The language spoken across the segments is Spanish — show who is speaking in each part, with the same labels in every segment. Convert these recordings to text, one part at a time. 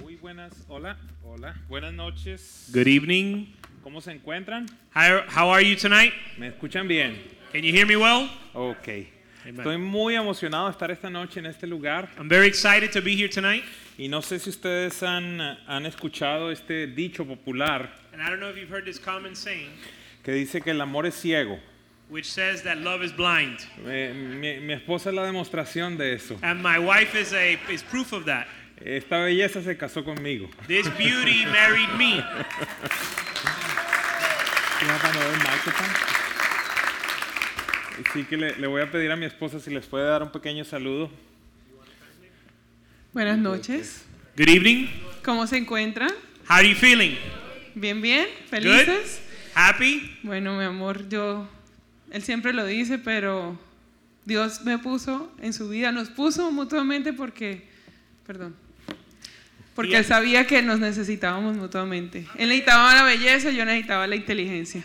Speaker 1: Muy buenas, hola, hola, buenas noches.
Speaker 2: Good evening.
Speaker 1: ¿Cómo se encuentran?
Speaker 2: How, how are you tonight?
Speaker 1: ¿Me escuchan bien?
Speaker 2: Can you hear me well?
Speaker 1: Ok. Estoy muy emocionado de estar esta noche en este lugar
Speaker 2: I'm very excited to be here tonight.
Speaker 1: y no sé si ustedes han, han escuchado este dicho popular
Speaker 2: And I don't know if you've heard this common saying,
Speaker 1: que dice que el amor es ciego.
Speaker 2: which says that love is blind.
Speaker 1: Eh, mi, mi esposa es la demostración de eso.
Speaker 2: And my wife is, a, is proof of that.
Speaker 1: Esta belleza se casó conmigo.
Speaker 2: This beauty married me.
Speaker 1: Ya para no ver marketing. Así que le, le voy a pedir a mi esposa si les puede dar un pequeño saludo.
Speaker 3: Buenas noches.
Speaker 2: Good evening.
Speaker 3: ¿Cómo se encuentran?
Speaker 2: How are you feeling?
Speaker 3: ¿Bien, bien?
Speaker 2: Good?
Speaker 3: ¿Felices?
Speaker 2: Happy?
Speaker 3: Bueno, mi amor, yo, él siempre lo dice, pero Dios me puso en su vida, nos puso mutuamente porque, perdón, porque
Speaker 2: Yeah.
Speaker 3: él sabía que nos necesitábamos mutuamente. Él necesitaba la belleza, yo necesitaba la inteligencia.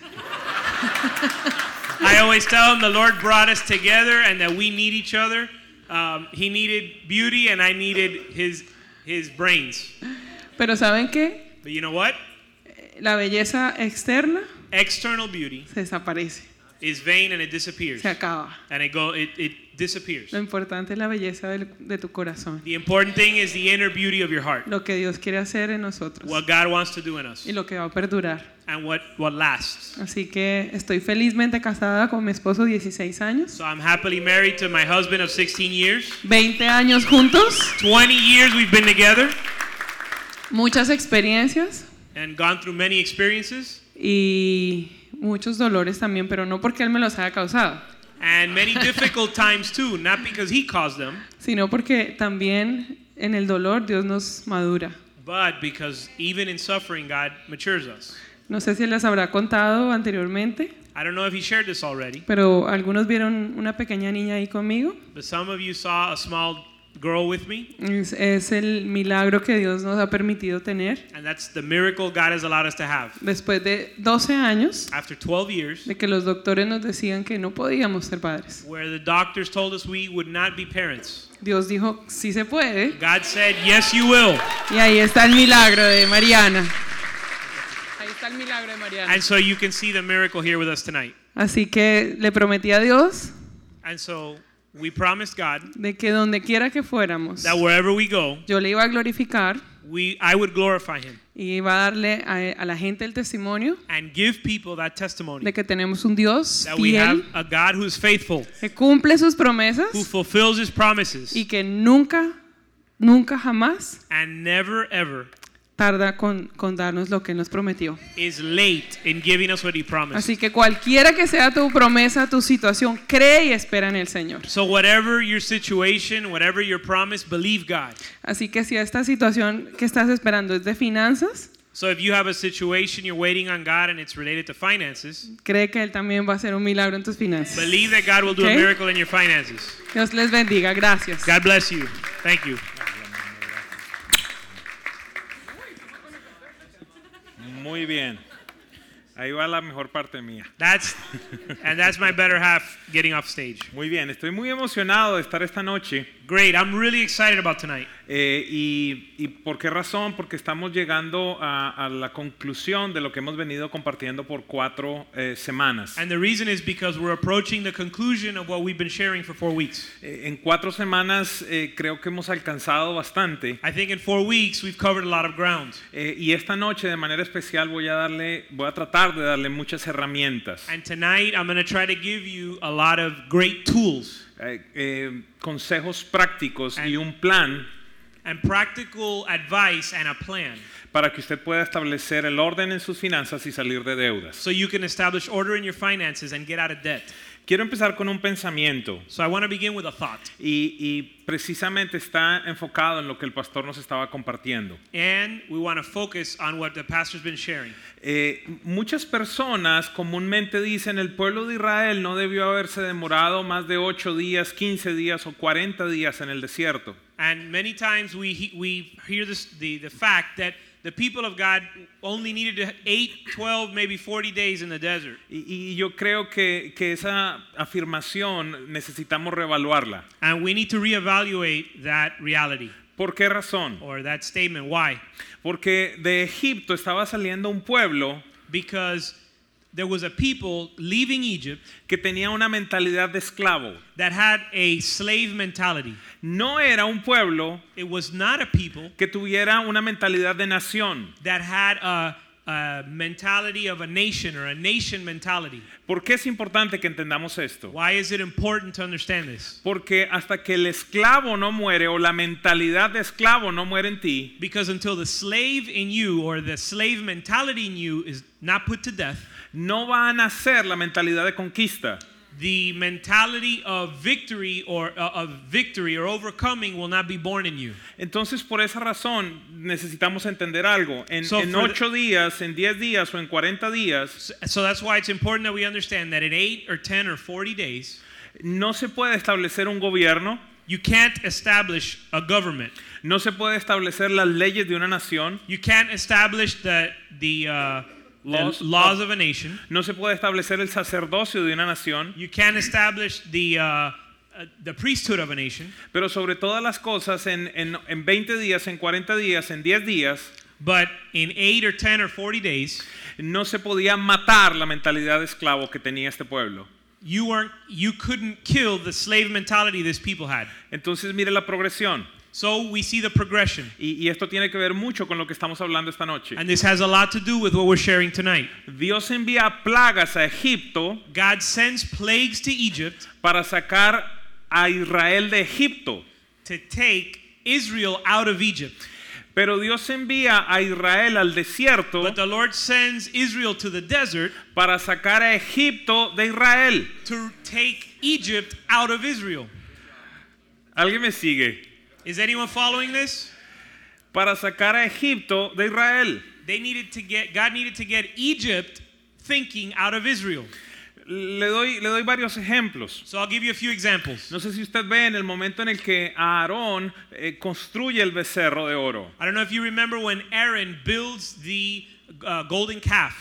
Speaker 2: I always tell him the Lord brought us together and that we need each other. Um, he needed beauty and I needed his, his brains.
Speaker 3: Pero ¿saben qué?
Speaker 2: But you know what?
Speaker 3: La belleza externa
Speaker 2: External beauty
Speaker 3: se desaparece,
Speaker 2: is vain and it disappears.
Speaker 3: se acaba.
Speaker 2: And it, go, it, it disappears.
Speaker 3: Lo importante es la belleza del- de tu corazón,
Speaker 2: The important thing is the inner beauty of your heart.
Speaker 3: lo que Dios quiere hacer en nosotros
Speaker 2: What God wants to do in us
Speaker 3: y lo que va a perdurar.
Speaker 2: and what, what lasts.
Speaker 3: Así que estoy felizmente casada con mi esposo 16 años.
Speaker 2: So I'm happily married to my husband of 16 years.
Speaker 3: 20 años juntos,
Speaker 2: 20 years we've been together
Speaker 3: muchas experiencias
Speaker 2: and gone through many experiences
Speaker 3: y muchos dolores también, pero no porque él me los haya causado,
Speaker 2: and many difficult times too, not because he caused them,
Speaker 3: sino porque también en el dolor Dios nos madura.
Speaker 2: but because even in suffering, God matures us.
Speaker 3: No sé si les habrá contado anteriormente,
Speaker 2: I don't know if he shared this already,
Speaker 3: pero algunos vieron una pequeña niña ahí conmigo.
Speaker 2: but some of you saw a small girl with me,
Speaker 3: Es, es el milagro que Dios nos ha permitido tener
Speaker 2: and that's the miracle God has allowed us to have.
Speaker 3: después de 12 años
Speaker 2: After 12 years,
Speaker 3: de que los doctores nos decían que no podíamos ser padres.
Speaker 2: where the doctors told us we would not be parents.
Speaker 3: Dios dijo, sí se puede.
Speaker 2: God said, Yes, you will.
Speaker 3: Y ahí está el milagro de Mariana. Ahí está el milagro de Mariana.
Speaker 2: And so you can see the miracle here with us tonight.
Speaker 3: Así que le prometí a Dios
Speaker 2: And so we promised God
Speaker 3: de que donde quiera que fuéramos,
Speaker 2: that wherever we go,
Speaker 3: yo le iba a glorificar
Speaker 2: we, I would glorify Him
Speaker 3: y iba a darle a, a la gente el testimonio
Speaker 2: and give people that testimony
Speaker 3: de que tenemos un Dios
Speaker 2: that we have
Speaker 3: fiel
Speaker 2: a God who's faithful,
Speaker 3: que cumple sus promesas
Speaker 2: who fulfills His promises,
Speaker 3: y que nunca, nunca jamás
Speaker 2: and never, ever
Speaker 3: tarda con, con darnos lo que nos prometió.
Speaker 2: is late in giving us what He promised.
Speaker 3: Así que cualquiera que sea tu promesa, tu situación, cree y espera en el Señor.
Speaker 2: So, whatever your situation, whatever your promise, believe God.
Speaker 3: Así que si esta situación que estás esperando es de finanzas,
Speaker 2: So, if you have a situation you're waiting on God and it's related to finances,
Speaker 3: cree que Él también va a hacer un milagro en tus finanzas.
Speaker 2: Believe that God will do a
Speaker 3: Okay.
Speaker 2: miracle in your finances.
Speaker 3: Dios les bendiga, gracias.
Speaker 2: God bless you. Thank you.
Speaker 1: Muy bien. Ahí va la mejor parte mía.
Speaker 2: That's and that's my better half getting off stage.
Speaker 1: Muy bien, estoy muy emocionado de estar esta noche.
Speaker 2: Great. I'm really excited about tonight.
Speaker 1: Eh, y, y por qué razón? Porque estamos llegando a, a la conclusión de lo que hemos venido compartiendo por cuatro eh, semanas.
Speaker 2: And the reason is because we're approaching the conclusion of what we've been sharing for 4 weeks.
Speaker 1: Eh, en cuatro semanas eh, creo que hemos alcanzado bastante.
Speaker 2: I think in 4 weeks we've covered a lot of ground.
Speaker 1: Eh, y esta noche de manera especial voy a darle, voy a tratar de darle muchas herramientas,
Speaker 2: And tonight I'm going to try to give you a lot of great tools
Speaker 1: eh, eh, consejos prácticos
Speaker 2: And-
Speaker 1: y un plan
Speaker 2: and practical advice and a plan
Speaker 1: para que usted pueda establecer el orden en sus finanzas y salir de deudas.
Speaker 2: so you can establish order in your finances and get out of debt.
Speaker 1: Quiero empezar con un pensamiento
Speaker 2: So I want to begin with a thought.
Speaker 1: y, y precisamente está enfocado en lo que el pastor nos estaba compartiendo.
Speaker 2: And we want to focus on what the pastor's been sharing.
Speaker 1: Eh, muchas personas comúnmente dicen el pueblo de Israel no debió haberse demorado más de 8 días, 15 días o 40 días en el desierto.
Speaker 2: And many times we, he- we hear this, the, the fact that the people of God only needed 8, 12, maybe 40 days in the desert.
Speaker 1: Y, y yo creo que, que esa afirmación necesitamos reevaluarla.
Speaker 2: And we need to reevaluate that reality
Speaker 1: ¿Por qué razón?
Speaker 2: or that statement. Why?
Speaker 1: Porque de Egipto estaba saliendo un pueblo
Speaker 2: Because there was a people leaving Egypt
Speaker 1: que tenía una mentalidad de esclavo.
Speaker 2: that had a slave mentality.
Speaker 1: No era un pueblo
Speaker 2: It was not a people
Speaker 1: que tuviera una mentalidad de nación.
Speaker 2: that had a, a mentality of a nation or a nation mentality.
Speaker 1: ¿Por qué es importante que entendamos esto?
Speaker 2: Why is it important to understand this?
Speaker 1: Porque hasta que el esclavo no muere o la mentalidad de esclavo no muere en ti,
Speaker 2: Because until the slave in you or the slave mentality in you is not put to death,
Speaker 1: no va a nacer la mentalidad de conquista.
Speaker 2: the mentality of victory or uh, of victory or overcoming will not be born in you.
Speaker 1: Entonces, por esa razón, necesitamos entender algo. En,
Speaker 2: So
Speaker 1: en
Speaker 2: for the-
Speaker 1: ocho días, en diez días o en cuarenta días,
Speaker 2: So, so that's why it's important that we understand that in 8 or 10 or 40 days,
Speaker 1: no se puede establecer un gobierno,
Speaker 2: you can't establish a government.
Speaker 1: no se puede establecer las leyes de una nación,
Speaker 2: You can't establish the the, uh,
Speaker 1: Laws
Speaker 2: the laws of a nation.
Speaker 1: no se puede establecer el sacerdocio de una nación,
Speaker 2: You can't establish the uh, uh, the priesthood of a nation.
Speaker 1: pero sobre todas las cosas, en, en, en 20 días, en 40 días, en 10 días,
Speaker 2: But in 8 or 10 or 40 days,
Speaker 1: no se podía matar la mentalidad de esclavo que tenía este pueblo.
Speaker 2: you weren't you couldn't kill the slave mentality this people had.
Speaker 1: Entonces mire la progresión.
Speaker 2: So we see the progression.
Speaker 1: Y, y esto tiene que ver mucho con lo que estamos hablando esta noche.
Speaker 2: And this has a lot to do with what we're sharing tonight.
Speaker 1: Dios envía plagas a Egipto
Speaker 2: God sends plagues to Egypt
Speaker 1: para sacar a Israel de Egipto.
Speaker 2: to take Israel out of Egypt.
Speaker 1: Pero Dios envía a Israel al desierto
Speaker 2: But the Lord sends Israel to the desert
Speaker 1: para sacar a Egipto de Israel.
Speaker 2: to take Egypt out of Israel.
Speaker 1: ¿Alguien me sigue?
Speaker 2: Is anyone following this?
Speaker 1: Para sacar a Egipto de Israel.
Speaker 2: They needed to get God needed to get Egypt thinking out of Israel.
Speaker 1: Le doy, le doy varios ejemplos.
Speaker 2: So I'll give you a few examples.
Speaker 1: No sé si usted ve en el momento en el que Aarón eh, construye el becerro de oro.
Speaker 2: I don't know if you remember when Aaron builds the uh, golden calf.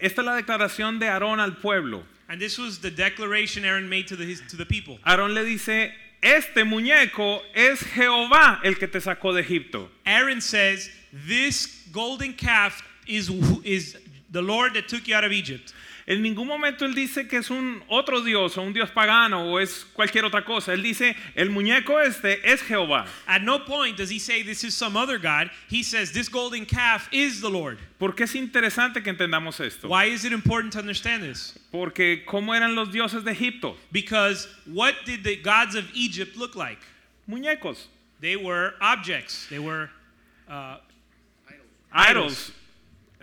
Speaker 1: Esta es la declaración de Aarón al pueblo.
Speaker 2: And this was the declaration Aaron made to the his, to the people.
Speaker 1: Aarón le dice, este muñeco es Jehová el que te sacó de Egipto.
Speaker 2: Aaron says, "This golden calf is is the Lord that took you out of Egypt."
Speaker 1: En ningún momento él dice que es un otro dios o un dios pagano o es cualquier otra cosa. Él dice, el muñeco este es Jehová.
Speaker 2: At no point does he say this is some other god. He says this golden calf is the Lord.
Speaker 1: Porque es interesante que entendamos esto.
Speaker 2: Why is it important to understand this?
Speaker 1: Porque cómo eran los dioses de Egipto?
Speaker 2: Because what did the gods of Egypt look like?
Speaker 1: Muñecos,
Speaker 2: They were objects. They were uh,
Speaker 1: idols,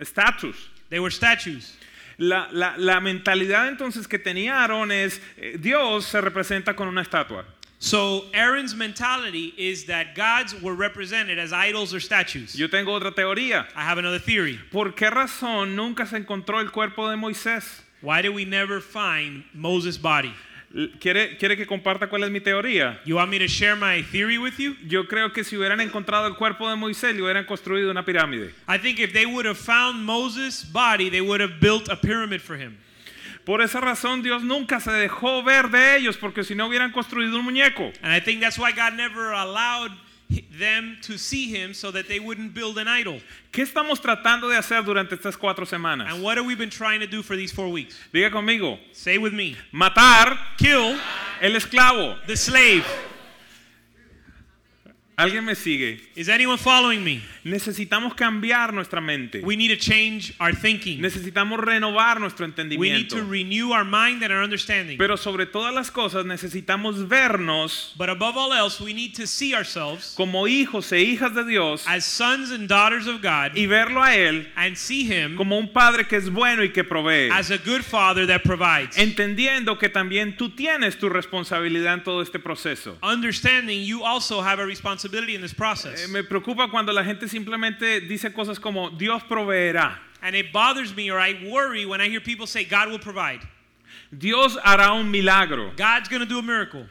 Speaker 1: statues.
Speaker 2: they were statues.
Speaker 1: La, la- la mentalidad entonces que tenía Aarón es, eh, Dios se representa con una estatua.
Speaker 2: So Aaron's mentality is that gods were represented as idols or statues.
Speaker 1: Yo tengo otra teoría.
Speaker 2: I have another theory.
Speaker 1: ¿Por qué razón nunca se encontró el cuerpo de Moisés?
Speaker 2: Why did we never find Moses' body?
Speaker 1: L- ¿Quiere, quiere que comparta cuál es mi teoría?
Speaker 2: You want me to share my theory with you?
Speaker 1: Yo creo que si hubieran encontrado el cuerpo de Moisés, le hubieran construido una pirámide.
Speaker 2: I think if they would have found Moses' body, they would have built a pyramid for him.
Speaker 1: Por esa razón Dios nunca se dejó ver de ellos, porque si no hubieran construido un muñeco.
Speaker 2: And I think that's why God never allowed h- them to see him so that they wouldn't build an idol.
Speaker 1: ¿Qué estamos tratando de hacer durante estas cuatro semanas?
Speaker 2: And what have we been trying to do for these four weeks?
Speaker 1: Diga conmigo,
Speaker 2: Say with me
Speaker 1: matar
Speaker 2: kill
Speaker 1: el esclavo.
Speaker 2: the slave.
Speaker 1: ¿Alguien me sigue?
Speaker 2: Is anyone following me?
Speaker 1: Necesitamos cambiar nuestra mente.
Speaker 2: We need to change our thinking.
Speaker 1: Necesitamos renovar nuestro
Speaker 2: We need to
Speaker 1: entendimiento.
Speaker 2: renew our mind and our understanding.
Speaker 1: Pero sobre todas las cosas necesitamos vernos
Speaker 2: But above all else, we need to see ourselves
Speaker 1: como hijos e hijas de Dios
Speaker 2: as sons and daughters of God
Speaker 1: y verlo a Él
Speaker 2: and see Him
Speaker 1: como un padre que es bueno y que provee.
Speaker 2: as a good father that provides.
Speaker 1: Entendiendo que también tú tienes tu responsabilidad en todo este proceso.
Speaker 2: Understanding you also have a responsibility in this
Speaker 1: Eh,
Speaker 2: process.
Speaker 1: Me preocupa cuando la gente simplemente dice cosas como Dios proveerá,
Speaker 2: And it bothers me or I worry when I hear people say, God will provide.
Speaker 1: Dios hará un milagro,
Speaker 2: God's going to do a miracle.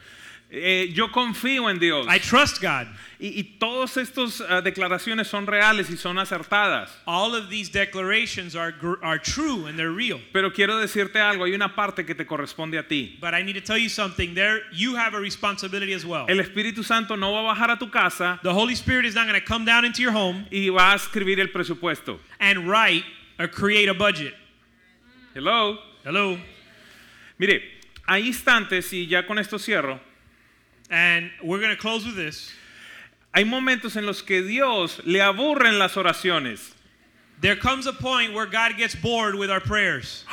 Speaker 1: eh, yo confío en Dios.
Speaker 2: I trust God.
Speaker 1: Y, y todas estas ah, declaraciones son reales y son acertadas.
Speaker 2: All of these declarations are, gr- are true and they're real.
Speaker 1: Pero quiero decirte algo, hay una parte que te corresponde a ti.
Speaker 2: But I need to tell you something. There, you have a responsibility as well.
Speaker 1: El Espíritu Santo no va a bajar a tu casa
Speaker 2: The Holy Spirit is not going to come down into your home
Speaker 1: y va a escribir el presupuesto.
Speaker 2: and write or create a budget.
Speaker 1: Hello.
Speaker 2: Hello.
Speaker 1: Mire, hay instantes, y ya con esto cierro,
Speaker 2: And we're going to close with this.
Speaker 1: hay momentos en los que Dios le aburren las oraciones.
Speaker 2: There comes a point where God gets bored with our prayers.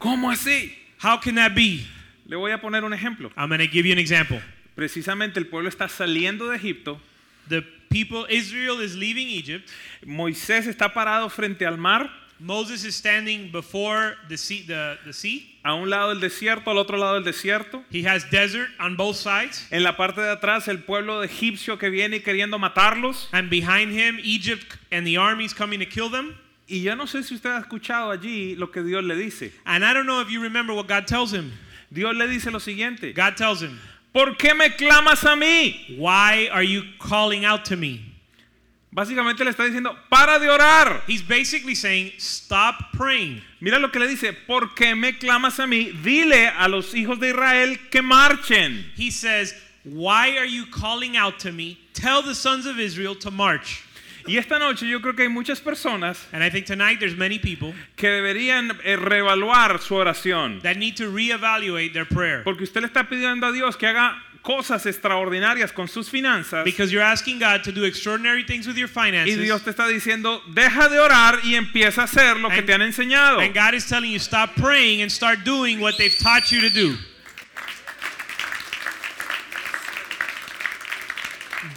Speaker 1: ¿Cómo así?
Speaker 2: How can that be?
Speaker 1: Le voy a poner un ejemplo.
Speaker 2: I'm going to give you an example.
Speaker 1: Precisamente el pueblo está saliendo de Egipto.
Speaker 2: The people, Israel is leaving Egypt.
Speaker 1: Moisés está parado frente al mar,
Speaker 2: Moses is standing before the sea. The, the sea.
Speaker 1: a un lado del desierto, al otro lado del desierto.
Speaker 2: He has desert on both sides.
Speaker 1: En la parte de atrás el pueblo de egipcio que viene queriendo matarlos.
Speaker 2: And behind him, Egypt and the armies coming to kill them.
Speaker 1: Y yo no sé si usted ha escuchado allí lo que Dios le dice.
Speaker 2: And I don't know if you remember what God tells him.
Speaker 1: Dios le dice lo siguiente.
Speaker 2: God tells him,
Speaker 1: ¿Por qué me clamas a mí?
Speaker 2: Why are you calling out to me?
Speaker 1: Básicamente le está diciendo, para de orar.
Speaker 2: He's basically saying, Stop praying.
Speaker 1: Mira lo que le dice, ¿por qué me clamas a mí? Dile a los hijos de Israel que marchen.
Speaker 2: He says, Why are you calling out to me? Tell the sons of Israel to march.
Speaker 1: Y esta noche yo creo que hay muchas personas
Speaker 2: And I think tonight there's many people
Speaker 1: que deberían eh, reevaluar su oración.
Speaker 2: that need to reevaluate their prayer.
Speaker 1: Porque usted le está pidiendo a Dios que haga cosas extraordinarias con sus finanzas.
Speaker 2: Because you're asking God to do extraordinary things with your
Speaker 1: Y
Speaker 2: finances.
Speaker 1: Dios te está diciendo, deja de orar y empieza a hacer lo que
Speaker 2: And-
Speaker 1: te han enseñado.
Speaker 2: And God is telling you, stop praying and start doing what they've taught you to do.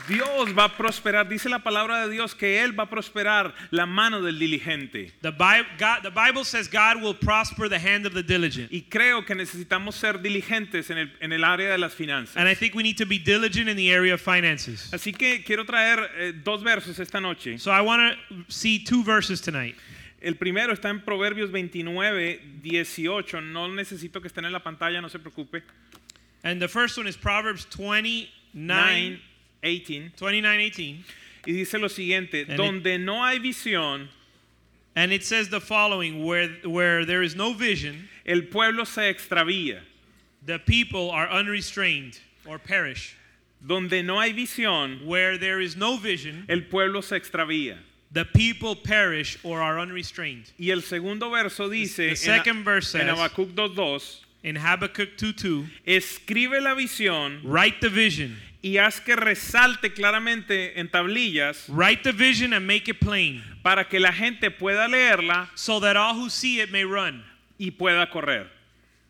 Speaker 1: Dios va a prosperar. Dice la palabra de Dios que Él va a prosperar la mano del diligente.
Speaker 2: The, Bi- God, the Bible says God will prosper the hand of the diligent.
Speaker 1: Y creo que necesitamos ser diligentes en el, en el área de las finanzas.
Speaker 2: And I think we need to be diligent in the area of finances.
Speaker 1: Así que quiero traer eh, dos versos esta noche.
Speaker 2: So I want to see two verses tonight.
Speaker 1: El primero está en Proverbios 29, 18. No necesito que estén en la pantalla, no se preocupe.
Speaker 2: And the first one is Proverbs 29,
Speaker 1: 9, 18.
Speaker 2: 29 18.
Speaker 1: Y dice lo siguiente,
Speaker 2: it-
Speaker 1: donde no hay visión,
Speaker 2: And it says the following where, where there is no vision,
Speaker 1: el pueblo se extravía.
Speaker 2: the people are unrestrained or perish.
Speaker 1: Donde no hay visión,
Speaker 2: Where there is no vision,
Speaker 1: el pueblo se extravía.
Speaker 2: the people perish or are unrestrained.
Speaker 1: Y el segundo verso dice
Speaker 2: The second
Speaker 1: en,
Speaker 2: verse
Speaker 1: en
Speaker 2: says-
Speaker 1: Habacuc 2.2,
Speaker 2: In Habakkuk 2 2,
Speaker 1: escribe la visión
Speaker 2: write the vision.
Speaker 1: y haz que resalte claramente en tablillas
Speaker 2: Write the vision and make it plain,
Speaker 1: para que la gente pueda leerla
Speaker 2: so that all who see it may run.
Speaker 1: y pueda correr.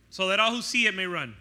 Speaker 2: So that all who see it may run.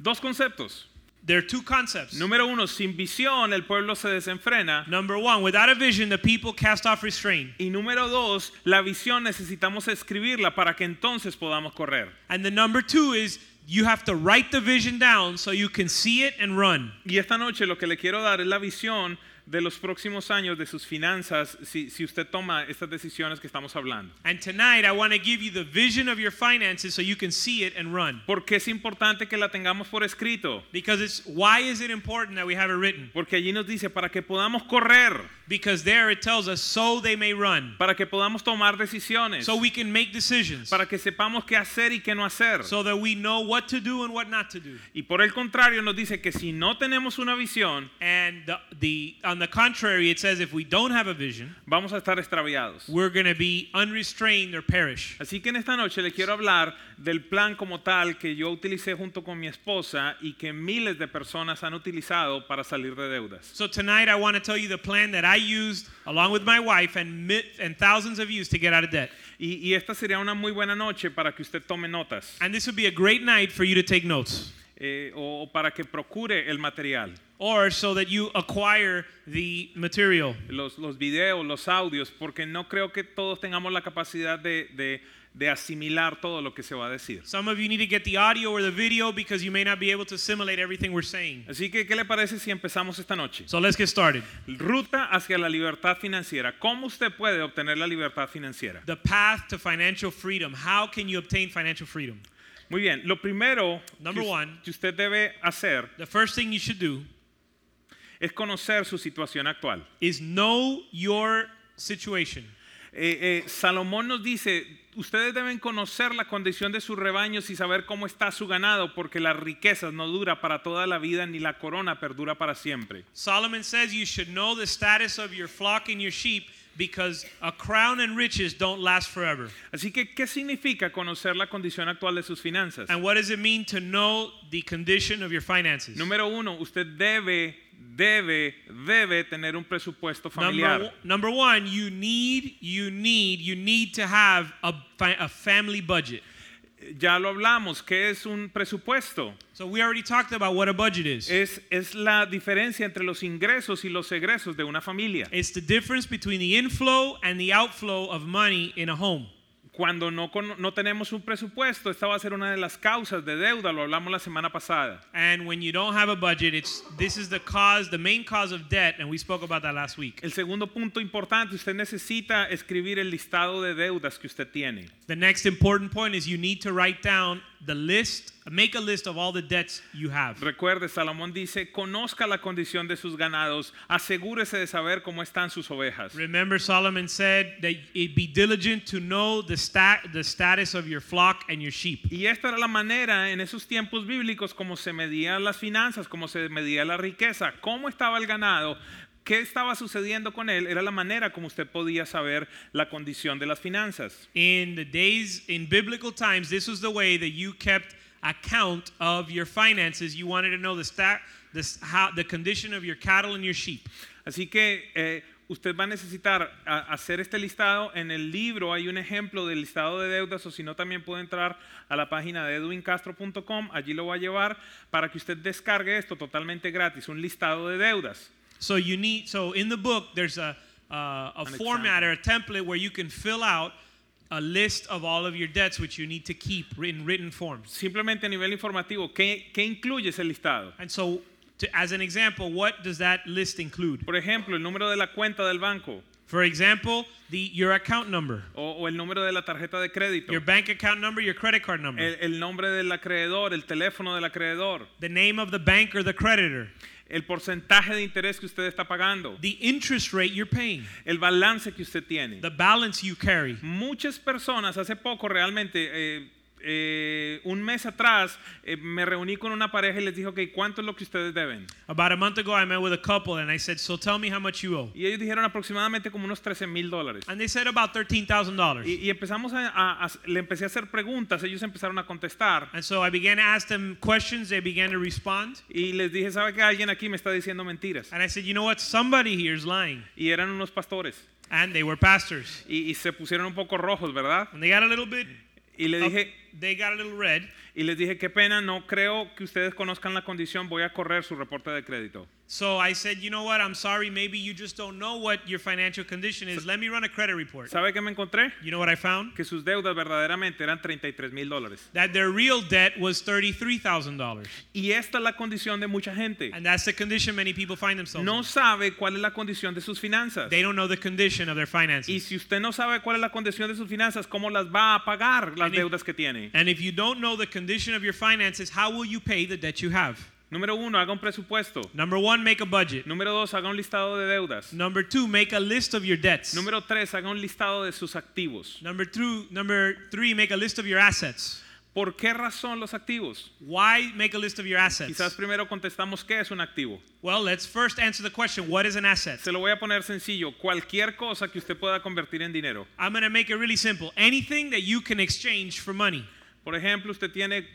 Speaker 1: Dos conceptos.
Speaker 2: There are two concepts.
Speaker 1: Número uno, sin visión el pueblo se desenfrena.
Speaker 2: Number one, without a vision, the people cast off restraint.
Speaker 1: Y número dos, la visión necesitamos escribirla para que entonces podamos correr.
Speaker 2: And the number two is you have to write the vision down so you can see it and run.
Speaker 1: Y esta noche lo que le quiero dar es la visión de los próximos años de sus finanzas si, si usted toma estas decisiones que estamos hablando.
Speaker 2: And tonight, I want to give you the vision of your finances so you can see it and run.
Speaker 1: Porque es importante que la tengamos por escrito?
Speaker 2: Because it's why is it important that we have it written?
Speaker 1: Porque allí nos dice, para que podamos correr,
Speaker 2: Because there it tells us so they may run,
Speaker 1: para que podamos tomar decisiones,
Speaker 2: so we can make decisions,
Speaker 1: para que sepamos qué hacer y qué no hacer.
Speaker 2: so that we know what to do and what not to do.
Speaker 1: Y por el contrario nos dice que si no tenemos una visión,
Speaker 2: And the, the on on the contrary, it says if we don't have a vision,
Speaker 1: vamos a estar extraviados.
Speaker 2: we're going to be unrestrained or perish.
Speaker 1: Así que en esta noche le quiero hablar del plan como tal que yo utilicé junto con mi esposa y que miles de personas han utilizado para salir de deudas.
Speaker 2: So tonight I want to tell you the plan that I used along with my wife and mi- and thousands of used to get out of debt.
Speaker 1: Y, y esta sería una muy buena noche para que usted tome notas
Speaker 2: And this would be a great night for you to take notes
Speaker 1: eh, o, o para que procure el material,
Speaker 2: or so that you acquire the material.
Speaker 1: los, los videos, los audios, porque no creo que todos tengamos la capacidad de, de- de asimilar todo lo que se va a decir.
Speaker 2: Some of you need to get the audio or the video because you may not be able to assimilate everything we're saying.
Speaker 1: Así que, ¿qué le parece si empezamos esta noche?
Speaker 2: So let's get started.
Speaker 1: Ruta hacia la libertad financiera. ¿Cómo usted puede obtener la libertad financiera?
Speaker 2: The path to financial freedom. How can you obtain financial freedom?
Speaker 1: Muy bien, lo primero
Speaker 2: Number
Speaker 1: que, us-
Speaker 2: one.
Speaker 1: que usted debe hacer
Speaker 2: The first thing you should do
Speaker 1: es conocer su situación actual.
Speaker 2: is know your situation.
Speaker 1: Eh, eh, Salomón nos dice, ustedes deben conocer la condición de sus rebaños y saber cómo está su ganado, porque las riquezas no dura para toda la vida ni la corona perdura para siempre.
Speaker 2: Solomon says you should know the status of your flock and your sheep because a crown and riches don't last forever.
Speaker 1: Así que, ¿qué significa conocer la condición actual de sus finanzas?
Speaker 2: And what does it mean to know the condition of your finances?
Speaker 1: Número uno, usted debe, debe, debe tener un presupuesto familiar.
Speaker 2: Number, number one, you need, you need, you need to have a, fi- a family budget.
Speaker 1: Ya lo hablamos, ¿qué es un presupuesto?
Speaker 2: So we already talked about what a budget is.
Speaker 1: Es, es la diferencia entre los ingresos y los egresos de una familia.
Speaker 2: It's the difference between the inflow and the outflow of money in a home.
Speaker 1: Cuando no, cono- no tenemos un presupuesto, esta va a ser una de las causas de deuda, lo hablamos la semana pasada.
Speaker 2: And when you don't have a budget, it's this is the cause, the main cause of debt, and we spoke about that last week.
Speaker 1: El segundo punto importante, usted necesita escribir el listado de deudas que usted tiene.
Speaker 2: The next important point is you need to write down the list, make a list of all the debts you have.
Speaker 1: Recuerde, Salomón dice, conozca la condición de sus ganados, asegúrese de saber cómo están sus ovejas.
Speaker 2: Remember Solomon said that it be diligent to know the stat the status of your flock and your sheep.
Speaker 1: Y esta era la manera en esos tiempos bíblicos como se medían las finanzas, como se medía la riqueza, cómo estaba el ganado, qué estaba sucediendo con él, era la manera como usted podía saber la condición de las finanzas.
Speaker 2: In the days in biblical times, this was the way that you kept account of your finances. You wanted to know the stat the s- how the condition of your cattle and your sheep.
Speaker 1: Así que eh, usted va a necesitar a- hacer este listado. En el libro hay un ejemplo del listado de deudas o si no también puede entrar a la página de edwincastro.com, allí lo va a llevar para que usted descargue esto totalmente gratis, un listado de deudas.
Speaker 2: So you need so in the book there's a uh, a format or a template where you can fill out a list of all of your debts which you need to keep in written forms.
Speaker 1: Simplemente a nivel informativo, ¿qué, qué incluye ese listado?
Speaker 2: And so to, as an example, what does that list include?
Speaker 1: Por ejemplo, el número de la cuenta del banco
Speaker 2: For example, the your account number,
Speaker 1: o, o el número de la tarjeta de crédito,
Speaker 2: your bank account number, your credit card number,
Speaker 1: el, el nombre del acreedor, el teléfono del acreedor,
Speaker 2: the name of the bank or the creditor,
Speaker 1: el porcentaje de interés que usted está pagando,
Speaker 2: the interest rate you're paying,
Speaker 1: el balance que usted tiene.
Speaker 2: the balance you carry.
Speaker 1: Muchas personas, hace poco realmente, eh, eh, un mes atrás, eh, me reuní con una pareja y les dije, ok, ¿cuánto es lo que ustedes deben?
Speaker 2: About a month ago, I met with a couple and I said, "So tell me how much you owe."
Speaker 1: Y ellos dijeron aproximadamente como unos 13 mil dólares.
Speaker 2: And they said about thirteen thousand dollars.
Speaker 1: Y, y empezamos a, a- a- le empecé a hacer preguntas, ellos empezaron a contestar.
Speaker 2: And so I began to ask them questions. They began to respond.
Speaker 1: Y les dije, ¿sabe que alguien aquí me está diciendo mentiras?
Speaker 2: And I said, you know what? Somebody here is lying.
Speaker 1: Y eran unos pastores.
Speaker 2: And they were pastors.
Speaker 1: Y, y se pusieron un poco rojos, ¿verdad?
Speaker 2: And they got a little bit,
Speaker 1: Y, le
Speaker 2: up-
Speaker 1: dije,
Speaker 2: they got a little red.
Speaker 1: y les dije, qué pena, no creo que ustedes conozcan la condición, voy a correr su reporte de crédito.
Speaker 2: So I said, you know what? I'm sorry. Maybe you just don't know what your financial condition is. Let me run a credit report.
Speaker 1: ¿Sabe qué me encontré?
Speaker 2: You know what I found?
Speaker 1: Que sus deudas verdaderamente eran 33 mil dólares.
Speaker 2: That their real debt was $33,000.
Speaker 1: Y esta es la condición de mucha gente.
Speaker 2: And that's the condition many people find themselves
Speaker 1: No
Speaker 2: in.
Speaker 1: sabe cuál es la condición de sus finanzas.
Speaker 2: They don't know the condition of their
Speaker 1: Y
Speaker 2: finances.
Speaker 1: si usted no sabe cuál es la condición de sus finanzas, ¿cómo las va a pagar las
Speaker 2: And if-
Speaker 1: deudas que tiene?
Speaker 2: And if you don't know the condition of your finances, how will you pay the debt you have?
Speaker 1: Número uno, haga un presupuesto.
Speaker 2: Number one, make a budget.
Speaker 1: Número dos, haga un listado de deudas.
Speaker 2: Number two, make a list of your debts.
Speaker 1: Número tres, haga un listado de sus activos.
Speaker 2: number two, number three, make a list of your assets.
Speaker 1: ¿Por qué razón los activos?
Speaker 2: Why make a list of your assets?
Speaker 1: Quizás primero contestamos qué es un activo.
Speaker 2: Well, let's first answer the question what is an asset?
Speaker 1: Se lo voy a poner sencillo, cualquier cosa que usted pueda convertir en dinero.
Speaker 2: I'm going to make it really simple anything that you can exchange for money.
Speaker 1: Por ejemplo, usted tiene,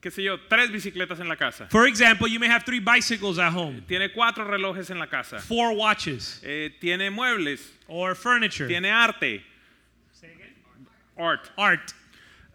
Speaker 1: qué sé yo, tres bicicletas en la casa.
Speaker 2: For example, you may have three bicycles at home,
Speaker 1: Tiene cuatro relojes en la casa.
Speaker 2: four watches,
Speaker 1: Eh, tiene muebles.
Speaker 2: or furniture,
Speaker 1: Tiene arte. Art.
Speaker 2: art.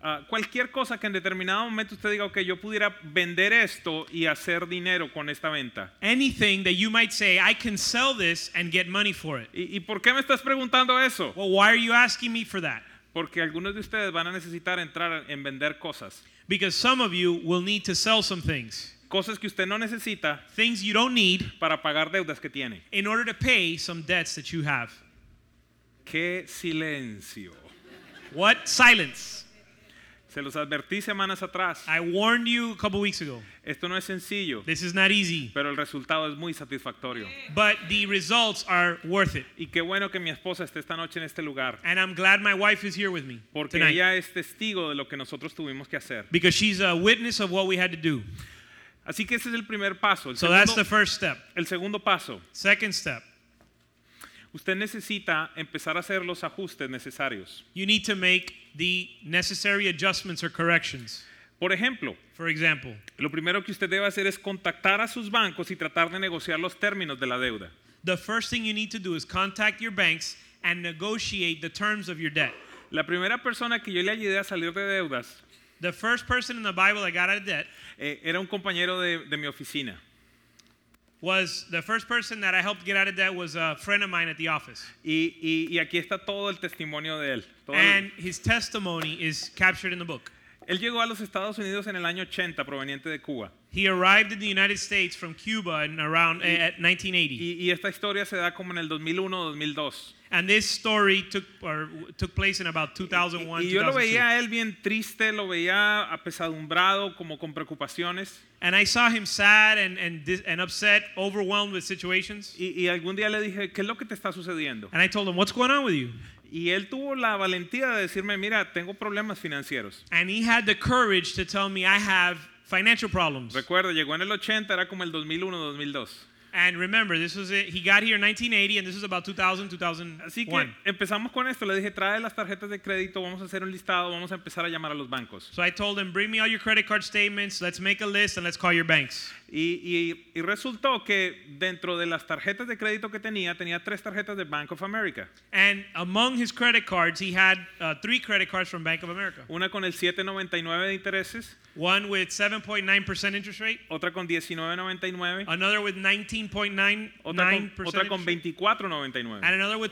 Speaker 1: Ah, cualquier cosa que en determinado momento usted diga, ok, yo pudiera vender esto y hacer dinero con esta venta.
Speaker 2: Anything that you might say, I can sell this and get money for it.
Speaker 1: ¿Y, y por qué me estás preguntando eso?
Speaker 2: Well, why are you asking me for that?
Speaker 1: Porque algunos de ustedes van a necesitar entrar en vender cosas.
Speaker 2: Because some of you will need to sell some things,
Speaker 1: Cosas que usted no necesita
Speaker 2: things you don't need
Speaker 1: para pagar deudas que tiene.
Speaker 2: in order to pay some debts that you have.
Speaker 1: ¡Qué silencio!
Speaker 2: What silence?
Speaker 1: Se los advertí semanas atrás.
Speaker 2: I warned you a couple weeks ago.
Speaker 1: Esto no es sencillo,
Speaker 2: This is not easy,
Speaker 1: pero el resultado es muy satisfactorio.
Speaker 2: but the results are worth it.
Speaker 1: Y qué bueno que mi esposa esté esta noche en este lugar,
Speaker 2: And I'm glad my wife is here with me
Speaker 1: porque
Speaker 2: tonight
Speaker 1: ella es testigo de lo que nosotros tuvimos que hacer.
Speaker 2: because she's a witness of what we had to do.
Speaker 1: Así que ese es el primer paso. El
Speaker 2: So that's the
Speaker 1: segundo-
Speaker 2: first step.
Speaker 1: el segundo paso.
Speaker 2: Second step,
Speaker 1: Usted necesita empezar a hacer los ajustes necesarios.
Speaker 2: you need to make the necessary adjustments or corrections.
Speaker 1: Por ejemplo,
Speaker 2: For example,
Speaker 1: lo primero que usted debe hacer es contactar a sus bancos y tratar de negociar los términos de la deuda.
Speaker 2: the first thing you need to do is contact your banks and negotiate the terms of your debt.
Speaker 1: La primera persona que yo le ayudé a salir de deudas
Speaker 2: The first person in the Bible that got out of debt
Speaker 1: eh, era un compañero de, de mi oficina.
Speaker 2: was the first person that I helped get out of debt was a friend of mine at the office.
Speaker 1: Y, y- y aquí está todo el testimonio de él. Todo el-
Speaker 2: And his testimony is captured in the book.
Speaker 1: él llegó a los Estados Unidos en el año 80, proveniente de Cuba.
Speaker 2: He arrived in the United States from Cuba in around eh, at 1980.
Speaker 1: Y, y esta historia se da como en el 2001-2002.
Speaker 2: And this story took or took place in about 2001,
Speaker 1: Y yo lo
Speaker 2: 2002.
Speaker 1: veía a él bien triste, lo veía apesadumbrado, como con preocupaciones.
Speaker 2: And I saw him sad and and, dis- and upset, overwhelmed with situations.
Speaker 1: Y, y algún día le dije, ¿qué es lo que te está sucediendo?
Speaker 2: And I told him, "What's going on with you?"
Speaker 1: Y él tuvo la valentía de decirme, mira, tengo problemas financieros.
Speaker 2: And he had the courage to tell me, "I have financial problems."
Speaker 1: Recuerda, llegó en el 80, era como el 2001, 2002.
Speaker 2: And remember, this was it. He got here in 1980, and this was about 2000,
Speaker 1: Así que
Speaker 2: 2001.
Speaker 1: empezamos con esto. Le dije, trae las tarjetas de crédito, vamos a hacer un listado, vamos a empezar a llamar a los bancos.
Speaker 2: So I told him, "Bring me all your credit card statements. Let's make a list and let's call your banks."
Speaker 1: Y, y- y resultó que dentro de las tarjetas de crédito que tenía, tenía tres tarjetas de Bank of America.
Speaker 2: And among his credit cards, he had uh, three credit cards from Bank of America.
Speaker 1: Una con el 7,99 de intereses,
Speaker 2: One with 7.9% interest rate.
Speaker 1: otra con 19,99,
Speaker 2: another with 19.99%,
Speaker 1: otra con, otra con
Speaker 2: interest rate,
Speaker 1: 24,99.
Speaker 2: and another with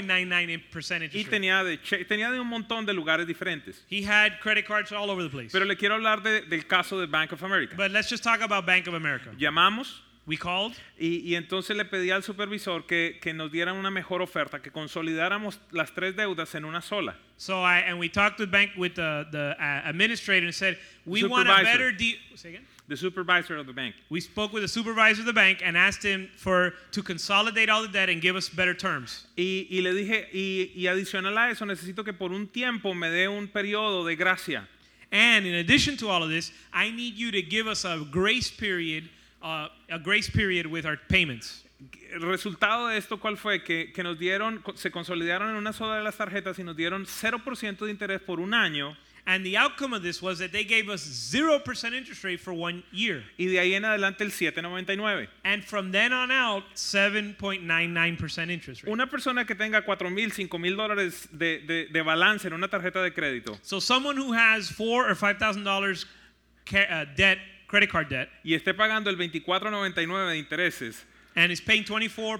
Speaker 1: Y
Speaker 2: 24.99% interest rate.
Speaker 1: tenía de, che- tenía de un montón de lugares diferentes.
Speaker 2: He had credit cards all over the place.
Speaker 1: Pero le quiero hablar de- del caso de Bank of America.
Speaker 2: But let's just talk about Bank of America.
Speaker 1: Llamamos
Speaker 2: We called,
Speaker 1: y, y entonces le pedí al supervisor que, que nos dieran una mejor oferta, que consolidáramos las tres deudas en una sola.
Speaker 2: so I and we talked with bank with the, the uh, administrator and said we want a
Speaker 1: Supervisor.
Speaker 2: better deal. Say again.
Speaker 1: The supervisor of the bank.
Speaker 2: We spoke with the supervisor of the bank and asked him for to consolidate all the debt and give us better terms.
Speaker 1: Y, y le dije, y, y adicional a eso, necesito que por un tiempo me dé un periodo de gracia.
Speaker 2: And in addition to all of this, I need you to give us a grace period, uh, a grace period with our payments.
Speaker 1: El resultado de esto, ¿cuál fue? Que, que nos dieron, co- se consolidaron en una sola de las tarjetas y nos dieron 0% de interés por un año
Speaker 2: And the outcome of this was that they gave us 0% interest rate for one year.
Speaker 1: y de ahí en adelante el 7,99.
Speaker 2: And from then on out, 7.99% interest rate.
Speaker 1: Una persona que tenga 4 mil, 5 mil dólares de, de- de balance en una tarjeta de crédito
Speaker 2: So someone who has four or $5,000 ca- uh, debt, credit card debt,
Speaker 1: y esté pagando el 24.99 de intereses,
Speaker 2: and is paying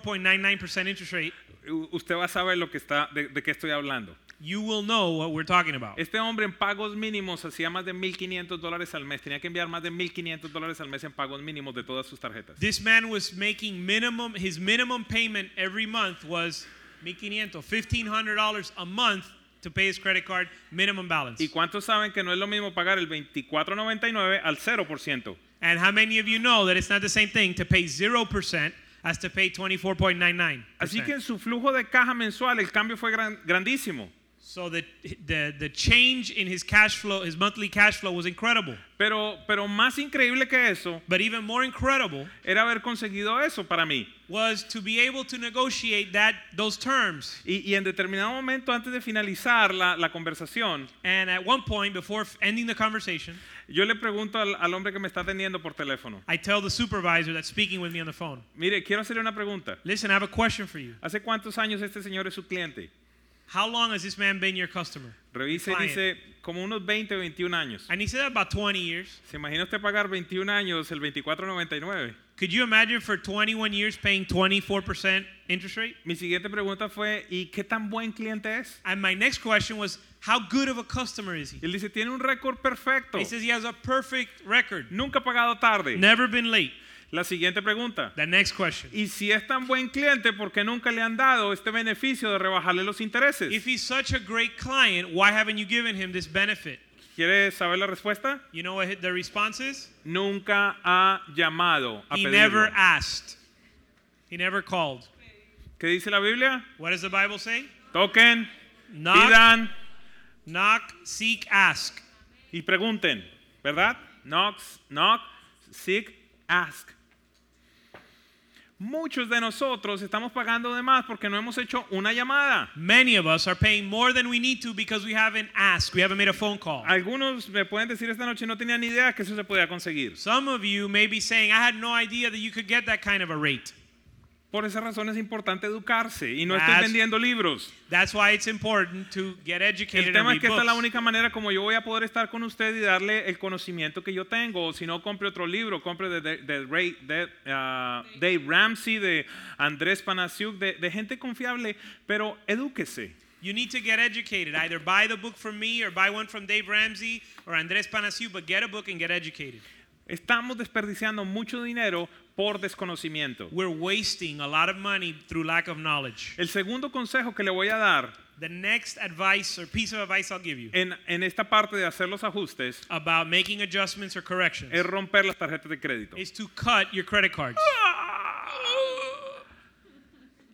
Speaker 2: 24.99% interest rate,
Speaker 1: u- usted va a saber lo que está, de, de qué estoy hablando.
Speaker 2: you will know what we're talking about.
Speaker 1: Este hombre en pagos mínimos hacía más de 1.500 dólares al mes. Tenía que enviar más de 1.500 dólares al mes en pagos mínimos de todas sus tarjetas.
Speaker 2: This man was making minimum, his minimum payment every month was 1,500, $1,500 a month to pay his credit card minimum balance.
Speaker 1: ¿Y cuántos saben que no es lo mismo pagar el 24.99 al 0%?
Speaker 2: And how many of you know that it's not the same thing to pay 0% as to pay 24.99?
Speaker 1: Así que en su flujo de caja mensual el cambio fue gran- grandísimo.
Speaker 2: So the, the, the change in his cash flow, his monthly cash flow was incredible.
Speaker 1: Pero, pero más increíble que eso
Speaker 2: But even more incredible
Speaker 1: era haber conseguido eso para mí.
Speaker 2: was to be able to negotiate that those terms.
Speaker 1: Y, y en determinado momento, antes de finalizar la, la conversación,
Speaker 2: And at one point, before f- ending the conversation,
Speaker 1: yo le pregunto al, al hombre que me está atendiendo por teléfono,
Speaker 2: I tell the supervisor that's speaking with me on the phone,
Speaker 1: mire, quiero hacerle una pregunta.
Speaker 2: listen, I have a question for you.
Speaker 1: ¿Hace cuántos años este señor es su cliente?
Speaker 2: How long has this man been your customer?
Speaker 1: Revise y
Speaker 2: Client.
Speaker 1: dice, como unos 20 o 21 años.
Speaker 2: And he said about 20 years.
Speaker 1: ¿Se imagina usted pagar 21 años el 24.99?
Speaker 2: Could you imagine for 21 years paying 24% interest rate?
Speaker 1: Mi siguiente pregunta fue, ¿y qué tan buen cliente es?
Speaker 2: And my next question was, how good of a customer is
Speaker 1: Y
Speaker 2: he?
Speaker 1: él dice, tiene un récord perfecto.
Speaker 2: He says he has a perfect record,
Speaker 1: Nunca ha pagado tarde.
Speaker 2: never been late.
Speaker 1: La siguiente pregunta.
Speaker 2: The next question.
Speaker 1: Y si es tan buen cliente, ¿por qué nunca le han dado este beneficio de rebajarle los intereses?
Speaker 2: If he's such a great client, why haven't you given him this benefit?
Speaker 1: ¿Quiere saber la respuesta?
Speaker 2: You know what the response is?
Speaker 1: Nunca ha llamado a
Speaker 2: He
Speaker 1: pedirlo.
Speaker 2: never asked. He never called.
Speaker 1: ¿Qué dice la Biblia?
Speaker 2: What does the Bible say?
Speaker 1: Toquen,
Speaker 2: Knock,
Speaker 1: pidan
Speaker 2: knock, seek, ask.
Speaker 1: y pregunten, ¿verdad? Knock, knock, seek, ask. Muchos de nosotros estamos pagando de más porque no hemos hecho una llamada.
Speaker 2: Many of us are paying more than we need to because we haven't asked. We haven't made a phone call.
Speaker 1: Algunos me pueden decir esta noche no tenía ni idea que eso se podía conseguir.
Speaker 2: Some of you may be saying, I had no idea that you could get that kind of a rate.
Speaker 1: Por esa razón es importante educarse y no estoy
Speaker 2: That's-
Speaker 1: vendiendo libros.
Speaker 2: That's why it's important to get educated
Speaker 1: El tema es
Speaker 2: and
Speaker 1: que
Speaker 2: read
Speaker 1: esta es la
Speaker 2: books.
Speaker 1: única manera como yo voy a poder estar con usted y darle el conocimiento que yo tengo. O si no, compre otro libro, compre de, de- de Ray- de, ah, Dave Ramsey, de Andrés Panasiuk, de, de gente confiable, pero edúquese.
Speaker 2: You need to get educated. Either buy the book from me or buy one from Dave Ramsey or Andres Panasiu, but get a book and get educated.
Speaker 1: Estamos desperdiciando mucho dinero por desconocimiento.
Speaker 2: We're wasting a lot of money through lack of knowledge.
Speaker 1: El segundo consejo que le voy a dar
Speaker 2: The next advice or piece of advice I'll give you
Speaker 1: en, en esta parte de hacer los ajustes
Speaker 2: about making adjustments or corrections
Speaker 1: es romper las tarjetas de crédito.
Speaker 2: is to cut your credit cards.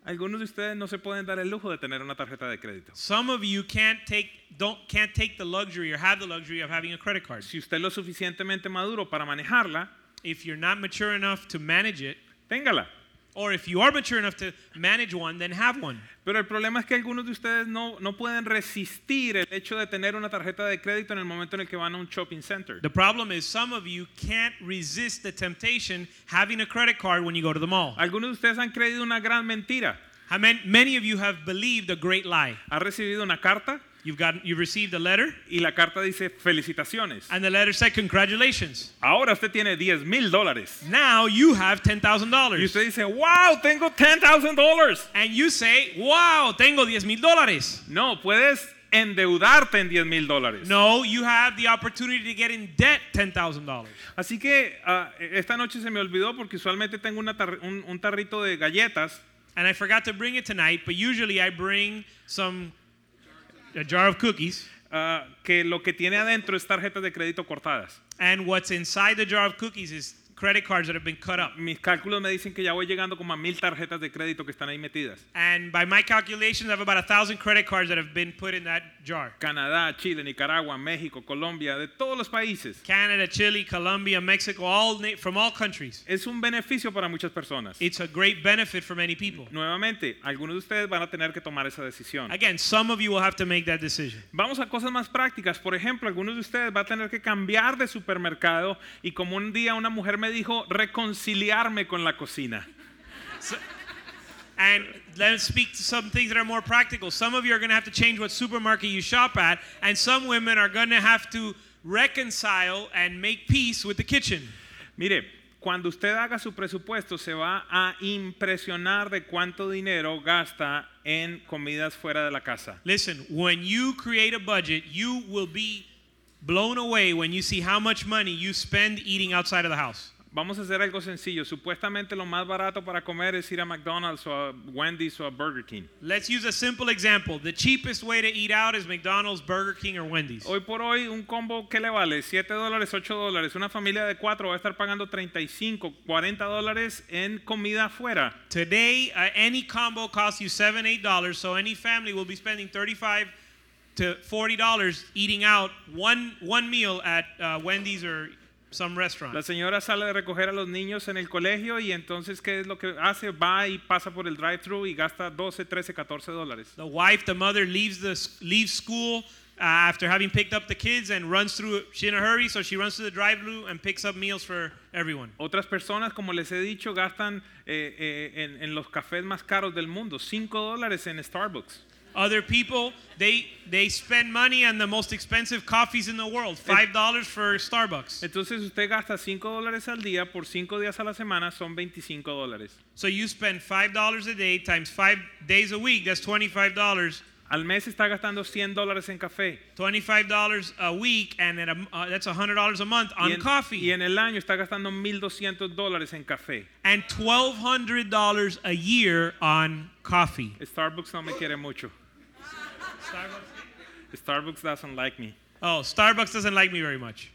Speaker 1: Algunos de ustedes no se pueden dar el lujo de tener una tarjeta de crédito.
Speaker 2: Some of you can't take don't can't take the luxury or have the luxury of having a credit card.
Speaker 1: Si usted es lo suficientemente maduro para manejarla,
Speaker 2: If you're not mature enough to manage it,
Speaker 1: téngala.
Speaker 2: or if you are mature enough to manage one, then have one.
Speaker 1: Pero el problema es que algunos de ustedes no, no pueden resistir el hecho de tener una tarjeta de crédito en el momento en el que van a un shopping center.
Speaker 2: The problem is some of you can't resist the temptation having a credit card when you go to the mall.
Speaker 1: Algunos de ustedes han creído una gran mentira.
Speaker 2: I mean, many of you have believed a great lie.
Speaker 1: Ha recibido una carta
Speaker 2: You've gotten you've received a letter
Speaker 1: y la carta dice felicitaciones.
Speaker 2: and the letter said congratulations.
Speaker 1: Ahora usted tiene 10 mil dólares.
Speaker 2: Now you have
Speaker 1: Y
Speaker 2: $10,000.
Speaker 1: usted dice, wow, tengo 10,000 dólares.
Speaker 2: And you say, "Wow, tengo 10 mil dólares."
Speaker 1: No, puedes endeudarte en 10 mil dólares.
Speaker 2: No, you have the opportunity to get in debt $10,000.
Speaker 1: Así que ah, esta noche se me olvidó porque usualmente tengo una tar- un, un tarrito de galletas
Speaker 2: And I forgot to bring it tonight, but usually I bring some a jar of cookies.
Speaker 1: ah, que lo que tiene adentro es tarjetas de crédito cortadas.
Speaker 2: And what's inside the jar of cookies is credit cards that have been cut up.
Speaker 1: Mis cálculos me dicen que ya voy llegando como a mil tarjetas de crédito que están ahí metidas.
Speaker 2: And by my calculations, I have about a thousand credit cards that have been put in that jar.
Speaker 1: Canadá, Chile, Nicaragua, México, Colombia, de todos los países.
Speaker 2: Canada, Chile, Colombia, Mexico, all na- from all countries.
Speaker 1: Es un beneficio para muchas personas.
Speaker 2: It's a great benefit for many people.
Speaker 1: Nuevamente, algunos de ustedes van a tener que tomar esa decisión.
Speaker 2: Again, some of you will have to make that decision.
Speaker 1: Vamos a cosas más prácticas. Por ejemplo, algunos de ustedes van a tener que cambiar de supermercado y como un día una mujer me dijo, reconciliarme con la cocina.
Speaker 2: And let's speak to some things that are more practical. Some of you are going to have to change what supermarket you shop at, and some women are going to have to reconcile and make peace with the kitchen.
Speaker 1: Mire, cuando usted haga su presupuesto se va a impresionar de cuánto dinero gasta en comidas fuera de la casa.
Speaker 2: Listen, when you create a budget, you will be blown away when you see how much money you spend eating outside of the house.
Speaker 1: Vamos a hacer algo sencillo. Supuestamente lo más barato para comer es ir a McDonald's o a Wendy's o a Burger King.
Speaker 2: Let's use a simple example. The cheapest way to eat out is McDonald's, Burger King, or Wendy's.
Speaker 1: Hoy por hoy un combo que le vale 7 dólares, 8 dólares. Una familia de 4 va a estar pagando 35, 40 dólares en comida afuera.
Speaker 2: Today, uh, any combo costs you seven, eight dollars, so any family will be spending thirty-five to $40 eating out one, one meal at uh, Wendy's or some
Speaker 1: La
Speaker 2: restaurant.
Speaker 1: señora sale de recoger a los niños en el colegio y entonces, ¿qué es lo que hace? Va y pasa por el drive-thru y gasta 12, 13, 14 dólares.
Speaker 2: The wife, the mother leaves, the, s- leaves school uh, after having picked up the kids and runs through. She's in a hurry, so she runs to the drive thru and picks up meals for everyone.
Speaker 1: Otras personas, como les he dicho, gastan eh, eh, en, en los cafés más caros del mundo, 5 dólares en Starbucks.
Speaker 2: Other people, they, they spend money on the most expensive coffees in the world $5 for Starbucks.
Speaker 1: Entonces usted gasta 5 dólares al día por 5 días a la semana, son 25 dólares.
Speaker 2: So you spend five dollars a day times five days a week. That's twenty-five dollars.
Speaker 1: Al mes está gastando 100 dólares en café.
Speaker 2: Twenty-five dollars a week, and at a, uh, that's hundred dollars a month on
Speaker 1: y en,
Speaker 2: coffee,
Speaker 1: y en el año está gastando 1.200 dólares en café.
Speaker 2: and twelve hundred dollars a year on coffee.
Speaker 1: Starbucks no me quiere mucho. Starbucks doesn't like me.
Speaker 2: Oh, Starbucks doesn't like me very much.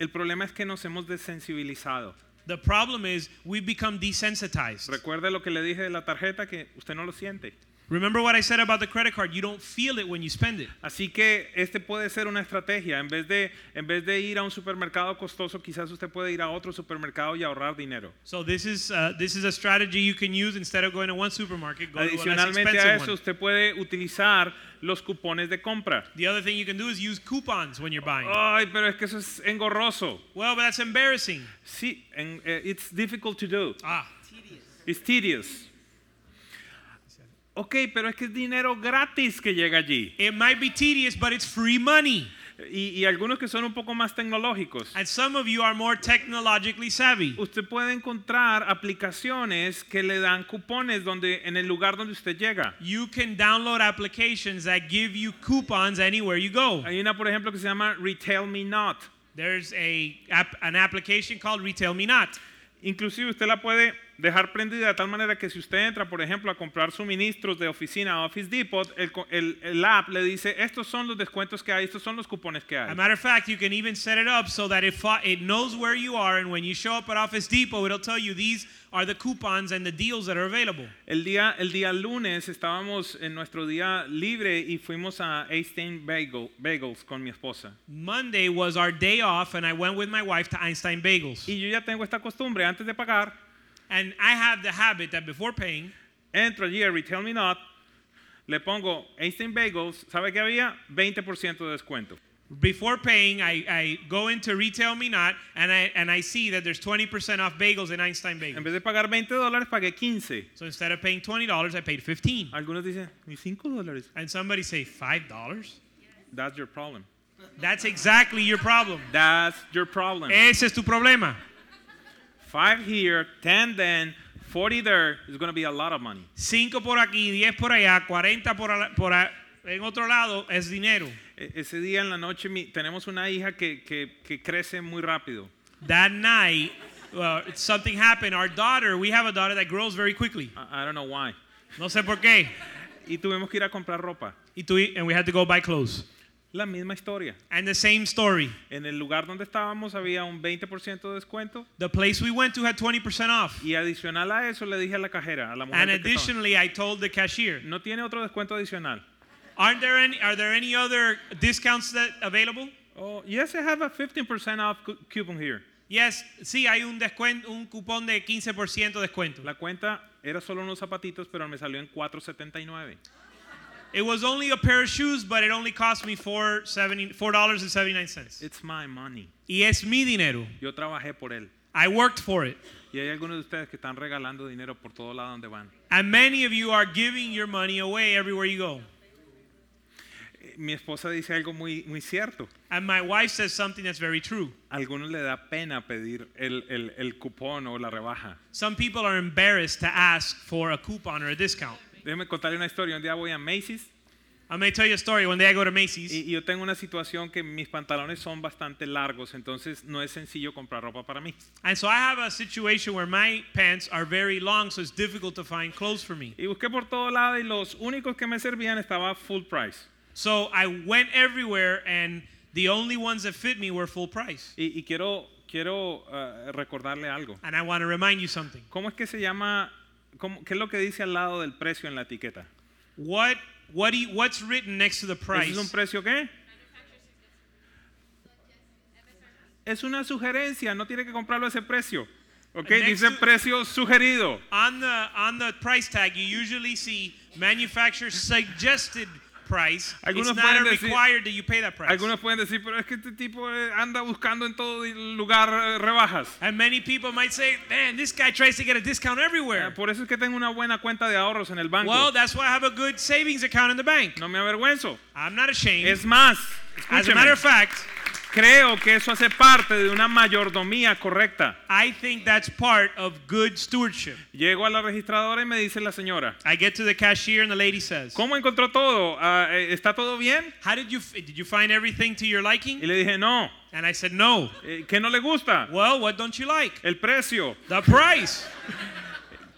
Speaker 1: El problema es que nos hemos desensibilizado.
Speaker 2: The problem is we've become desensitized.
Speaker 1: Recuerde lo que le dije de la tarjeta que usted no lo siente.
Speaker 2: Remember what I said about the credit card? You don't feel it when you spend it.
Speaker 1: Así que este puede ser una estrategia. En vez de, en vez de ir a un supermercado costoso, quizás usted puede ir a otro supermercado y ahorrar dinero.
Speaker 2: So this is uh, this is a strategy you can use instead of going to one supermarket, go to a less
Speaker 1: Adicionalmente a
Speaker 2: expensive
Speaker 1: eso,
Speaker 2: one.
Speaker 1: usted puede utilizar los cupones de compra.
Speaker 2: The other thing you can do is use coupons when you're buying.
Speaker 1: Ay, pero es que eso es engorroso.
Speaker 2: Well, but that's embarrassing.
Speaker 1: Sí, en- eh, it's difficult to do.
Speaker 2: Ah,
Speaker 1: It's tedious. Ok, pero es que es dinero gratis que llega allí.
Speaker 2: it might be tedious, but it's free money.
Speaker 1: Y, y algunos que son un poco más tecnológicos.
Speaker 2: And some of you are more technologically savvy.
Speaker 1: Usted puede encontrar aplicaciones que le dan cupones donde, en el lugar donde usted llega.
Speaker 2: You can download applications that give you coupons anywhere you go.
Speaker 1: Hay una, por ejemplo, que se llama Retail Me Not.
Speaker 2: There's a app, an application called Retail Me Not.
Speaker 1: Inclusive usted la puede dejar prendida de tal manera que si usted entra, por ejemplo, a comprar suministros de oficina a Office Depot, el, co- el- el app le dice, estos son los descuentos que hay, estos son los cupones que
Speaker 2: A
Speaker 1: hay.
Speaker 2: matter of fact, you can even set it up so that it, fo- it knows where you are, and when you show up at Office Depot, it'll tell you these are the coupons and the deals that are available.
Speaker 1: El día, el día lunes estábamos en nuestro día libre y fuimos a Einstein Bagel- Bagels con mi esposa.
Speaker 2: Monday was our day off, and I went with my wife to Einstein Bagels.
Speaker 1: Y yo ya tengo esta costumbre, antes de pagar,
Speaker 2: And I have the habit that before paying,
Speaker 1: Entro allí a Retail Me Not, le pongo Einstein Bagels, ¿sabe qué había? 20% de descuento.
Speaker 2: before paying, I, I go into Retail Me Not and I, and I see that there's 20% off bagels in Einstein
Speaker 1: En
Speaker 2: Bagels.
Speaker 1: vez de pagar 20 dólares, pagué 15.
Speaker 2: So instead of paying $20, I paid 15
Speaker 1: Algunos dicen, ni 5 dólares.
Speaker 2: And somebody say, $5?
Speaker 1: That's your problem.
Speaker 2: That's exactly your problem.
Speaker 1: That's your problem.
Speaker 2: Ese es tu problema.
Speaker 1: 5 here, 10 then, 40 there is going to be a lot of money.
Speaker 2: 5 por aquí, 10 por allá, 40 por, ala- por a- en otro lado es dinero.
Speaker 1: E- ese día en la noche mi- tenemos una hija que, que- que crece muy rápido.
Speaker 2: That night, uh, something happened. Our daughter, we have a daughter that grows very quickly.
Speaker 1: I, I don't know why.
Speaker 2: No sé por qué.
Speaker 1: Y tuvimos que ir a comprar ropa.
Speaker 2: Y tu- And we had to go buy clothes.
Speaker 1: La misma historia.
Speaker 2: And the same story.
Speaker 1: En el lugar donde estábamos había un 20% de descuento.
Speaker 2: The place we went to had 20% off.
Speaker 1: Y adicional a eso le dije a la cajera, a la mujer
Speaker 2: And
Speaker 1: que estaba,
Speaker 2: additionally, I told the cashier,
Speaker 1: no tiene otro descuento adicional.
Speaker 2: aren't there any are there any other discounts that available?
Speaker 1: Oh, yes, I have a 15% off cu- coupon here.
Speaker 2: Yes, sí, hay un descuento, un cupón de 15% descuento.
Speaker 1: La cuenta era solo unos zapatitos, pero me salió en 4.79.
Speaker 2: It was only a pair of shoes, but it only cost me four seventy four dollars and seventy nine cents.
Speaker 1: It's my money.
Speaker 2: Y es mi dinero.
Speaker 1: Yo trabajé por él.
Speaker 2: I worked for it.
Speaker 1: Y hay algunos de ustedes que están regalando dinero por todo lado donde van.
Speaker 2: And many of you are giving your money away everywhere you go.
Speaker 1: Eh, Mi esposa dice algo muy, muy cierto.
Speaker 2: And my wife says something that's very true.
Speaker 1: A algunos le da pena pedir el, el- el cupón o la rebaja.
Speaker 2: Some people are embarrassed to ask for a coupon or a discount.
Speaker 1: Déjenme contarle una historia. Un día voy a Macy's
Speaker 2: I'm gonna tell you a story. One day I go to Macy's.
Speaker 1: Y, y yo tengo una situación que mis pantalones son bastante largos, entonces no es sencillo comprar ropa para mí.
Speaker 2: And so I have a situation where my pants are very long, so it's difficult to find clothes for me.
Speaker 1: Y busqué por todo lado y los únicos que me servían estaba full price.
Speaker 2: So I went everywhere, and the only ones that fit me were full price.
Speaker 1: Y, y quiero, quiero eh, recordarle algo.
Speaker 2: And I want to remind you something.
Speaker 1: ¿Cómo es que se llama, cómo- qué es lo que dice al lado del precio en la etiqueta?
Speaker 2: What what do you, what's written next to the
Speaker 1: ¿Ese es un
Speaker 2: price?
Speaker 1: precio qué? Es una sugerencia, no tiene que comprarlo a ese precio. ¿Ok?
Speaker 2: Next
Speaker 1: Dice
Speaker 2: to-
Speaker 1: precio sugerido.
Speaker 2: On the on the price tag, you usually see manufacturer suggested price.
Speaker 1: Algunos
Speaker 2: it's not
Speaker 1: pueden
Speaker 2: a
Speaker 1: decir-
Speaker 2: required that you pay that price.
Speaker 1: Algunos pueden decir, pero es que este tipo eh, anda buscando en todo lugar eh, rebajas.
Speaker 2: And many people might say, "Man, this guy tries to get a discount
Speaker 1: Eh,
Speaker 2: everywhere."
Speaker 1: Por eso es que tengo una buena cuenta de ahorros en el banco.
Speaker 2: Well, that's why I have a good savings account in the bank.
Speaker 1: no me avergüenzo.
Speaker 2: I'm not ashamed.
Speaker 1: Es más,
Speaker 2: As a
Speaker 1: escúcheme,
Speaker 2: matter of fact,
Speaker 1: creo que eso hace parte de una mayordomía correcta.
Speaker 2: I think that's part of good stewardship.
Speaker 1: Llego a la registradora y me dice la señora,
Speaker 2: I get to the cashier and the lady says,
Speaker 1: ¿cómo encontró todo? Ah, eh, ¿Está todo bien?
Speaker 2: "How did you f- did you find everything to your
Speaker 1: Y
Speaker 2: liking?"
Speaker 1: le dije, no,
Speaker 2: And I said, "No."
Speaker 1: eh, ¿qué no le gusta?
Speaker 2: Well, what don't you like?
Speaker 1: El precio.
Speaker 2: The price.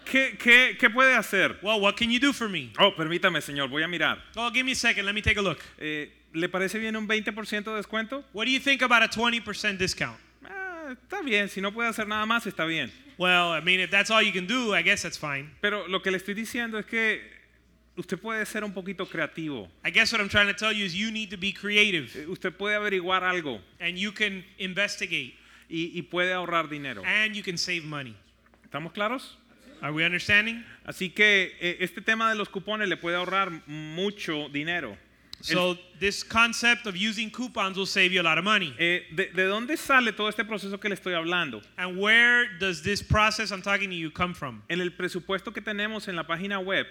Speaker 1: ¿Qué, qué, qué puede hacer?
Speaker 2: Well, what can you do for me?
Speaker 1: Oh, permítame, señor, voy a mirar.
Speaker 2: Oh, give me a second. Let me take a look.
Speaker 1: Eh, ¿Le parece bien un 20% de descuento?
Speaker 2: What do you think about a 20% discount?
Speaker 1: Ah, está bien, si no puede hacer nada más, está bien.
Speaker 2: Well, I mean, if that's all you can do, I guess that's fine.
Speaker 1: Pero lo que le estoy diciendo es que usted puede ser un poquito creativo.
Speaker 2: I guess what I'm trying to tell you is you need to be creative
Speaker 1: Eh, Usted puede averiguar algo
Speaker 2: and you can investigate
Speaker 1: y, y puede ahorrar dinero.
Speaker 2: and you can save money.
Speaker 1: ¿Estamos claros?
Speaker 2: Are we understanding?
Speaker 1: Así que eh, este tema de los cupones le puede ahorrar mucho dinero.
Speaker 2: So, this concept of using coupons will save you a lot of money.
Speaker 1: Eh, ¿de, de dónde sale todo este proceso que le estoy hablando?
Speaker 2: And where does this process I'm talking to you come from?
Speaker 1: En el presupuesto que tenemos en la página web,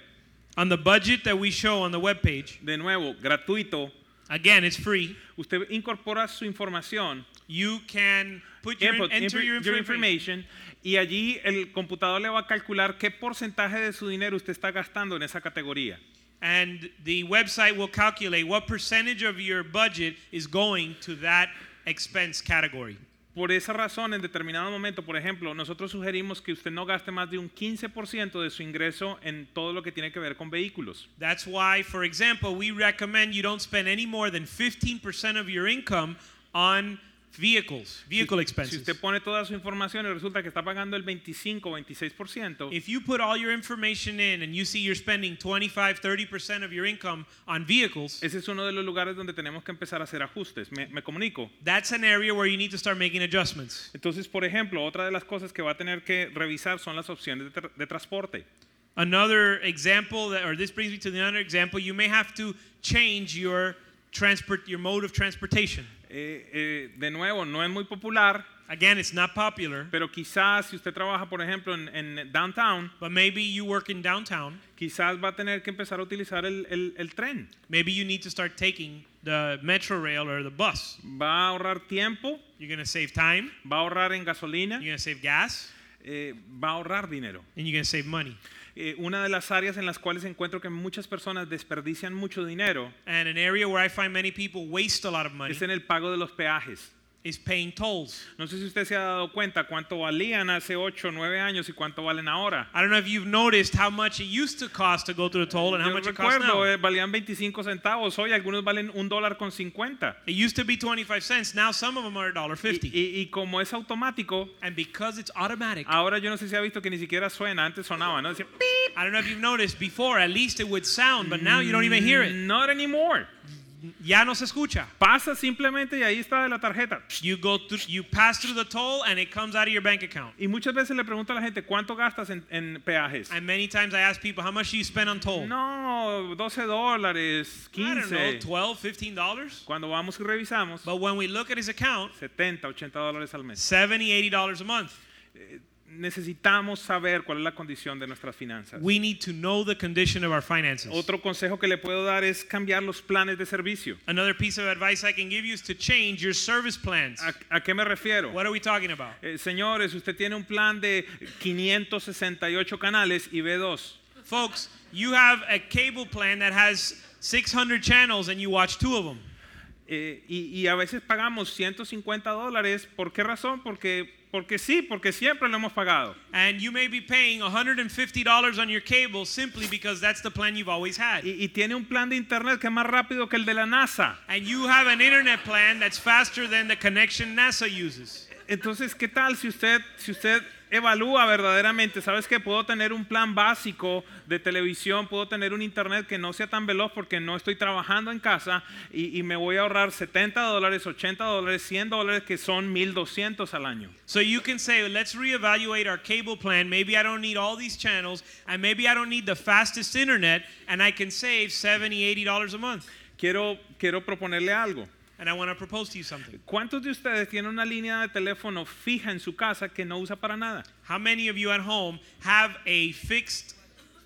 Speaker 2: On the budget that we show on the webpage,
Speaker 1: de nuevo, gratuito,
Speaker 2: again, it's free.
Speaker 1: usted incorpora su información
Speaker 2: You can put your,
Speaker 1: input,
Speaker 2: enter
Speaker 1: input
Speaker 2: your
Speaker 1: your
Speaker 2: information.
Speaker 1: information y allí el computador le va a calcular qué porcentaje de su dinero usted está gastando en esa categoría.
Speaker 2: and the website will calculate what percentage of your budget is going to that expense category.
Speaker 1: Por esa razón, en determinado momento, por ejemplo, nosotros sugerimos que usted no gaste más de un 15% de su ingreso en todo lo que tiene que ver con vehículos.
Speaker 2: That's why, for example, we recommend you don't spend any more than 15% of your income on vehicles, vehicle
Speaker 1: Si
Speaker 2: expenses.
Speaker 1: usted pone toda su información y resulta que está pagando el 25 o 26%,
Speaker 2: If you put all your information in and you see you're spending 25, 30% of your income on vehicles,
Speaker 1: ese es uno de los lugares donde tenemos que empezar a hacer ajustes. Me- me comunico.
Speaker 2: that's an area where you need to start making adjustments.
Speaker 1: Entonces, por ejemplo, otra de las cosas que va a tener que revisar son las opciones de, tra- de transporte.
Speaker 2: Another example, that, or this brings me to another example, you may have to change your transport, your mode of transportation.
Speaker 1: Eh, eh, de nuevo, no es muy popular,
Speaker 2: Again, it's not popular,
Speaker 1: pero quizás si usted trabaja, por ejemplo, en, en downtown,
Speaker 2: but maybe you work in downtown.
Speaker 1: quizás va a tener que empezar a utilizar el, el- el tren.
Speaker 2: Maybe you need to start taking the metro rail or the bus.
Speaker 1: Va a ahorrar tiempo,
Speaker 2: You're gonna save time,
Speaker 1: va a ahorrar en gasolina,
Speaker 2: you're gonna save gas,
Speaker 1: eh, va a ahorrar dinero.
Speaker 2: and you're gonna save money.
Speaker 1: Eh, una de las áreas en las cuales encuentro que muchas personas desperdician mucho dinero
Speaker 2: And an area where I find many people waste a lot of money
Speaker 1: es en el pago de los peajes.
Speaker 2: is paying tolls.
Speaker 1: No sé si usted se ha dado cuenta cuánto valían hace 8 o 9 años y cuánto valen ahora.
Speaker 2: I don't know if you've noticed how much it used to cost to go to the toll and how
Speaker 1: Yo
Speaker 2: much it costs now.
Speaker 1: recuerdo, eh, valían 25 centavos, hoy algunos valen un dólar con 50.
Speaker 2: It used to be 25 cents. Now some of them are
Speaker 1: Y,
Speaker 2: $1.50.
Speaker 1: y- y como es automático,
Speaker 2: And because it's automatic,
Speaker 1: ahora yo no sé si ha visto que ni siquiera suena, antes sonaba, ¿no? Decía, "Pi".
Speaker 2: I don't know if you've noticed before, at least it would sound, but now you don't even hear it.
Speaker 1: Not anymore.
Speaker 2: Ya no se escucha.
Speaker 1: Pasa simplemente y ahí está de la tarjeta.
Speaker 2: You go through, you pass through the toll and it comes out of your bank account.
Speaker 1: Y muchas veces le pregunto a la gente, ¿cuánto gastas en, en peajes?
Speaker 2: And many times I ask people, how much do you spend on toll?
Speaker 1: No, 12 dólares,
Speaker 2: I don't know,
Speaker 1: 15.
Speaker 2: 12, 15 dollars.
Speaker 1: Cuando vamos y revisamos,
Speaker 2: But when we look at his account,
Speaker 1: 70, 80 dólares al mes.
Speaker 2: 70, 80 dollars a month.
Speaker 1: Necesitamos saber cuál es la condición de nuestras finanzas.
Speaker 2: We need to know the condition of our finances.
Speaker 1: Otro consejo que le puedo dar es cambiar los planes de servicio.
Speaker 2: Another piece of advice I can give you is to change your service plans.
Speaker 1: ¿A, a qué me refiero?
Speaker 2: What are we talking about?
Speaker 1: Eh, señores, usted tiene un plan de 568 canales y ve dos.
Speaker 2: Folks, you have a cable plan that has 600 channels and you watch two of them.
Speaker 1: Eh, y, y a veces pagamos 150 dólares. ¿Por qué razón? Porque, porque sí, porque siempre lo hemos pagado.
Speaker 2: And you may be paying $150 on your cable simply because that's the plan you've always had.
Speaker 1: Y, y tiene un plan de internet que es más rápido que el de la NASA.
Speaker 2: And you have an internet plan that's faster than the connection NASA uses.
Speaker 1: Entonces, ¿qué tal si usted, si usted evalúa verdaderamente, sabes que puedo tener un plan básico de televisión, puedo tener un internet que no sea tan veloz porque no estoy trabajando en casa y, y me voy a ahorrar 70 dólares, 80 dólares, 100 dólares que son 1200 al año.
Speaker 2: So you can say, let's reevaluate our cable plan. Maybe I don't need all these channels, and maybe I don't need the fastest internet, and I can save 70 $80 a month.
Speaker 1: Quiero, quiero proponerle algo.
Speaker 2: And I want to propose to you something.
Speaker 1: ¿Cuántos de ustedes tienen una línea de teléfono fija en su casa que no usa para nada?
Speaker 2: How many of you at home have a fixed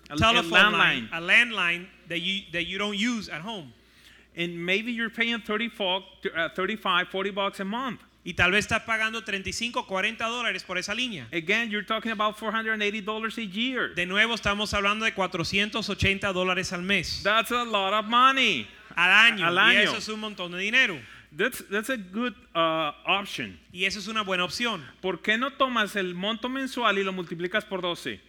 Speaker 1: A- a
Speaker 2: telephone line,
Speaker 1: landline.
Speaker 2: a landline that you that you don't use at home?
Speaker 1: And maybe you're paying 34, uh, 35, 40 bucks a month.
Speaker 2: Y tal vez estás pagando 35, 40 dólares por esa línea.
Speaker 1: Again, you're talking about $480 a year.
Speaker 2: De nuevo estamos hablando de 480 dólares al mes,
Speaker 1: That's a lot of money.
Speaker 2: al año,
Speaker 1: Al año.
Speaker 2: y eso es un montón de dinero.
Speaker 1: That's, that's a good uh, option.
Speaker 2: Y eso es una buena opción.
Speaker 1: ¿Por qué no tomas el monto mensual y lo multiplicas por 12?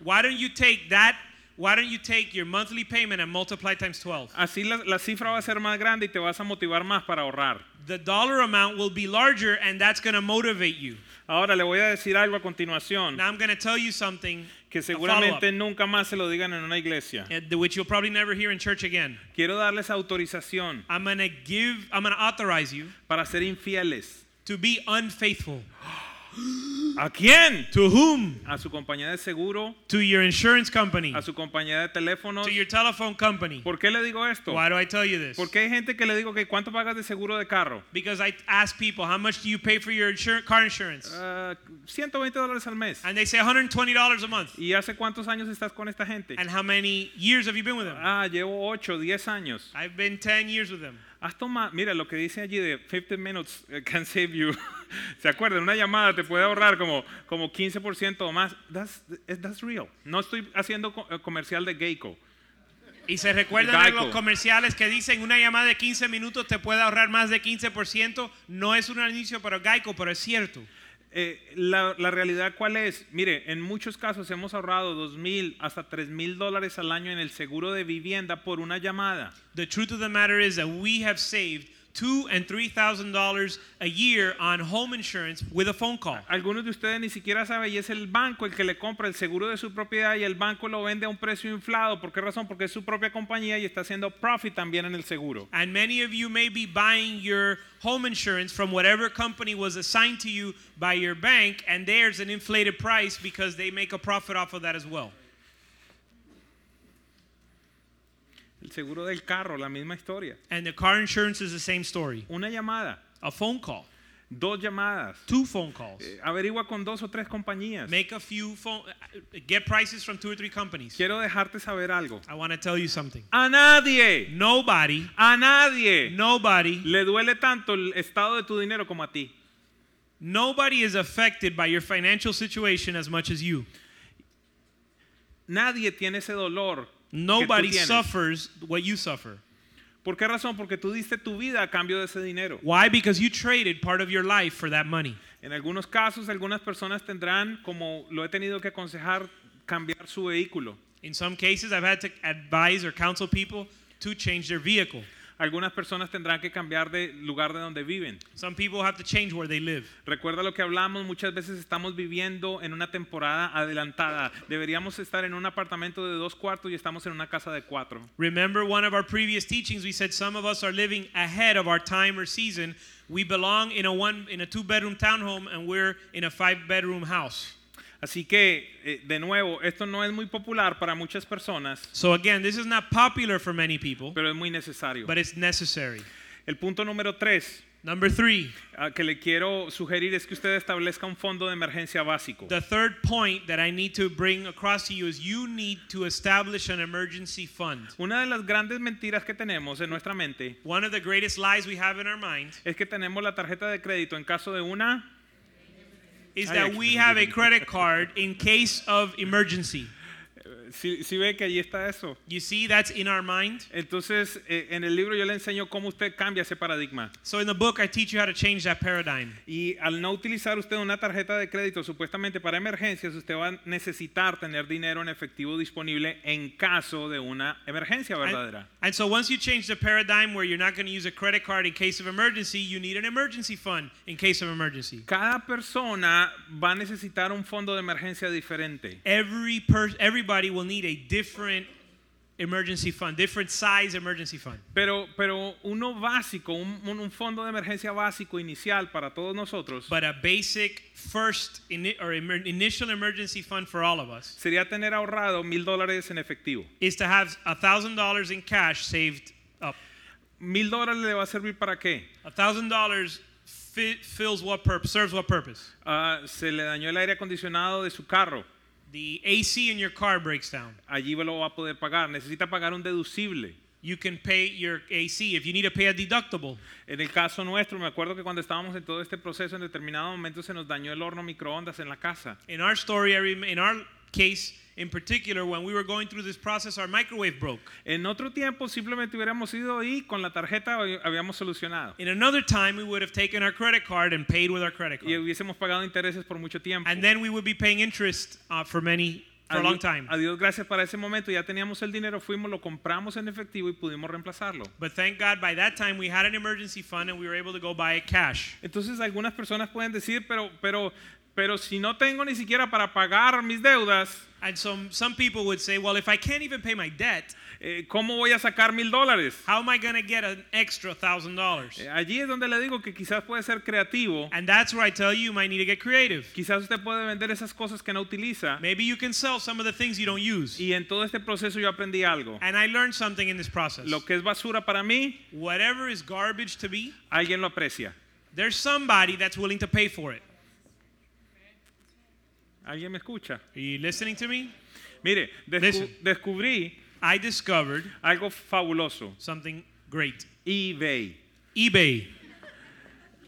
Speaker 2: Why don't you take that? Why don't you take your monthly payment and multiply times 12?
Speaker 1: Así la, la cifra va a ser más grande y te vas a motivar más para ahorrar.
Speaker 2: The dollar amount will be larger and that's going to motivate you.
Speaker 1: Ahora le voy a decir algo a continuación
Speaker 2: Now I'm going to tell you something
Speaker 1: que
Speaker 2: a follow-up,
Speaker 1: seguramente nunca más se lo digan en una iglesia.
Speaker 2: eh, which you'll probably never hear in church again.
Speaker 1: Quiero darles autorización
Speaker 2: I'm going to give I'm going to authorize you
Speaker 1: para ser infieles.
Speaker 2: to be unfaithful.
Speaker 1: ¿A quién?
Speaker 2: To whom?
Speaker 1: A su compañía de seguro,
Speaker 2: To your insurance company,
Speaker 1: a su compañía de teléfonos.
Speaker 2: to your telephone company.
Speaker 1: ¿Por qué le digo esto?
Speaker 2: Why do I tell you this?
Speaker 1: Porque hay gente que le digo que cuánto pagas de seguro de carro.
Speaker 2: Because I ask people, how much do you pay for your insur- car insurance?
Speaker 1: Ah, 120 dólares al mes.
Speaker 2: And they say $120 a month.
Speaker 1: ¿Y hace cuántos años estás con esta gente?
Speaker 2: And how many years have you been with them?
Speaker 1: Ah, llevo 8, 10 años.
Speaker 2: I've been 10 years with them.
Speaker 1: Has tomado, mira lo que dice allí de 50 minutes eh, can save you. ¿Se acuerdan? Una llamada te puede ahorrar como, como 15% o más. That's, that's real. No estoy haciendo co- eh, comercial de Geico.
Speaker 2: Y se recuerdan de
Speaker 1: Geico.
Speaker 2: los comerciales que dicen una llamada de 15 minutos te puede ahorrar más de 15%. No es un anuncio para Geico, pero es cierto.
Speaker 1: Eh, la, la realidad cuál es? Mire, en muchos casos hemos ahorrado 2.000 hasta 3.000 dólares al año en el seguro de vivienda por una llamada.
Speaker 2: The truth of the matter is that we have saved two and three thousand dollars a year on home insurance with a phone call.
Speaker 1: Algunos de ustedes ni siquiera saben y es el banco el que le compra el seguro de su propiedad y el banco lo vende a un precio inflado. ¿Por qué razón? Porque es su propia compañía y está haciendo profit también en el seguro.
Speaker 2: And many of you may be buying your home insurance from whatever company was assigned to you by your bank, and there's an inflated price because they make a profit off of that as well.
Speaker 1: El seguro del carro, la misma historia.
Speaker 2: And the car insurance is the same story
Speaker 1: Una llamada,
Speaker 2: a phone call,
Speaker 1: dos llamadas.
Speaker 2: two phone calls.
Speaker 1: Eh, Averigua con dos o tres compañías.
Speaker 2: Make a few phone, get prices from two or three companies.
Speaker 1: Quiero dejarte saber algo.
Speaker 2: I want to tell you something.
Speaker 1: A nadie,
Speaker 2: Nobody,
Speaker 1: a nadie
Speaker 2: nobody,
Speaker 1: le duele tanto el estado de tu dinero como a ti.
Speaker 2: nobody is affected by your financial situation as much as you.
Speaker 1: Nadie tiene ese dolor. que tú
Speaker 2: Nobody
Speaker 1: tienes.
Speaker 2: suffers what you suffer.
Speaker 1: ¿Por qué razón? Porque tú diste tu vida a cambio de ese dinero.
Speaker 2: Why? Because you traded part of your life for that money.
Speaker 1: En algunos casos, algunas personas tendrán, como lo he tenido que aconsejar, cambiar su vehículo.
Speaker 2: In some cases, I've had to advise or counsel people to change their vehicle.
Speaker 1: Algunas personas tendrán que cambiar de lugar de donde viven.
Speaker 2: Some people have to change where they live.
Speaker 1: Recuerda lo que hablamos, muchas veces estamos viviendo en una temporada adelantada. Deberíamos estar en un apartamento de dos cuartos y estamos en una casa de cuatro.
Speaker 2: Remember one of our previous teachings we said some of us are living ahead of our time or season. We belong in a one in a two bedroom townhome and we're in a five bedroom house.
Speaker 1: Así que, eh, de nuevo, esto no es muy popular para muchas personas,
Speaker 2: So again, this is not popular for many people,
Speaker 1: pero es muy necesario.
Speaker 2: but it's necessary.
Speaker 1: El punto número tres
Speaker 2: Number 3,
Speaker 1: ah, que le quiero sugerir es que usted establezca un fondo de emergencia básico.
Speaker 2: the third point that I need to bring across to you is you need to establish an emergency fund.
Speaker 1: Una de las grandes mentiras que tenemos en nuestra mente
Speaker 2: One of the greatest lies we have in our mind
Speaker 1: es que tenemos la tarjeta de crédito en caso de una,
Speaker 2: is
Speaker 1: I
Speaker 2: that
Speaker 1: actually
Speaker 2: we have a
Speaker 1: didn't.
Speaker 2: credit card in case of emergency.
Speaker 1: Si, eh, ve que allí está eso.
Speaker 2: You see, that's in our mind.
Speaker 1: Entonces, eh, en el libro yo le enseño cómo usted cambia ese paradigma.
Speaker 2: So in the book, I teach you how to change that paradigm.
Speaker 1: Y al no utilizar usted una tarjeta de crédito supuestamente para emergencias, usted va a necesitar tener dinero en efectivo disponible en caso de una emergencia
Speaker 2: And,
Speaker 1: verdadera.
Speaker 2: and so once you change the paradigm where you're not going to use a credit card in case of emergency, you need an emergency fund in case of emergency.
Speaker 1: Cada persona va a necesitar un fondo de emergencia diferente.
Speaker 2: Every per- everybody will need a different emergency fund, different size emergency fund.
Speaker 1: Pero, pero uno básico, un, un- un fondo de emergencia básico inicial para todos nosotros
Speaker 2: But a basic first ini or emer- initial emergency fund for all of us
Speaker 1: sería tener ahorrado mil dólares en efectivo.
Speaker 2: is to have $1,000 in cash saved up.
Speaker 1: ¿Mil dólares le va a servir para qué?
Speaker 2: $1,000 fi- fills what purpose, serves what purpose?
Speaker 1: Ah, se le dañó el aire acondicionado de su carro.
Speaker 2: The AC in your car breaks down.
Speaker 1: Allí lo va a poder pagar. Necesita pagar un deducible.
Speaker 2: You can pay your AC if you need to pay a deductible.
Speaker 1: En el caso nuestro, me acuerdo que cuando estábamos en todo este proceso, en determinado momento se nos dañó el horno microondas en la casa.
Speaker 2: In our story, I rem- in our case in particular, when we were going through this process, our microwave broke.
Speaker 1: En otro tiempo simplemente hubiéramos ido y con la tarjeta hab- habíamos solucionado.
Speaker 2: In another time, we would have taken our credit card and paid with our credit
Speaker 1: Y
Speaker 2: card.
Speaker 1: hubiésemos pagado intereses por mucho tiempo.
Speaker 2: And then we would be paying interest uh, for many, for
Speaker 1: a,
Speaker 2: a long
Speaker 1: Dios,
Speaker 2: time.
Speaker 1: a Dios gracias para ese momento, ya teníamos el dinero, fuimos, lo compramos en efectivo y pudimos reemplazarlo.
Speaker 2: But thank God by that time we had an emergency fund and we were able to go buy it cash.
Speaker 1: Entonces algunas personas pueden decir, pero, pero, pero si no tengo ni siquiera para pagar mis deudas,
Speaker 2: And so some people would say, well, if I can't even pay my debt,
Speaker 1: eh, ¿cómo voy a sacar mil dólares?
Speaker 2: how am I going to get an extra thousand dollars?
Speaker 1: Eh, Allí es donde le digo que quizás puede ser creativo,
Speaker 2: And that's where I tell you you might need to get creative.
Speaker 1: quizás usted puede vender esas cosas que no utiliza
Speaker 2: Maybe you can sell some of the things you don't use.
Speaker 1: y en todo este proceso yo aprendí algo.
Speaker 2: And I learned something in this process.
Speaker 1: Lo que es basura para mí,
Speaker 2: Whatever is garbage to me,
Speaker 1: alguien lo aprecia.
Speaker 2: there's somebody that's willing to pay for it.
Speaker 1: ¿Alguien me escucha?
Speaker 2: Are you listening to me?
Speaker 1: Mire, descu-
Speaker 2: Listen.
Speaker 1: descubrí
Speaker 2: I discovered
Speaker 1: algo fabuloso,
Speaker 2: something great
Speaker 1: eBay.
Speaker 2: eBay.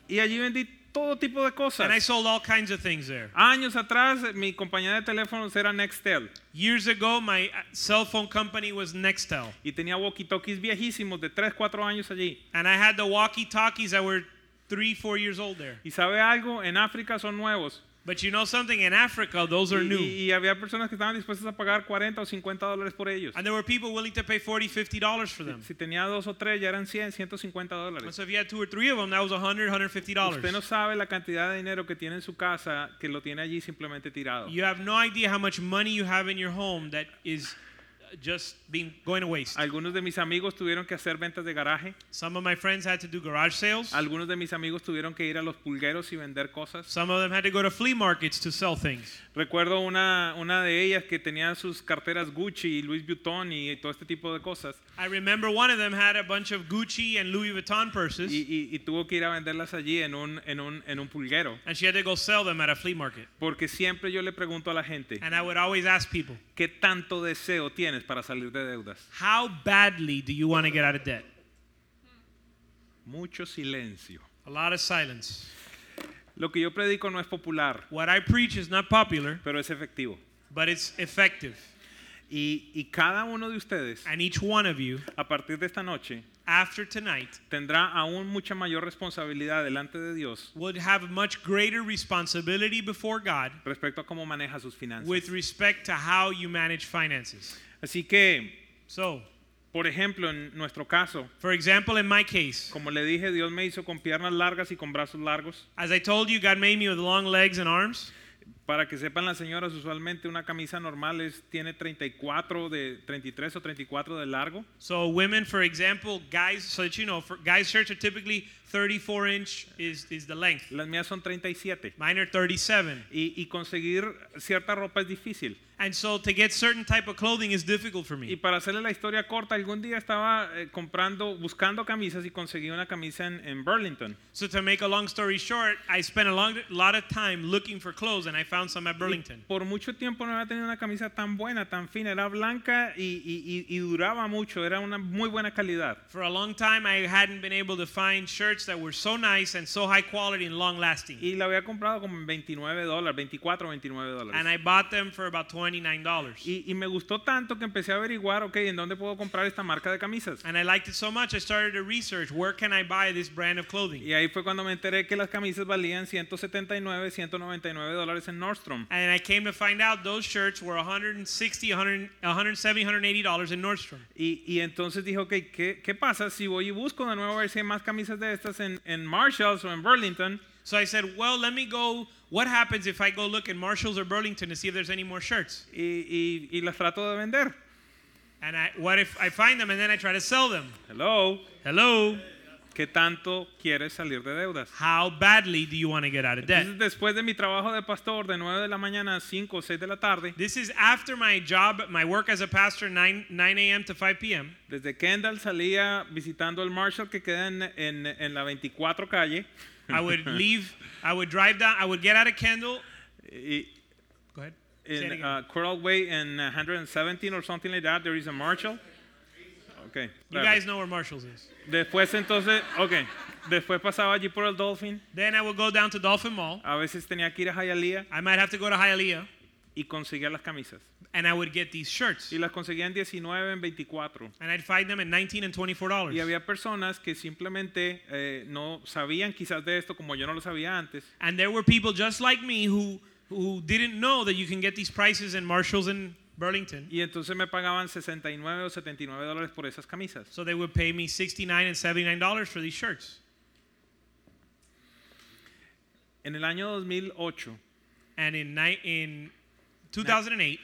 Speaker 1: Y allí vendí todo tipo de
Speaker 2: And I
Speaker 1: cosas.
Speaker 2: sold all kinds of things there.
Speaker 1: Años atrás, eh, mi compañía de teléfonos era Nextel
Speaker 2: Years ago, my uh, cell phone company was Nextel,
Speaker 1: y tenía walkie-talkies viejísimos de 3, 4 años allí.
Speaker 2: and I had the walkie talkies that were three, four years old there.
Speaker 1: Y sabe algo, en África son nuevos.
Speaker 2: But you know something? In Africa, those are
Speaker 1: Y,
Speaker 2: new.
Speaker 1: y había personas que estaban dispuestas a pagar 40 o 50 dólares por ellos.
Speaker 2: And there were people willing to pay 40 $50 for them.
Speaker 1: Si tenía dos o tres, ya eran 100, 150
Speaker 2: And
Speaker 1: dólares.
Speaker 2: so if you had two or three of them, that was 100
Speaker 1: Usted no
Speaker 2: $150.
Speaker 1: sabe la cantidad de dinero que tiene en su casa, que lo tiene allí simplemente tirado.
Speaker 2: You have no idea how much money you have in your home that is uh, just being going to waste.
Speaker 1: Algunos de mis amigos tuvieron que hacer ventas de garaje.
Speaker 2: Some of my friends had to do garage sales.
Speaker 1: Algunos de mis amigos tuvieron que ir a los pulgueros y vender cosas.
Speaker 2: Some of them had to go to flea markets to sell things.
Speaker 1: Recuerdo una, una de ellas que tenía sus carteras Gucci y Louis Vuitton y todo este tipo de cosas.
Speaker 2: I remember one of them had a bunch of Gucci and Louis Vuitton purses.
Speaker 1: Y, y- y tuvo que ir a venderlas allí en un, en, un, en un pulguero.
Speaker 2: and she had to go sell them at a flea market.
Speaker 1: Porque siempre yo le pregunto a la gente,
Speaker 2: And I would always ask people,
Speaker 1: ¿qué tanto deseo tienes para salir de deudas?
Speaker 2: how badly do you want to get out of debt?
Speaker 1: Mucho silencio.
Speaker 2: A lot of silence.
Speaker 1: Lo que yo predico no es popular,
Speaker 2: What I preach is not popular,
Speaker 1: pero es efectivo.
Speaker 2: but it's effective.
Speaker 1: Y, y cada uno de ustedes,
Speaker 2: And each one of you,
Speaker 1: a partir de esta noche,
Speaker 2: after tonight,
Speaker 1: tendrá aún mucha mayor responsabilidad delante de Dios
Speaker 2: would have much greater responsibility before God
Speaker 1: respecto a cómo maneja sus finanzas.
Speaker 2: with respect to how you manage finances.
Speaker 1: Así que,
Speaker 2: So,
Speaker 1: por ejemplo, en nuestro caso,
Speaker 2: for example, in my case,
Speaker 1: como le dije, Dios me hizo con piernas largas y con brazos largos.
Speaker 2: as I told you, God made me with long legs and arms.
Speaker 1: Para que sepan las señoras, usualmente una camisa normal es, tiene 34 de 33 o 34 de largo.
Speaker 2: So women, for example, guys, so that you know, for guys' shirts are typically 34 inch is, is the length.
Speaker 1: Las mías son 37.
Speaker 2: Mine are 37.
Speaker 1: Y, y conseguir cierta ropa es difícil.
Speaker 2: And so to get certain type of clothing is difficult for
Speaker 1: Y
Speaker 2: me.
Speaker 1: para hacerle la historia corta, algún día estaba eh, comprando, buscando camisas y conseguí una camisa en, en Burlington.
Speaker 2: So to make a long story short, I spent a long, lot of time looking for clothes and I found some at Burlington.
Speaker 1: Por mucho tiempo no había tenido una camisa tan buena, tan fina. Era blanca y, y- y- y duraba mucho. Era una muy buena calidad.
Speaker 2: For a long time, I hadn't been able to find shirts that were so nice and so high quality and long lasting.
Speaker 1: Y la había comprado como en 29 dólares, 24 o 29 dólares.
Speaker 2: And I bought them for about $29.
Speaker 1: Y, y me gustó tanto que empecé a averiguar, ok, ¿en dónde puedo comprar esta marca de camisas?
Speaker 2: And I liked it so much, I started to research where can I buy this brand of clothing?
Speaker 1: Y ahí fue cuando me enteré que las camisas valían 179, 199 dólares en Nordstrom.
Speaker 2: And I came to find out those shirts were 160, 100, 170, 180 dollars in Nordstrom.
Speaker 1: Y, y entonces dije, ok, ¿qué, qué pasa si voy y busco de nuevo a ver si hay más camisas de estas en, en Marshalls o en Burlington?
Speaker 2: So I said, well, let me go. What happens if I go look in Marshalls or Burlington to see if there's any more shirts?
Speaker 1: Y, y- y las trato de vender.
Speaker 2: And I, what if I find them and then I try to sell them?
Speaker 1: Hello,
Speaker 2: Hello,
Speaker 1: ¿qué tanto quieres salir de deudas?
Speaker 2: how badly do you want to get out of debt?
Speaker 1: Entonces, después de mi trabajo de pastor de 9 de la mañana a 5 o 6 de la tarde,
Speaker 2: This is after my job, my work as a pastor, 9, 9 a.m. to 5 p.m.
Speaker 1: desde Kendall salía visitando el Marshall que queda en, en- en la 24 calle
Speaker 2: I would leave, I would drive down, I would get out of Kendall.
Speaker 1: y,
Speaker 2: Go ahead. Say it
Speaker 1: in
Speaker 2: again.
Speaker 1: uh, Coral Way in 117 or something like that. There is a Marshall. Okay.
Speaker 2: you guys know where Marshall's is.
Speaker 1: Después entonces, okay. Después pasaba allí por el Dolphin.
Speaker 2: Then I would go down to Dolphin Mall.
Speaker 1: A veces tenía que ir a Hialeah
Speaker 2: I might have to go to Hialeah,
Speaker 1: y conseguía las camisas.
Speaker 2: and I would get these shirts.
Speaker 1: Y las conseguía en 19, en 24.
Speaker 2: And I'd find them at 19 and 24 dollars.
Speaker 1: Y había personas que simplemente eh, no sabían quizás de esto como yo no lo sabía antes.
Speaker 2: And there were people just like me who who didn't know that you can get these prices in Marshalls and Burlington.
Speaker 1: Y entonces me pagaban 69 o 79 dólares por esas camisas.
Speaker 2: So they would pay me 69 and 79 dollars for these shirts.
Speaker 1: En el año 2008,
Speaker 2: And in ni- in 2008,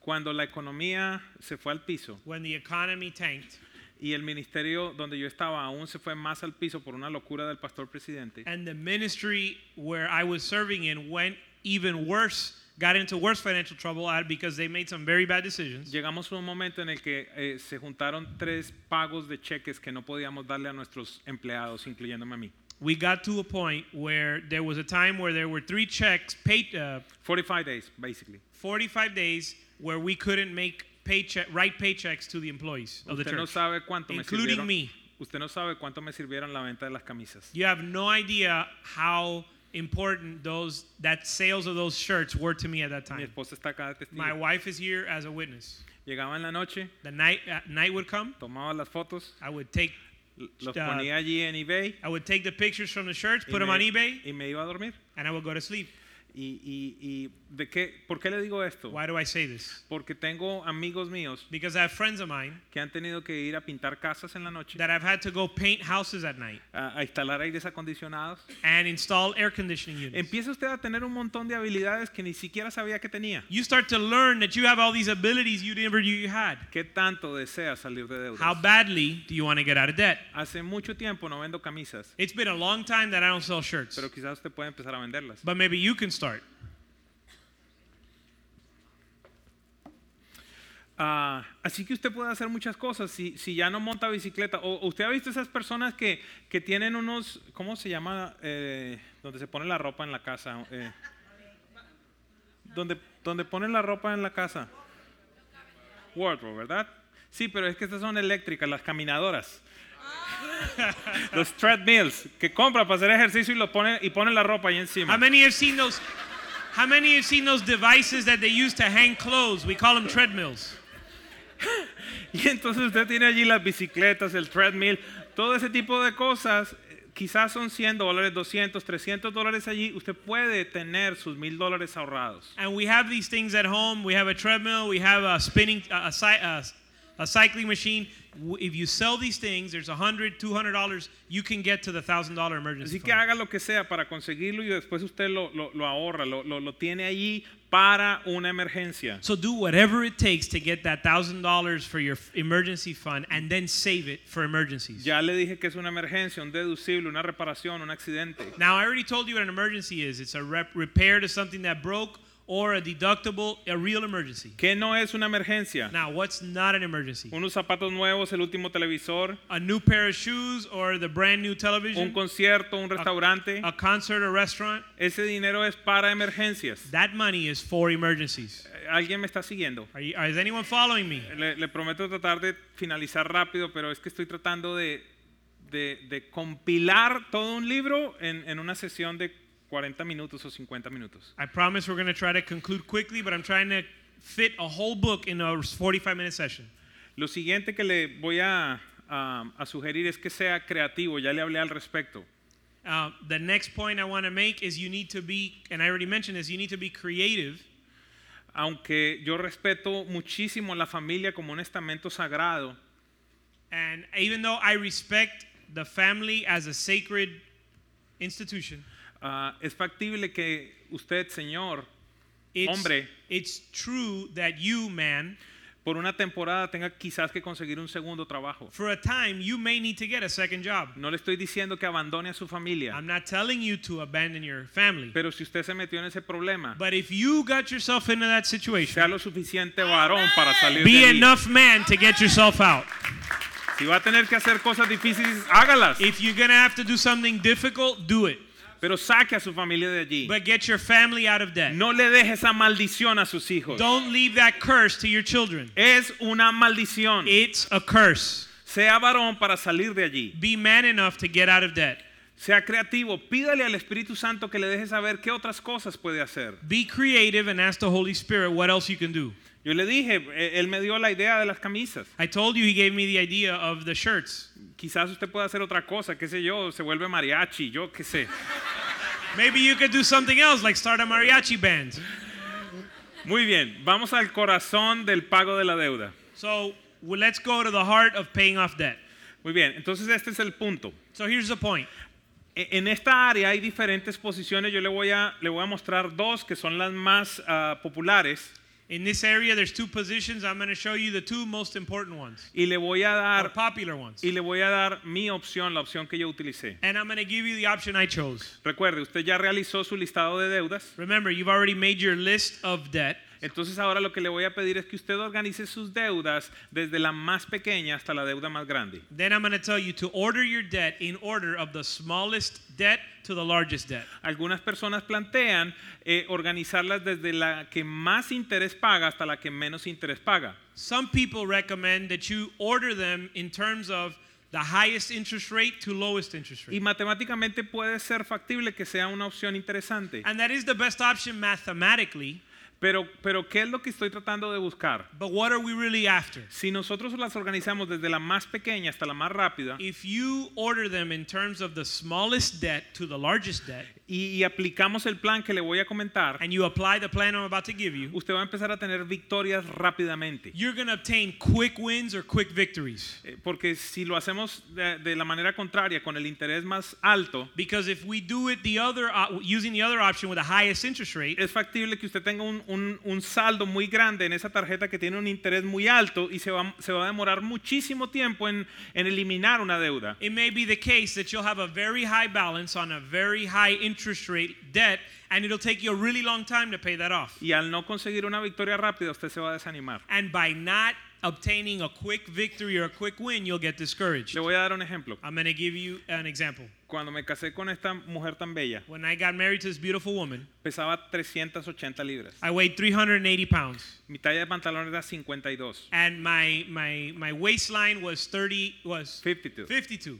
Speaker 1: cuando la economía se fue al piso,
Speaker 2: when the economy tanked
Speaker 1: y el ministerio donde yo estaba aún se fue más al piso por una locura del pastor presidente.
Speaker 2: and the ministry where I was serving in went even worse, got into worse financial trouble uh, because they made some very bad decisions.
Speaker 1: Llegamos a un momento en el que eh, se juntaron tres pagos de cheques que no podíamos darle a nuestros empleados, incluyéndome a mí.
Speaker 2: We got to a point where there was a time where there were three checks paid uh,
Speaker 1: 45 days, basically.
Speaker 2: 45 days where we couldn't make paycheck right paychecks to the employees of the
Speaker 1: Usted no
Speaker 2: church.
Speaker 1: sabe cuánto me
Speaker 2: including
Speaker 1: sirvieron.
Speaker 2: me.
Speaker 1: Usted no sabe cuánto me sirvieron la venta de las camisas.
Speaker 2: You have no idea how important those that sales of those shirts were to me at that
Speaker 1: Mi
Speaker 2: time.
Speaker 1: esposa está acá de testigo.
Speaker 2: My wife is here as a witness.
Speaker 1: Llegaba en la noche,
Speaker 2: The night uh, night would come,
Speaker 1: tomaba las fotos,
Speaker 2: I would take
Speaker 1: l- los
Speaker 2: Ya.
Speaker 1: ponía allí en eBay
Speaker 2: I would take the pictures from the shirts,
Speaker 1: y
Speaker 2: put them on eBay,
Speaker 1: y me iba a dormir.
Speaker 2: and I would go to sleep.
Speaker 1: Y, y- y de qué, ¿por qué le digo esto?
Speaker 2: Why do I say this?
Speaker 1: Porque tengo amigos míos
Speaker 2: Because I have friends of mine
Speaker 1: que han tenido que ir a pintar casas en la noche,
Speaker 2: that I've had to go paint houses at night
Speaker 1: a, a instalar aires acondicionados.
Speaker 2: and install air conditioning units.
Speaker 1: Empieza usted a tener un montón de habilidades que ni siquiera sabía que tenía.
Speaker 2: You start to learn that you have all these abilities you never knew you had.
Speaker 1: ¿Qué tanto desea salir de
Speaker 2: How
Speaker 1: deudas?
Speaker 2: badly do you want to get out of debt?
Speaker 1: Hace mucho tiempo no vendo camisas,
Speaker 2: It's been a long time that I don't sell shirts,
Speaker 1: pero quizás usted puede empezar a venderlas.
Speaker 2: but maybe you can start.
Speaker 1: Ah, así que usted puede hacer muchas cosas si, si ya no monta bicicleta. O usted ha visto esas personas que, que tienen unos, ¿cómo se llama? Eh, donde se pone la ropa en la casa. eh, donde, donde ponen la ropa en la casa. Wardrobe, ¿verdad? Sí, pero es que estas son eléctricas, las caminadoras. los treadmills que compra para hacer ejercicio y lo pone y ponen la ropa ahí encima.
Speaker 2: How many have seen those? How many have seen those devices that they use to hang clothes? We call them treadmills.
Speaker 1: Y entonces usted tiene allí las bicicletas, el treadmill, todo ese tipo de cosas. eh, Quizás son 100 dólares, 200, 300 dólares allí. Usted puede tener sus mil dólares ahorrados.
Speaker 2: And we have these things at home. We have a treadmill. We have a spinning, a, a, cy- a, a cycling machine. W- If you sell these things, there's a hundred, two hundred dollars. You can get to the thousand dollar emergency
Speaker 1: Así que
Speaker 2: fund.
Speaker 1: haga lo que sea para conseguirlo y después usted lo, lo- lo ahorra, lo, lo- lo tiene allí para una emergencia.
Speaker 2: So do whatever it takes to get that thousand dollars for your f- emergency fund, and then save it for emergencies.
Speaker 1: Ya le dije que es una emergencia, un deducible, una reparación, un accidente.
Speaker 2: Now, I already told you what an emergency is. It's a rep- repair to something that broke or a deductible, a real emergency.
Speaker 1: ¿Qué no es una emergencia?
Speaker 2: Now, what's not an emergency?
Speaker 1: Unos zapatos nuevos, el último televisor,
Speaker 2: A new pair of shoes or the brand new
Speaker 1: un
Speaker 2: television,
Speaker 1: concierto, un restaurante.
Speaker 2: a concert or restaurant.
Speaker 1: Ese dinero es para emergencias.
Speaker 2: That money is for emergencies.
Speaker 1: Eh, ¿Alguien me está siguiendo?
Speaker 2: Are you, are, is anyone following me?
Speaker 1: Le, le prometo tratar de finalizar rápido, pero es que estoy tratando de, de- de compilar todo un libro en, en una sesión de 40 minutos o 50 minutos.
Speaker 2: I promise we're going to try to conclude quickly, but I'm trying to fit a whole book in a 45 minute session.
Speaker 1: Lo siguiente que le voy a, a- a sugerir es que sea creativo, ya le hablé al respecto.
Speaker 2: Uh, the next point I want to make is you need to be, and I already mentioned this, you need to be creative.
Speaker 1: Aunque yo respeto muchísimo la familia como un estamento sagrado,
Speaker 2: And even though I respect the family as a sacred institution,
Speaker 1: ah, es factible que usted, señor,
Speaker 2: it's,
Speaker 1: Hombre.
Speaker 2: it's true that you, man,
Speaker 1: por una temporada tenga quizás que conseguir un segundo trabajo.
Speaker 2: for a time, you may need to get a second job.
Speaker 1: No le estoy diciendo que abandone a su familia,
Speaker 2: I'm not telling you to abandon your family.
Speaker 1: pero si usted se metió en ese problema,
Speaker 2: But if you got yourself into that situation,
Speaker 1: sea lo suficiente varón para salir
Speaker 2: be
Speaker 1: de ahí.
Speaker 2: enough man to get yourself out.
Speaker 1: Si va a tener que hacer cosas difíciles, hágalas,
Speaker 2: If you're going to have to do something difficult, do it.
Speaker 1: pero saque a su familia de allí.
Speaker 2: But get your family out of debt.
Speaker 1: No le deje esa maldición a sus hijos.
Speaker 2: Don't leave that curse to your children.
Speaker 1: Es una maldición.
Speaker 2: It's a curse.
Speaker 1: Sea varón para salir de allí.
Speaker 2: Be man enough to get out of debt.
Speaker 1: Sea creativo. Pídale al Espíritu Santo que le deje saber qué otras cosas puede hacer.
Speaker 2: Be creative and ask the Holy Spirit what else you can do.
Speaker 1: Yo le dije, eh, él me dio la idea de las camisas.
Speaker 2: I told you he gave me the idea of the shirts.
Speaker 1: Quizás usted pueda hacer otra cosa, qué sé yo, se vuelve mariachi, yo qué sé.
Speaker 2: Maybe you could do something else, like start a mariachi band.
Speaker 1: Muy bien, vamos al corazón del pago de la deuda.
Speaker 2: So well, let's go to the heart of paying off debt.
Speaker 1: Muy bien, entonces este es el punto.
Speaker 2: So here's the point.
Speaker 1: E- En esta área hay diferentes posiciones, yo le voy a, le voy a mostrar dos que son las más ah, populares
Speaker 2: In this area, there's two positions. I'm going to show you the two most important ones,
Speaker 1: y le voy a
Speaker 2: or
Speaker 1: dar
Speaker 2: popular ones.
Speaker 1: y le voy a dar mi opción, la opción que yo utilicé.
Speaker 2: And I'm going to give you the option I chose.
Speaker 1: Recuerde, usted ya realizó su listado de deudas,
Speaker 2: Remember, you've already made your list of debt.
Speaker 1: entonces ahora lo que le voy a pedir es que usted organice sus deudas desde la más pequeña hasta la deuda más grande.
Speaker 2: Then I'm going to tell you to order your debt in order of the smallest debt to the largest debt.
Speaker 1: Algunas personas plantean eh, organizarlas desde la que más interés paga hasta la que menos interés paga.
Speaker 2: Some people recommend that you order them in terms of the highest interest rate to lowest interest
Speaker 1: Y
Speaker 2: rate.
Speaker 1: matemáticamente puede ser factible que sea una opción interesante.
Speaker 2: And that is the best option mathematically,
Speaker 1: Pero, pero ¿qué es lo que estoy tratando de buscar?
Speaker 2: but what are we really after?
Speaker 1: Si nosotros las organizamos desde la más pequeña hasta la más rápida
Speaker 2: If you order them in terms of the smallest debt to the largest debt,
Speaker 1: y, y aplicamos el plan que le voy a comentar,
Speaker 2: and you apply the plan I'm about to give you,
Speaker 1: usted va a empezar a tener victorias rápidamente.
Speaker 2: you're going to obtain quick wins or quick victories.
Speaker 1: Eh, Porque si lo hacemos de, de la manera contraria, con el interés más alto,
Speaker 2: Because if we do it the other op- using the other option with the highest interest rate,
Speaker 1: es factible que usted tenga un, un- un saldo muy grande en esa tarjeta que tiene un interés muy alto y se va, se va a demorar muchísimo tiempo en, en eliminar una deuda.
Speaker 2: it may be the case that you'll have a very high balance on a very high interest rate debt, and it'll take you a really long time to pay that off.
Speaker 1: Y al no conseguir una victoria rápida, usted se va a desanimar.
Speaker 2: And by not obtaining a quick victory or a quick win, you'll get discouraged.
Speaker 1: Le voy a dar un ejemplo.
Speaker 2: I'm going to give you an example.
Speaker 1: Cuando me casé con esta mujer tan bella,
Speaker 2: When I got married to this beautiful woman,
Speaker 1: pesaba 380 libras.
Speaker 2: I weighed 380 pounds,
Speaker 1: Mi talla de pantalón era 52.
Speaker 2: and my my my waistline was 30 was
Speaker 1: 52.
Speaker 2: 52.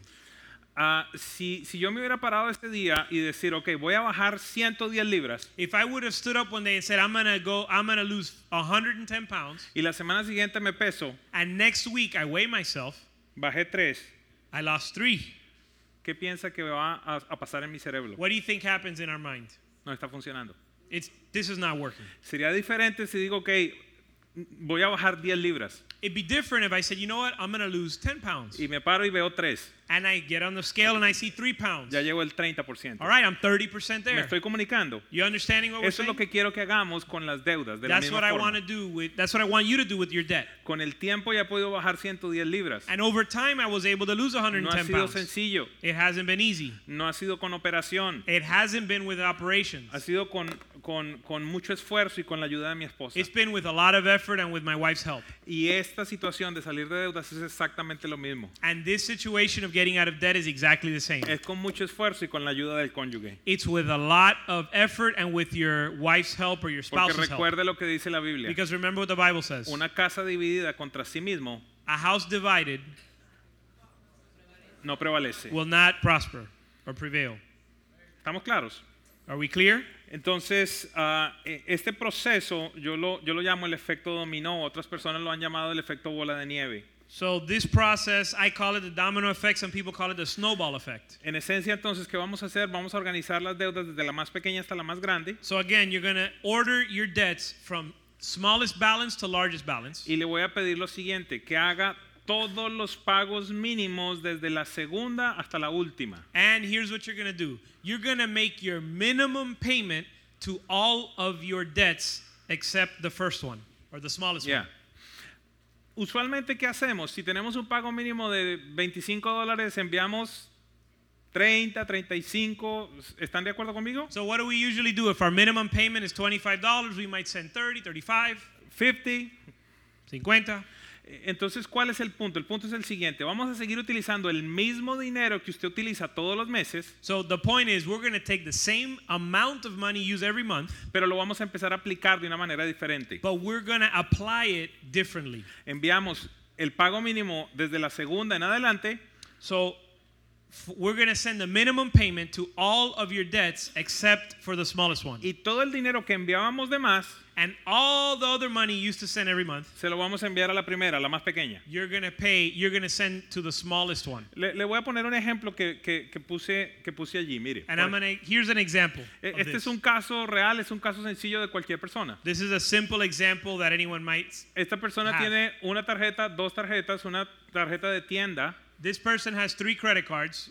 Speaker 1: Ah, si, si yo me hubiera parado este día y decir, ok, voy a bajar 110 libras
Speaker 2: If I would have stood up one day and said, I'm going to go, I'm going to lose 110 pounds,
Speaker 1: y la semana siguiente me peso,
Speaker 2: and next week I weigh myself,
Speaker 1: bajé 3,
Speaker 2: I lost three.
Speaker 1: ¿qué piensa que va a, a pasar en mi cerebro?
Speaker 2: What do you think happens in our mind?
Speaker 1: No está funcionando.
Speaker 2: It's, this is not working.
Speaker 1: Sería diferente si digo, ok, voy a bajar 10 libras
Speaker 2: It'd be different if I said, you know what, I'm going to lose 10 pounds.
Speaker 1: y me paro y veo 3.
Speaker 2: And I get on the scale and I see three pounds.
Speaker 1: Ya llevo el 30%.
Speaker 2: All right, I'm 30%
Speaker 1: Me
Speaker 2: there.
Speaker 1: estoy comunicando.
Speaker 2: You understanding what we're
Speaker 1: Eso es
Speaker 2: saying?
Speaker 1: lo que quiero que hagamos con las deudas. De la
Speaker 2: That's
Speaker 1: misma
Speaker 2: what I
Speaker 1: forma.
Speaker 2: want to do with, that's what I want you to do with your debt.
Speaker 1: Con el tiempo ya he podido bajar 110 libras.
Speaker 2: And over time, I was able to lose
Speaker 1: No ha
Speaker 2: 110
Speaker 1: sido
Speaker 2: pounds.
Speaker 1: sencillo.
Speaker 2: It hasn't been easy.
Speaker 1: No ha sido con operación.
Speaker 2: It hasn't been with operations.
Speaker 1: Ha sido con, con, con mucho esfuerzo y con la ayuda de mi esposa.
Speaker 2: It's been with a lot of effort and with my wife's help.
Speaker 1: Y esta situación de salir de deudas es exactamente lo mismo.
Speaker 2: And this situation of getting out of debt is exactly the same.
Speaker 1: Es con mucho esfuerzo y con la ayuda del cónyuge.
Speaker 2: It's with a lot of effort and with your wife's help or
Speaker 1: Porque
Speaker 2: your spouse's help.
Speaker 1: recuerde lo que dice la Biblia.
Speaker 2: Because remember what the Bible says.
Speaker 1: Una casa dividida contra sí mismo
Speaker 2: A house divided
Speaker 1: no prevalece.
Speaker 2: will not prosper or prevail.
Speaker 1: ¿Estamos claros?
Speaker 2: Are we clear?
Speaker 1: Entonces, ah, e- este proceso yo lo, yo lo llamo el efecto dominó, otras personas lo han llamado el efecto bola de nieve.
Speaker 2: So this process, I call it the domino effect. Some people call it the snowball effect.
Speaker 1: En esencia, entonces, ¿qué vamos a hacer? Vamos a organizar las deudas desde la más pequeña hasta la más grande
Speaker 2: So again, you're gonna order your debts from smallest balance to largest balance.
Speaker 1: y le voy a pedir lo siguiente, que haga todos los pagos mínimos desde la segunda hasta la última.
Speaker 2: And here's what you're gonna do. You're gonna make your minimum payment to all of your debts except the first one or the smallest one.
Speaker 1: Ya. Usualmente, ¿qué hacemos? Si tenemos un pago mínimo de 25 dólares, enviamos 30, 35. ¿Están de acuerdo conmigo?
Speaker 2: So what do we usually do? If our minimum payment is $25, we might send 30, 35,
Speaker 1: 50.
Speaker 2: 50.
Speaker 1: Entonces, ¿cuál es el punto? El punto es el siguiente. Vamos a seguir utilizando el mismo dinero que usted utiliza todos los meses,
Speaker 2: So the point is we're going to take the same amount of money used every month,
Speaker 1: pero lo vamos a empezar a aplicar de una manera diferente.
Speaker 2: but we're going to apply it differently.
Speaker 1: Enviamos el pago mínimo desde la segunda en adelante,
Speaker 2: So f- we're going to send the minimum payment to all of your debts except for the smallest one.
Speaker 1: y todo el dinero que enviábamos de más
Speaker 2: And all the other money you used to send every month,
Speaker 1: se lo vamos a enviar a la primera, a la más pequeña.
Speaker 2: you're going to pay, you're going to send to the smallest one.
Speaker 1: Le, le voy a poner un ejemplo que, que- que puse, que puse allí, mire.
Speaker 2: And I'm
Speaker 1: Por-
Speaker 2: going to here's an example.
Speaker 1: e-
Speaker 2: of
Speaker 1: Este
Speaker 2: this.
Speaker 1: es un caso real, es un caso sencillo de cualquier persona.
Speaker 2: This is a simple example that anyone might
Speaker 1: Esta persona
Speaker 2: Ajá.
Speaker 1: tiene una tarjeta, dos tarjetas, una tarjeta de tienda,
Speaker 2: This person has three credit cards.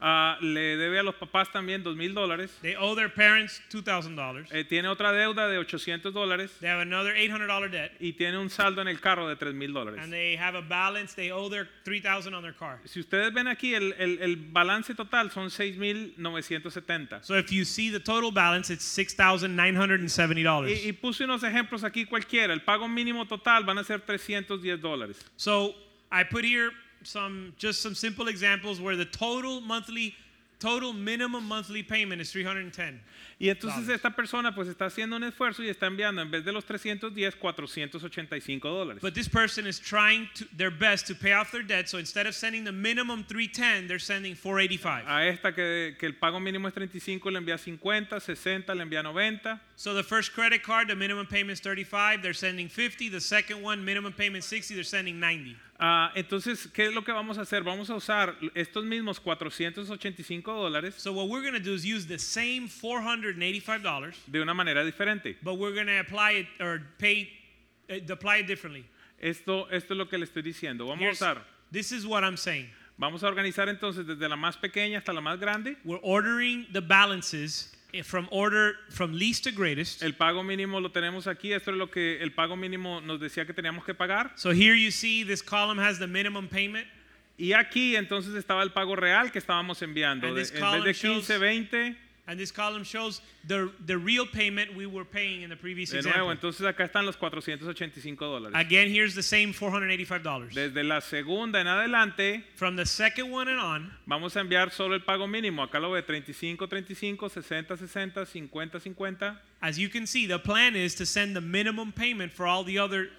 Speaker 1: ah, le debe a los papás también dos mil dólares,
Speaker 2: They owe their parents $2,000.
Speaker 1: eh, tiene otra deuda de 800 dólares
Speaker 2: They have another $800 debt.
Speaker 1: y tiene un saldo en el carro de tres mil
Speaker 2: And
Speaker 1: dólares.
Speaker 2: they have a balance. They owe their 3000 on their car.
Speaker 1: Si ustedes ven aquí, el, el- el balance total son 6,970.
Speaker 2: So if you see the total balance, it's $6,970. pues.
Speaker 1: Y, y puse unos ejemplos aquí cualquiera. El pago mínimo total van a ser 310 dólares.
Speaker 2: So I put here some just some simple examples where the total monthly total minimum monthly payment is 310.
Speaker 1: Y entonces
Speaker 2: Dólares.
Speaker 1: esta persona pues está haciendo un esfuerzo y está enviando en vez de los 310, 485 dólares.
Speaker 2: But this person is trying to, their best to pay off their debt. So instead of sending the minimum 310, they're sending 485.
Speaker 1: A esta que, que el pago mínimo es 35 le envía 50, 60 le envía 90,
Speaker 2: So the first credit card, the minimum payment is 35, they're sending 50. The second one, minimum payment 60, they're sending 90.
Speaker 1: Ah, entonces, ¿qué es lo que vamos a hacer? Vamos a usar estos mismos 485 dólares
Speaker 2: So what we're going to do is use the same $485,
Speaker 1: de una manera diferente.
Speaker 2: but we're going to apply it or pay uh, apply it differently.
Speaker 1: Esto, esto es lo que le estoy diciendo. Vamos
Speaker 2: Here's-
Speaker 1: a usar,
Speaker 2: this is what I'm saying.
Speaker 1: vamos a organizar entonces desde la más pequeña hasta la más grande.
Speaker 2: We're ordering the balances eh, from order from least to greatest.
Speaker 1: El pago mínimo lo tenemos aquí. Esto es lo que el pago mínimo nos decía que teníamos que pagar.
Speaker 2: So here you see this column has the minimum payment.
Speaker 1: Y aquí entonces estaba el pago real que estábamos enviando.
Speaker 2: And
Speaker 1: De-
Speaker 2: this
Speaker 1: en vez
Speaker 2: column
Speaker 1: de
Speaker 2: shows-
Speaker 1: 15, 20,
Speaker 2: And this column shows the, the real payment we were paying in the previous
Speaker 1: de nuevo,
Speaker 2: example.
Speaker 1: entonces acá están los 485 dólares.
Speaker 2: Again, here's the same $485.
Speaker 1: Desde la segunda en adelante
Speaker 2: From the second one and on,
Speaker 1: vamos a enviar solo el pago mínimo. Acá lo ve 35, 35, 60, 60, 50, 50.
Speaker 2: as you can see, the plan is to send the minimum payment for all the other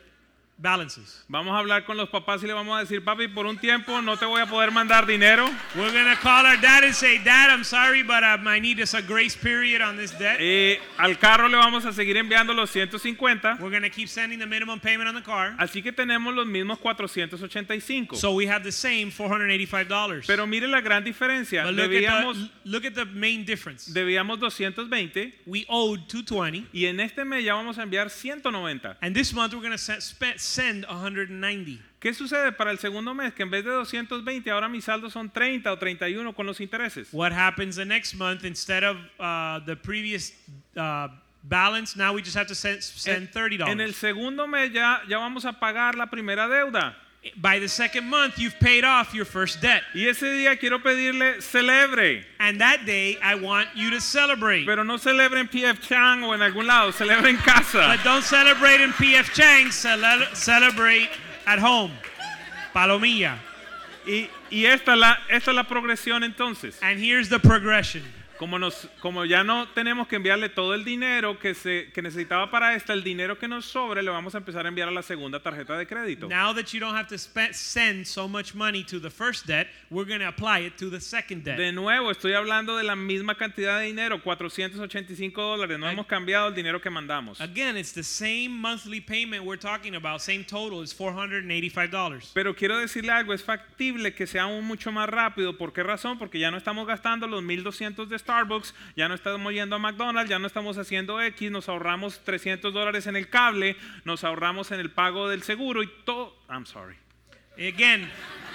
Speaker 2: balances.
Speaker 1: Vamos a hablar con los papás y le vamos a decir, papi, por un tiempo no te voy a poder mandar dinero.
Speaker 2: We're gonna call our dad and say, Dad, I'm sorry, but uh, I might need us a grace period on this debt.
Speaker 1: Eh, al carro le vamos a seguir enviando los 150.
Speaker 2: We're gonna keep sending the minimum payment on the car.
Speaker 1: Así que tenemos los mismos 485.
Speaker 2: So we have the same $485.
Speaker 1: Pero mire la gran diferencia.
Speaker 2: But look at,
Speaker 1: Debíamos,
Speaker 2: the, look at the main difference.
Speaker 1: debíamos 220
Speaker 2: We owed 220,
Speaker 1: y en este mes ya vamos a enviar 190.
Speaker 2: and this month we're gonna se- spe- send 190.
Speaker 1: ¿Qué sucede para el segundo mes? Que en vez de 220 ahora mis saldos son 30 o 31 con los intereses.
Speaker 2: What happens the next month? Instead of uh, the previous uh, balance, now we just have to send, send
Speaker 1: En
Speaker 2: $30.
Speaker 1: el segundo mes ya, ya vamos a pagar la primera deuda.
Speaker 2: By the second month, you've paid off your first debt.
Speaker 1: Y ese día quiero pedirle, celebre.
Speaker 2: And that day, I want you to celebrate.
Speaker 1: Pero no celebre en PF Chang o en algún lado, celebre en casa.
Speaker 2: But don't celebrate in PF Chang's, cele- celebrate at home. Palomilla.
Speaker 1: Y, y esta, es la, esta es la progresión entonces.
Speaker 2: And here's the progression.
Speaker 1: Como, nos, como ya no tenemos que enviarle todo el dinero que, se, que necesitaba para esta, el dinero que nos sobre le vamos a empezar a enviar a la segunda tarjeta de crédito.
Speaker 2: Now that you don't have to spe- send so much money to the first debt, we're going to apply it to the second
Speaker 1: De
Speaker 2: debt.
Speaker 1: nuevo, estoy hablando de la misma cantidad de dinero, 485 dólares. No
Speaker 2: Ay.
Speaker 1: hemos cambiado el dinero que mandamos.
Speaker 2: Again, it's the same monthly payment we're talking about, same total is $485.
Speaker 1: Pero quiero decirle algo, es factible que sea aún mucho más rápido. ¿Por qué razón? Porque ya no estamos gastando los 1200 de Starbucks, ya no estamos yendo a McDonald's, ya no estamos haciendo X, nos ahorramos 300 dólares en el cable, nos ahorramos en el pago del seguro y todo. I'm sorry.
Speaker 2: Again,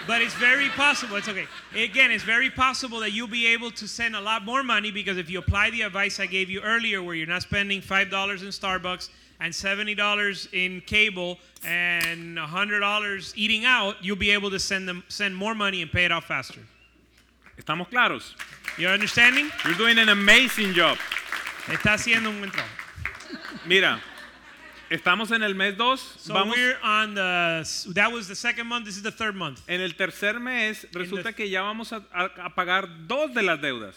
Speaker 2: but it's very possible. It's okay. Again, it's very possible that you'll be able to send a lot more money because if you apply the advice I gave you earlier, where you're not spending five dollars in Starbucks and seventy dollars in cable and hundred dollars eating out, you'll be able to send them send more money and pay it off faster.
Speaker 1: ¿Estamos claros?
Speaker 2: You're understanding?
Speaker 1: You're doing an amazing job.
Speaker 2: Está haciendo un buen trabajo.
Speaker 1: Mira, estamos en el mes 2,
Speaker 2: So
Speaker 1: vamos
Speaker 2: we're on the that was the second month. This is the third month.
Speaker 1: en el tercer mes, resulta
Speaker 2: the-
Speaker 1: que ya vamos a- a- a pagar dos de las deudas.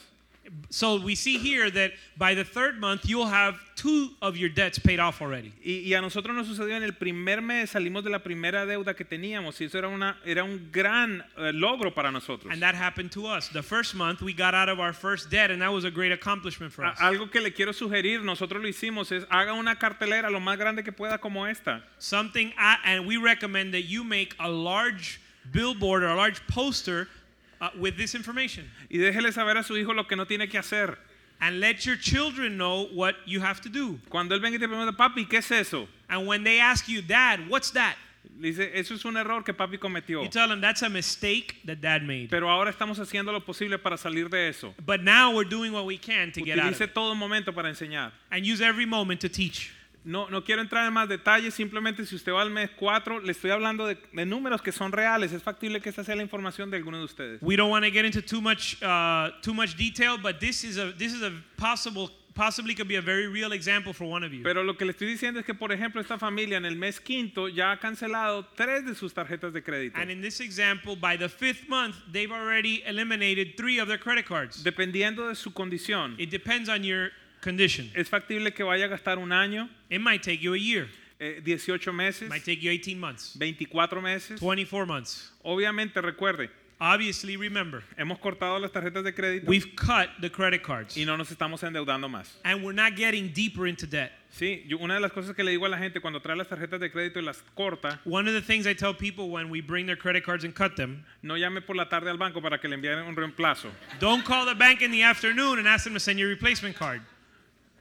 Speaker 2: So we see here that by the third month you'll have two of your debts paid off already.
Speaker 1: Y, y a nosotros nos sucedió en el primer mes, salimos de la primera deuda que teníamos y eso era, una, era un gran eh, logro para nosotros.
Speaker 2: And that happened to us. The first month we got out of our first debt, and that was a great accomplishment for us.
Speaker 1: A- algo que le quiero sugerir, nosotros lo hicimos, es haga una cartelera lo más grande que pueda como esta.
Speaker 2: Something, I, and we recommend that you make a large billboard or a large poster uh, with this information,
Speaker 1: Y déjele saber a su hijo lo que no tiene que hacer.
Speaker 2: and let your children know what you have to do.
Speaker 1: Cuando él venga y te pregunta, papi, ¿qué es eso?
Speaker 2: And when they ask you, Dad, what's that?
Speaker 1: Le dice, eso es un error que papi cometió.
Speaker 2: You tell them that's a mistake that Dad made.
Speaker 1: Pero ahora estamos haciendo lo posible para salir de eso.
Speaker 2: But now we're doing what we can to get out of
Speaker 1: Utilice
Speaker 2: it,
Speaker 1: todo momento para enseñar.
Speaker 2: and use every moment to teach.
Speaker 1: No, no quiero entrar en más detalles, simplemente si usted va al mes 4, le estoy hablando de, de números que son reales, es factible que esta sea la información de alguno de ustedes.
Speaker 2: We don't want to get into too much uh, too much detail, but this is a this is a possible possibly could be a very real example for one of you.
Speaker 1: Pero lo que le estoy diciendo es que, por ejemplo, esta familia en el mes quinto ya ha cancelado tres de sus tarjetas de crédito,
Speaker 2: And in this example, by the fifth month, they've already eliminated three of their credit cards.
Speaker 1: dependiendo de su condición.
Speaker 2: It depends on your condition.
Speaker 1: Es factible que vaya a gastar un año,
Speaker 2: It might take you a year,
Speaker 1: eh, 18
Speaker 2: it
Speaker 1: meses,
Speaker 2: might take you 18 months,
Speaker 1: 24 meses.
Speaker 2: 24 months.
Speaker 1: Obviamente, recuerde,
Speaker 2: Obviously, remember,
Speaker 1: hemos cortado las tarjetas de crédito
Speaker 2: we've cut the credit cards,
Speaker 1: y no nos estamos endeudando más.
Speaker 2: and we're not getting deeper into debt.
Speaker 1: Sí, yo- una de las cosas que le digo a la gente cuando trae las tarjetas de crédito y las corta,
Speaker 2: One of the things I tell people when we bring their credit cards and cut them,
Speaker 1: No llame por la tarde al banco para que le envíen un reemplazo.
Speaker 2: don't call the bank in the afternoon and ask them to send you a replacement card.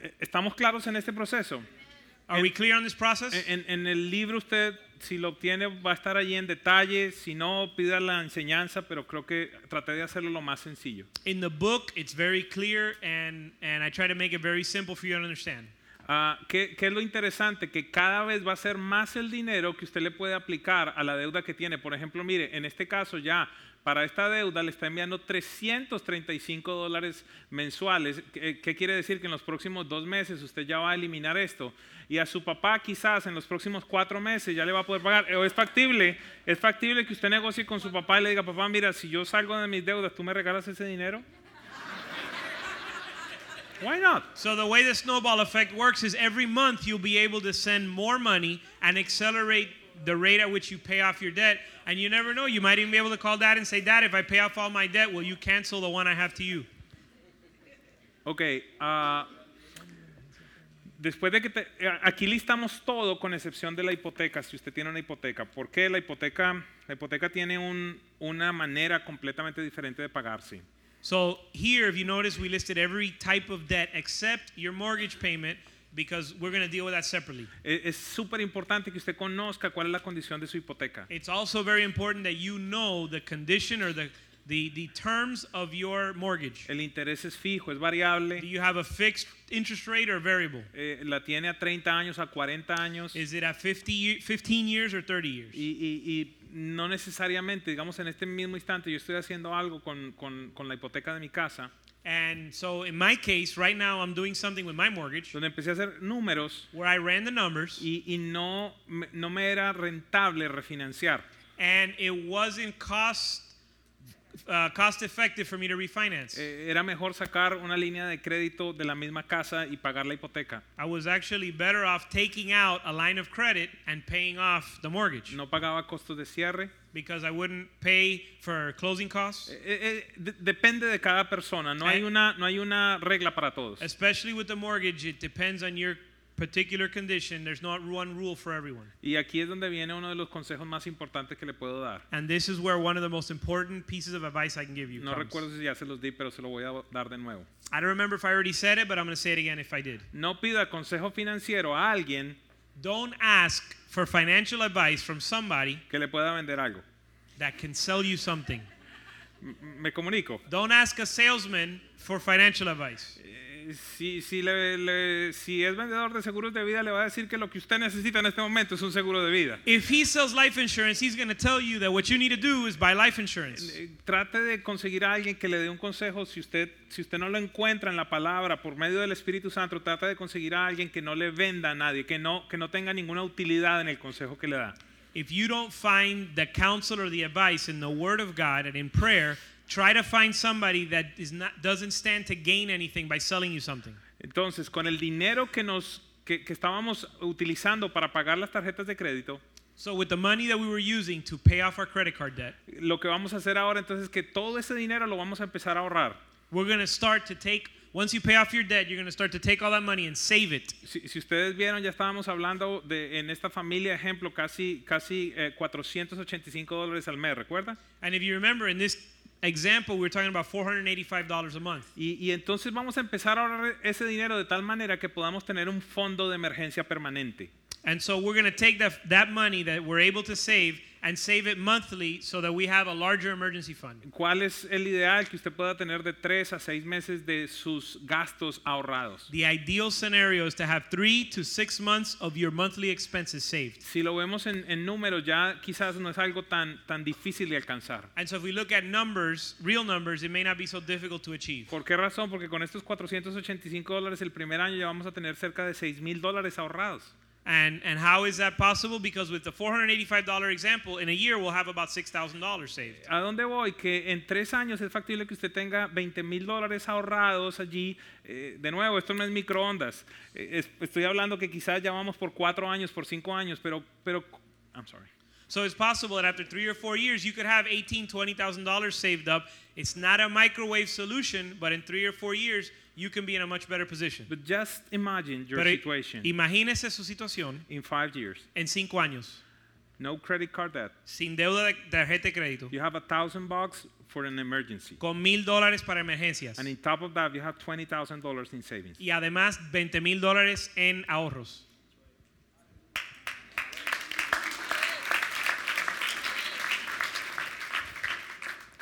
Speaker 1: Eh, ¿Estamos claros en este proceso? Eh,
Speaker 2: Are we clear on this process?
Speaker 1: En, en- en el libro usted, si lo obtiene, va a estar allí en detalle. Si no, pida la enseñanza, pero creo que traté de hacerlo lo más sencillo.
Speaker 2: In the book, it's very clear, and, and I try to make it very simple for you to understand.
Speaker 1: Ah, ¿qué, qué es lo interesante? Que cada vez va a ser más el dinero que usted le puede aplicar a la deuda que tiene. Por ejemplo, mire, en este caso ya, para esta deuda le está enviando 335 dólares mensuales. ¿Qué, qué quiere decir? Que en los próximos dos meses usted ya va a eliminar esto. Y a su papá quizás en los próximos cuatro meses ya le va a poder pagar. O es factible, es factible que usted negocie con su papá y le diga, papá, mira, si yo salgo de mis deudas, ¿tú me regalas ese dinero? Why not?
Speaker 2: So the way the snowball effect works is every month you'll be able to send more money and accelerate the rate at which you pay off your debt. And you never know, you might even be able to call dad and say, Dad, if I pay off all my debt, will you cancel the one I have to you?
Speaker 1: Ok, ah, después de que te- eh, aquí listamos todo con excepción de la hipoteca, si usted tiene una hipoteca. ¿Por qué la hipoteca? La hipoteca tiene un- una manera completamente diferente de pagarse.
Speaker 2: So here, if you notice, we listed every type of debt except your mortgage payment because we're going to deal with that separately.
Speaker 1: E- Es súper importante que usted conozca cuál es la condición de su hipoteca.
Speaker 2: It's also very important that you know the condition or the, the, the terms of your mortgage.
Speaker 1: El interés es fijo, es
Speaker 2: Do
Speaker 1: variable,
Speaker 2: you have a fixed interest rate or variable?
Speaker 1: eh, la tiene a 30 años, a 40 años.
Speaker 2: Is it at 50, ye- 15 years or 30 years?
Speaker 1: Y, y- y no necesariamente, digamos en este mismo instante, yo estoy haciendo algo con, con- con la hipoteca de mi casa,
Speaker 2: And so in my case, right now I'm doing something with my mortgage
Speaker 1: donde empecé a hacer números
Speaker 2: where I ran the numbers
Speaker 1: y, y no, me- no me era rentable refinanciar.
Speaker 2: and it wasn't cost uh, cost effective for me to refinance.
Speaker 1: Eh, era mejor sacar una línea de crédito de la misma casa y pagar la hipoteca.
Speaker 2: I was actually better off taking out a line of credit and paying off the mortgage
Speaker 1: No pagaba costos de cierre.
Speaker 2: because I wouldn't pay for closing costs,
Speaker 1: Eh, eh, eh, de- depende de cada persona, no hay,
Speaker 2: Eh.
Speaker 1: una, no hay una regla para todos.
Speaker 2: especially with the mortgage. It depends on your particular condition. There's not one rule for everyone.
Speaker 1: Y aquí es donde viene uno de los consejos más importantes que le puedo dar.
Speaker 2: And this is where one of the most important pieces of advice I can give you.
Speaker 1: No
Speaker 2: comes.
Speaker 1: recuerdo si ya se los di, pero se lo voy a dar de nuevo.
Speaker 2: I don't remember if I already said it, but I'm going to say it again if I did.
Speaker 1: No pida consejo financiero a alguien
Speaker 2: Don't ask for financial advice from somebody
Speaker 1: que le pueda vender algo.
Speaker 2: that can sell you something.
Speaker 1: M- Me comunico.
Speaker 2: Don't ask a salesman for financial advice.
Speaker 1: Eh, Si, si, le- le- si es vendedor de seguros de vida, le va a decir que lo que usted necesita en este momento es un seguro de vida.
Speaker 2: If he sells life insurance, he's going to tell you that what you need to do is buy life insurance.
Speaker 1: Eh, Trate de conseguir a alguien que le dé un consejo. Si usted, si usted no lo encuentra en la palabra por medio del Espíritu Santo, trata de conseguir a alguien que no le venda a nadie, que no, que no tenga ninguna utilidad en el consejo que le da.
Speaker 2: If you don't find the counsel or the advice in the Word of God and in prayer, try to find somebody that is not, doesn't stand to gain anything by selling you something.
Speaker 1: Entonces, con el dinero que nos que, que estábamos utilizando para pagar las tarjetas de crédito,
Speaker 2: So, with the money that we were using to pay off our credit card debt,
Speaker 1: lo que vamos a hacer ahora entonces es que todo ese dinero lo vamos a empezar a ahorrar.
Speaker 2: we're going to start to take, once you pay off your debt, you're going to start to take all that money and save it.
Speaker 1: Si, si ustedes vieron, ya estábamos hablando de en esta familia, ejemplo, casi, casi eh, 485 dólares al mes, ¿recuerda?
Speaker 2: And if you remember, in this example, we were talking about $485 a month.
Speaker 1: Y, y entonces vamos a empezar a ahorrar ese dinero de tal manera que podamos tener un fondo de emergencia permanente.
Speaker 2: And so we're going to take that, that money that we're able to save and save it monthly so that we have a larger emergency fund.
Speaker 1: ¿Cuál es el ideal que usted pueda tener de tres a seis meses de sus gastos ahorrados?
Speaker 2: The ideal scenario is to have three to six months of your monthly expenses saved.
Speaker 1: Si lo vemos en, en números, ya quizás no es algo tan, tan difícil de alcanzar.
Speaker 2: And so if we look at numbers, real numbers, it may not be so difficult to achieve.
Speaker 1: ¿Por qué razón? Porque con estos 485 dólares el primer año ya vamos a tener cerca de 6 mil dólares ahorrados.
Speaker 2: And, and how is that possible? Because with the $485 example, in a year we'll have about $6,000 saved.
Speaker 1: ¿A dónde voy? Que en tres años es factible que usted tenga 20 mil dólares ahorrados allí. Eh, de nuevo, esto no es microondas. Eh, es- estoy hablando que quizás ya vamos por cuatro años, por cinco años, pero, pero, I'm sorry.
Speaker 2: So it's possible that after three or four years, you could have $18,000, $20,000 saved up. It's not a microwave solution, but in three or four years, you can be in a much better position.
Speaker 1: But just imagine your
Speaker 2: Pero
Speaker 1: situation
Speaker 2: imagínese su situación
Speaker 1: in five years.
Speaker 2: en cinco años,
Speaker 1: No credit card debt.
Speaker 2: sin deuda de tarjeta de crédito,
Speaker 1: You have a thousand bucks for an emergency.
Speaker 2: con mil dólares para emergencias
Speaker 1: And on top of that, you have $20,000 in savings.
Speaker 2: y además 20 mil dólares en ahorros.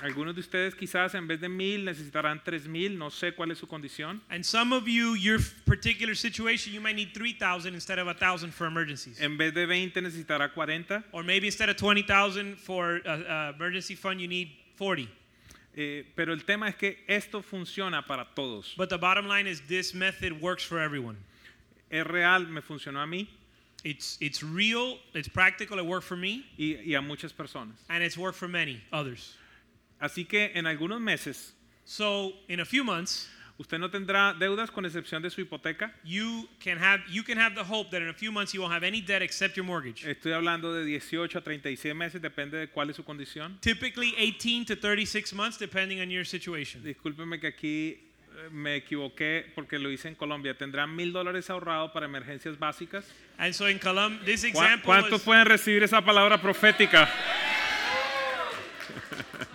Speaker 1: Algunos de ustedes quizás en vez de mil necesitarán tres mil, no sé cuál es su condición.
Speaker 2: And some of you, your particular situation, you might need 3,000 instead of 1,000 for emergencies.
Speaker 1: En vez de 20 necesitará 40.
Speaker 2: Or maybe instead of 20,000 for uh, uh, emergency fund, you need 40.
Speaker 1: Eh, pero el tema es que esto funciona para todos.
Speaker 2: But the bottom line is this method works for everyone.
Speaker 1: Es real, me funcionó a mí
Speaker 2: It's, it's real, it's practical, it worked for me,
Speaker 1: y, y a muchas personas.
Speaker 2: and it's worked for many others.
Speaker 1: Así que en algunos meses
Speaker 2: So in a few months,
Speaker 1: usted no tendrá deudas con excepción de su hipoteca.
Speaker 2: you can have you can have the hope that in a few months you won't have any debt except your mortgage.
Speaker 1: Estoy hablando de 18 a 36 meses, depende de cuál es su condición.
Speaker 2: Typically 18 to 36 months depending on your situation.
Speaker 1: Discúlpeme que aquí eh, me equivoqué porque lo hice en Colombia. Tendrán mil dólares ahorrados para emergencias básicas.
Speaker 2: And so in Colum this
Speaker 1: ¿Cuá-
Speaker 2: example
Speaker 1: ¿Cuántos
Speaker 2: was-
Speaker 1: pueden recibir esa palabra profética?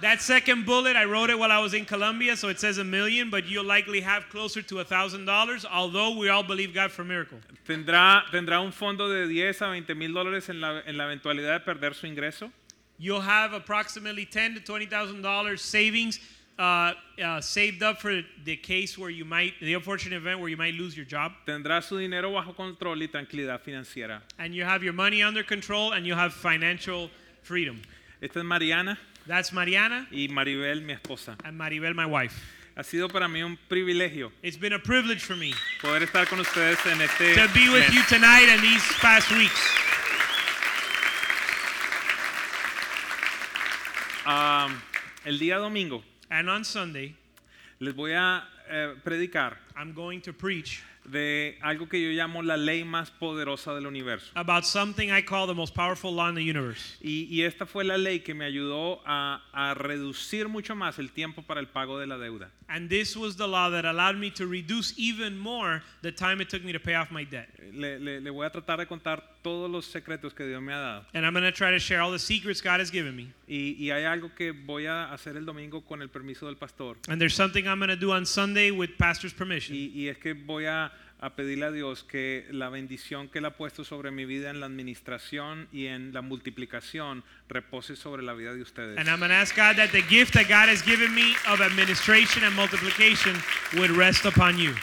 Speaker 2: that second bullet I wrote it while I was in Colombia so it says a million but you'll likely have closer to a thousand dollars although we all believe God for miracle.
Speaker 1: ¿Tendrá, ¿Tendrá un fondo de 10 a 20 mil dólares en la, en la eventualidad de perder su ingreso?
Speaker 2: You'll have approximately ten to twenty thousand dollars savings uh, uh, saved up for the case where you might the unfortunate event where you might lose your job.
Speaker 1: Tendrá su dinero bajo control y tranquilidad financiera.
Speaker 2: and you have your money under control and you have financial freedom.
Speaker 1: Esta es Mariana
Speaker 2: That's Mariana
Speaker 1: y Maribel, mi esposa.
Speaker 2: and Maribel, my wife.
Speaker 1: Ha sido para mí un privilegio
Speaker 2: It's been a privilege for me
Speaker 1: poder estar con ustedes en este
Speaker 2: to be with
Speaker 1: mes.
Speaker 2: you tonight and these past weeks.
Speaker 1: Ah, el día domingo
Speaker 2: And on Sunday,
Speaker 1: les voy a eh, predicar
Speaker 2: I'm going to preach
Speaker 1: de algo que yo llamo la ley más poderosa del universo.
Speaker 2: about something I call the most powerful law in the universe.
Speaker 1: Y, y esta fue la ley que me ayudó a, a reducir mucho más el tiempo para el pago de la deuda.
Speaker 2: And this was the law that allowed me to reduce even more the time it took me to pay off my debt.
Speaker 1: Le, le- le voy a tratar de contar todos los secretos que Dios me ha dado.
Speaker 2: And I'm going to try to share all the secrets God has given me.
Speaker 1: Y, y hay algo que voy a hacer el domingo con el permiso del pastor.
Speaker 2: And there's something I'm going to do on Sunday with pastor's permission.
Speaker 1: Y, y es que voy a, a pedirle a Dios que la bendición que Él ha puesto sobre mi vida en la administración y en la multiplicación repose sobre la vida de ustedes.
Speaker 2: And I'm going to ask God that the gift that God has given me of administration and multiplication would rest upon you.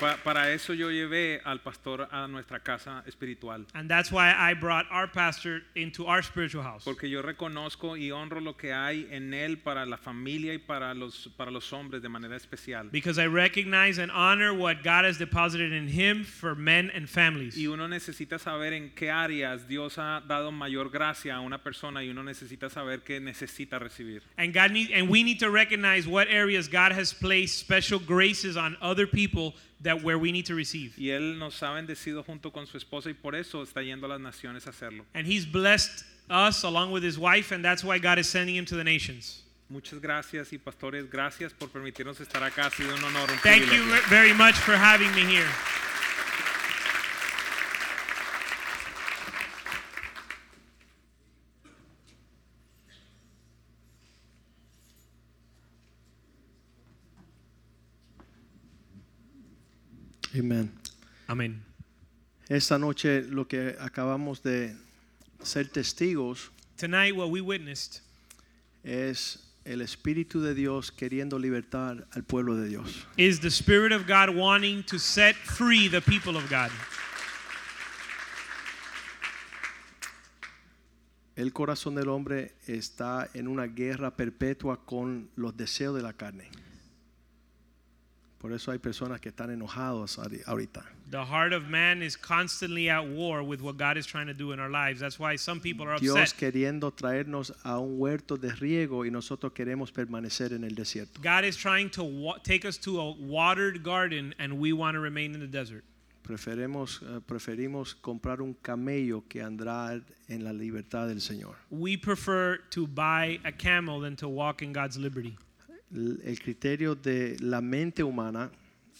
Speaker 1: Pa- para eso yo llevé al pastor a nuestra casa espiritual.
Speaker 2: And that's why I brought our pastor into our spiritual house.
Speaker 1: Porque yo reconozco y honro lo que hay en él para la familia y para los, para los hombres de manera especial.
Speaker 2: Because I recognize and honor what God has deposited in him for men and families.
Speaker 1: Y uno necesita saber en qué áreas Dios ha dado mayor gracia a una persona y uno necesita saber qué necesita recibir.
Speaker 2: And God need, and we need to recognize what areas God has placed special graces on other people that where we need to receive.
Speaker 1: Y él nos ha bendecido junto con su esposa y por eso está yendo a las naciones a hacerlo.
Speaker 2: And he's blessed us along with his wife and that's why God is sending him to the nations.
Speaker 1: Muchas gracias y pastores, gracias por permitirnos estar acá. Ha sido un honor. Un
Speaker 2: Thank you
Speaker 1: privilegio.
Speaker 2: ve- very much for having me here.
Speaker 4: Amén.
Speaker 2: Amen.
Speaker 4: Esta noche lo que acabamos de ser testigos
Speaker 2: Tonight what we witnessed
Speaker 4: es el Espíritu de Dios queriendo libertar al pueblo de Dios.
Speaker 2: is the spirit of God wanting to set free the people of God.
Speaker 4: El corazón del hombre está en una guerra perpetua con los deseos de la carne. Por eso hay personas que están enojadas ahori- ahorita.
Speaker 2: The heart of man is constantly at war with what God is trying to do in our lives. That's why some people are
Speaker 4: Dios
Speaker 2: upset.
Speaker 4: queriendo traernos a un huerto de riego y nosotros queremos permanecer en el desierto.
Speaker 2: God is trying to wa- take us to a watered garden and we want to remain in the desert.
Speaker 4: Preferemos, eh, preferimos comprar un camello que andar en la libertad del Señor.
Speaker 2: We prefer to buy a camel than to walk in God's liberty.
Speaker 4: L- el criterio de la mente humana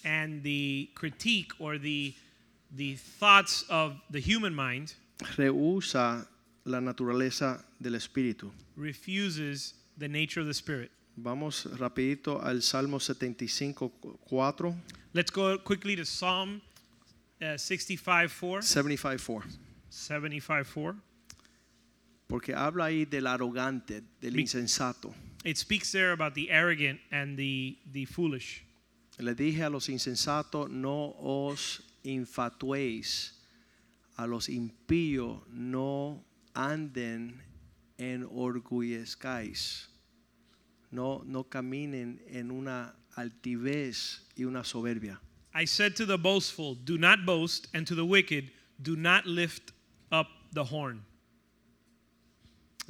Speaker 2: And the critique or the the thoughts of the human mind
Speaker 4: rehúsa la naturaleza del espíritu.
Speaker 2: refuses the nature of the spirit.
Speaker 4: Vamos rapidito al Salmo 75, 4,
Speaker 2: Let's go quickly to Psalm uh, 65 4,
Speaker 4: 75, 4.
Speaker 2: 75 4.
Speaker 4: Porque habla ahí del arrogante, del
Speaker 2: Mi-
Speaker 4: insensato.
Speaker 2: It speaks there about the arrogant and the the foolish.
Speaker 4: Le dije a los insensatos, no os infatuéis. A los impíos, no anden enorgullezcáis. No, no caminen en una altivez y una soberbia.
Speaker 2: I said to the boastful, Do not boast, and to the wicked, Do not lift up the horn.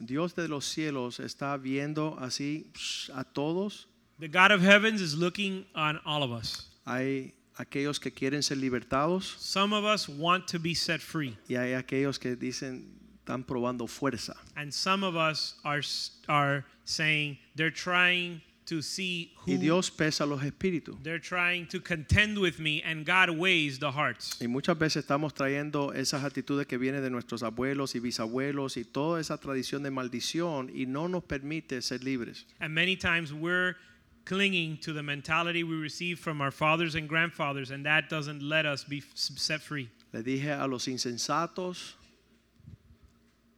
Speaker 4: Dios de los cielos está viendo así psh, a todos.
Speaker 2: The God of heavens is looking on all of us.
Speaker 4: Hay aquellos que quieren ser libertados
Speaker 2: Some of us want to be set free,
Speaker 4: y hay aquellos que dicen están probando fuerza.
Speaker 2: and some of us are, s- are saying they're trying to see
Speaker 4: Y
Speaker 2: who
Speaker 4: Dios pesa los espíritus.
Speaker 2: they're trying to contend with me, and God weighs the hearts.
Speaker 4: Y muchas veces estamos trayendo esas actitudes que vienen de nuestros abuelos y bisabuelos y toda esa tradición de maldición y no nos permite ser libres.
Speaker 2: And many times we're clinging to the mentality we received from our fathers and grandfathers, and that doesn't let us be f- set free.
Speaker 4: Le dije a los insensatos,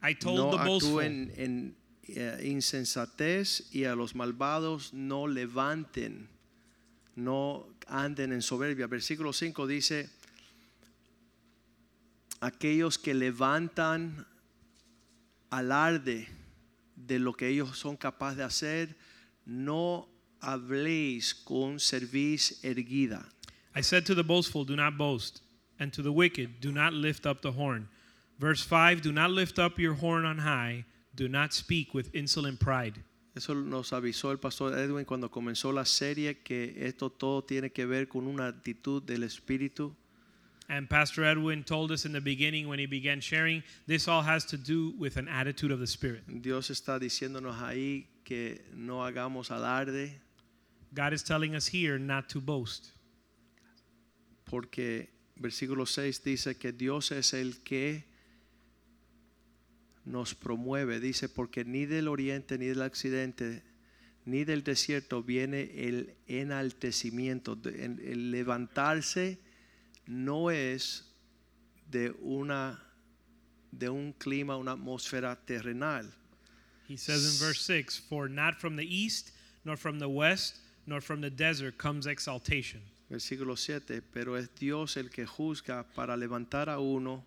Speaker 2: I told
Speaker 4: no
Speaker 2: the boastful.
Speaker 4: actúen en eh, insensatez y a los malvados no levanten, no anden en soberbia. Versículo 5 dice, aquellos que levantan alarde de lo que ellos son capaces de hacer, no habléis con cerviz erguida.
Speaker 2: I said to the boastful, Do not boast, and to the wicked, Do not lift up the horn. Verse 5 Do not lift up your horn on high, do not speak with insolent pride.
Speaker 4: Eso nos avisó el pastor Edwin cuando comenzó la serie que esto todo tiene que ver con una actitud del espíritu.
Speaker 2: And Pastor Edwin told us in the beginning when he began sharing, this all has to do with an attitude of the Spirit.
Speaker 4: Dios está diciéndonos ahí que no hagamos alarde
Speaker 2: God is telling us here not to boast.
Speaker 4: porque versículo 6 dice que Dios es el que nos promueve, dice, porque ni del oriente ni del occidente ni del desierto viene el enaltecimiento, De- el- el levantarse no es de una de un clima, una atmósfera terrenal.
Speaker 2: He says in verse 6 For not from the east, nor from the west, nor from the desert comes exaltation.
Speaker 4: Versículo 7, pero es Dios el que juzga para levantar a uno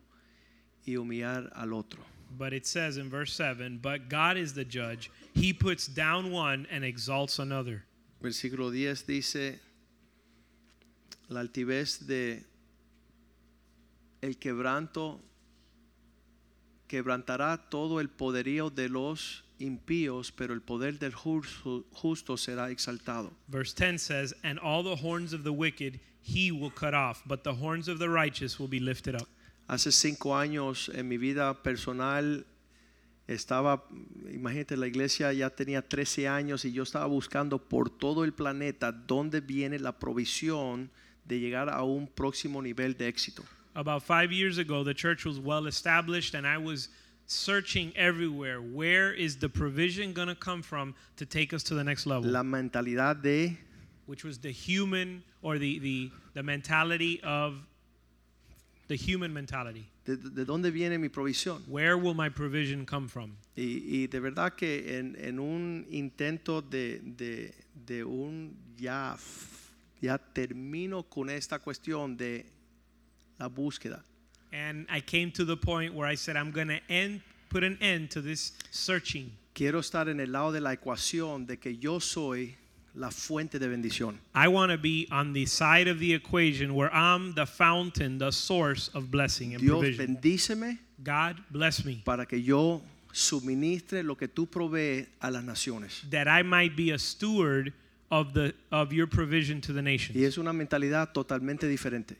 Speaker 4: y humillar al otro.
Speaker 2: But it says in verse 7 But God is the judge, he puts down one and exalts another.
Speaker 4: Versículo 10 dice, la altivez de el quebranto quebrantará todo el poderío de los impíos, pero el poder del justo, justo será exaltado.
Speaker 2: Verse 10 says, And all the horns of the wicked he will cut off, but the horns of the righteous will be lifted up.
Speaker 4: Hace cinco años en mi vida personal estaba, imagínate, la iglesia ya tenía 13 años y yo estaba buscando por todo el planeta dónde viene la provisión de llegar a un próximo nivel de éxito.
Speaker 2: About five years ago, the church was well established, and I was searching everywhere. Where is the provision going to come from to take us to the next level?
Speaker 4: La mentalidad de
Speaker 2: Which was the human or the, the, the mentality of the human mentality.
Speaker 4: de, de dónde viene mi provisión.
Speaker 2: Where will my provision come from?
Speaker 4: Y, y de verdad que en, en un intento de, de- de un ya, f- ya termino con esta cuestión de la búsqueda.
Speaker 2: And I came to the point where I said, I'm going to end, put an end to this searching.
Speaker 4: Quiero estar en el lado de la ecuación de que yo soy la fuente de bendición.
Speaker 2: I want to be on the side of the equation where I'm the fountain, the source of blessing and
Speaker 4: Dios
Speaker 2: provision.
Speaker 4: bendíceme
Speaker 2: God bless me
Speaker 4: para que yo suministre lo que tú provees a las naciones.
Speaker 2: that I might be a steward of the of your provision to the nations.
Speaker 4: Y es una mentalidad totalmente diferente.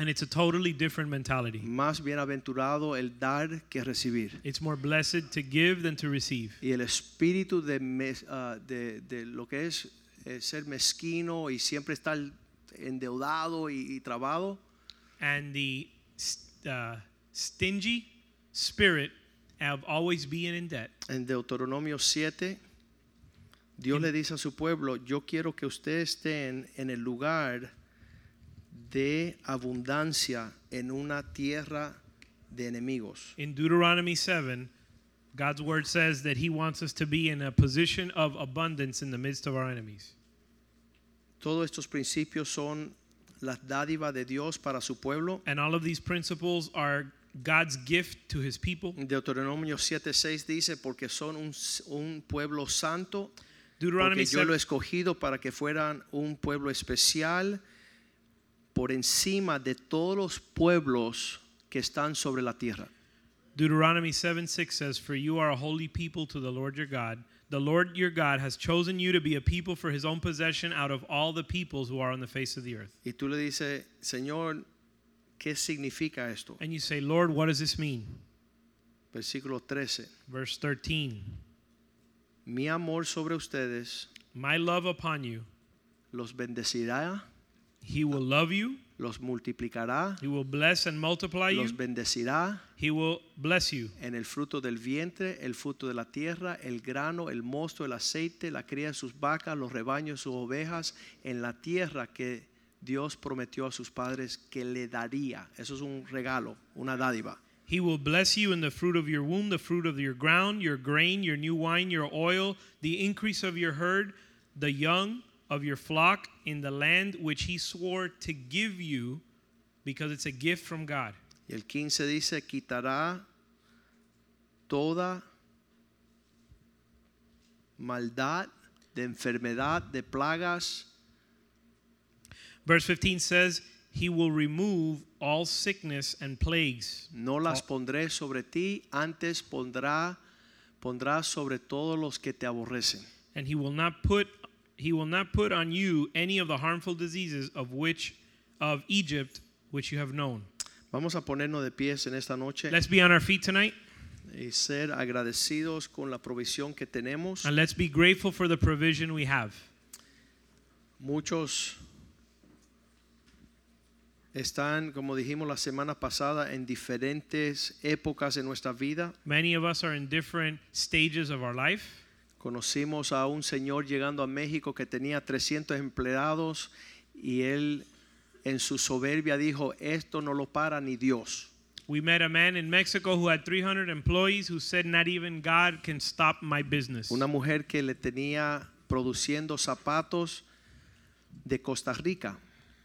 Speaker 2: And it's a totally different mentality.
Speaker 4: Más bienaventurado el dar que recibir.
Speaker 2: It's more blessed to give than to receive.
Speaker 4: Y el espíritu de, mes- ah, de- de lo que es eh, ser mezquino y siempre estar endeudado y, y trabado
Speaker 2: And the st- uh, stingy spirit of always being in debt.
Speaker 4: En Deuteronomio 7, Dios le dice a su pueblo, yo quiero que ustedes estén en el lugar de abundancia en una tierra de enemigos.
Speaker 2: In Deuteronomy 7, God's word says that he wants us to be in a position of abundance in the midst of our enemies.
Speaker 4: Todos estos principios son las dádivas de Dios para su pueblo.
Speaker 2: And all of these principles are God's gift to his people.
Speaker 4: Deuteronomio 7:6 dice, porque son un, s- un pueblo santo,
Speaker 2: Deuteronomy
Speaker 4: porque yo
Speaker 2: 7,
Speaker 4: lo he escogido para que fueran un pueblo especial por encima de todos los pueblos que están sobre la tierra.
Speaker 2: Deuteronomy 7 6 says, For you are a holy people to the Lord your God. The Lord your God has chosen you to be a people for his own possession out of all the peoples who are on the face of the earth.
Speaker 4: Y tú le dices, Señor, ¿qué significa esto?
Speaker 2: And you say, Lord, what does this mean?
Speaker 4: Versículo 13.
Speaker 2: Verse 13
Speaker 4: Mi amor sobre ustedes
Speaker 2: My love upon you.
Speaker 4: los bendecirá,
Speaker 2: He will love you,
Speaker 4: los multiplicará,
Speaker 2: he will bless and multiply
Speaker 4: los
Speaker 2: you,
Speaker 4: bendecirá
Speaker 2: he will bless you.
Speaker 4: en el fruto del vientre, el fruto de la tierra, el grano, el mosto, el aceite, la cría de sus vacas, los rebaños, sus ovejas, en la tierra que Dios prometió a sus padres que le daría. Eso es un regalo, una dádiva.
Speaker 2: He will bless you in the fruit of your womb, the fruit of your ground, your grain, your new wine, your oil, the increase of your herd, the young of your flock in the land which he swore to give you because it's a gift from God.
Speaker 4: Y el 15 dice, quitará toda maldad, de enfermedad, de plagas.
Speaker 2: Verse 15 says, He will remove all sickness and plagues.
Speaker 4: No las pondré sobre ti, antes pondrá, pondrá sobre todos los que te aborrecen.
Speaker 2: and he will not put he will not put on you any of the harmful diseases of which of Egypt which you have known.
Speaker 4: Vamos a ponernos de pies en esta noche
Speaker 2: Let's be on our feet tonight
Speaker 4: y ser agradecidos con la provisión que tenemos.
Speaker 2: and let's be grateful for the provision we have.
Speaker 4: Muchos están, como dijimos la semana pasada, en diferentes épocas de nuestra vida.
Speaker 2: Many of us are in different stages of our life.
Speaker 4: Conocimos a un señor llegando a México que tenía 300 empleados y él en su soberbia dijo, esto no lo para ni Dios.
Speaker 2: We met a man in Mexico who had 300 employees who said not even God can stop my business.
Speaker 4: Una mujer que le tenía produciendo zapatos de Costa Rica.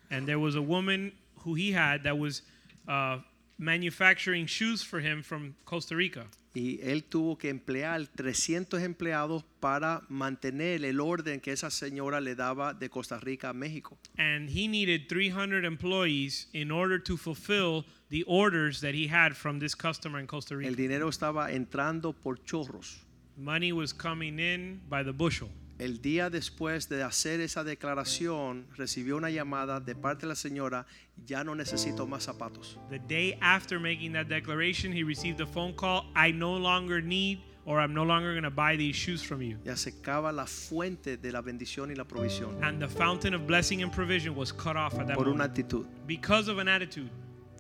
Speaker 2: And there was a woman who he had that was uh, manufacturing shoes for him from Costa Rica.
Speaker 4: Y él tuvo que emplear 300 empleados para mantener el orden que esa señora le daba de Costa Rica a México.
Speaker 2: and he needed 300 employees in order to fulfill the orders that he had from this customer in Costa
Speaker 4: El
Speaker 2: Rica.
Speaker 4: dinero estaba entrando por chorros.
Speaker 2: Money was coming in by the bushel.
Speaker 4: El día después de hacer esa declaración, recibió una llamada de parte de la señora, ya no necesito más zapatos.
Speaker 2: The day after making that declaration, he received a phone call I no longer need or I'm no longer going to buy these shoes from you.
Speaker 4: Ya secaba la fuente de la bendición y la provisión
Speaker 2: And the fountain of blessing and provision was cut off at that
Speaker 4: por una
Speaker 2: moment
Speaker 4: actitud.
Speaker 2: because of an attitude.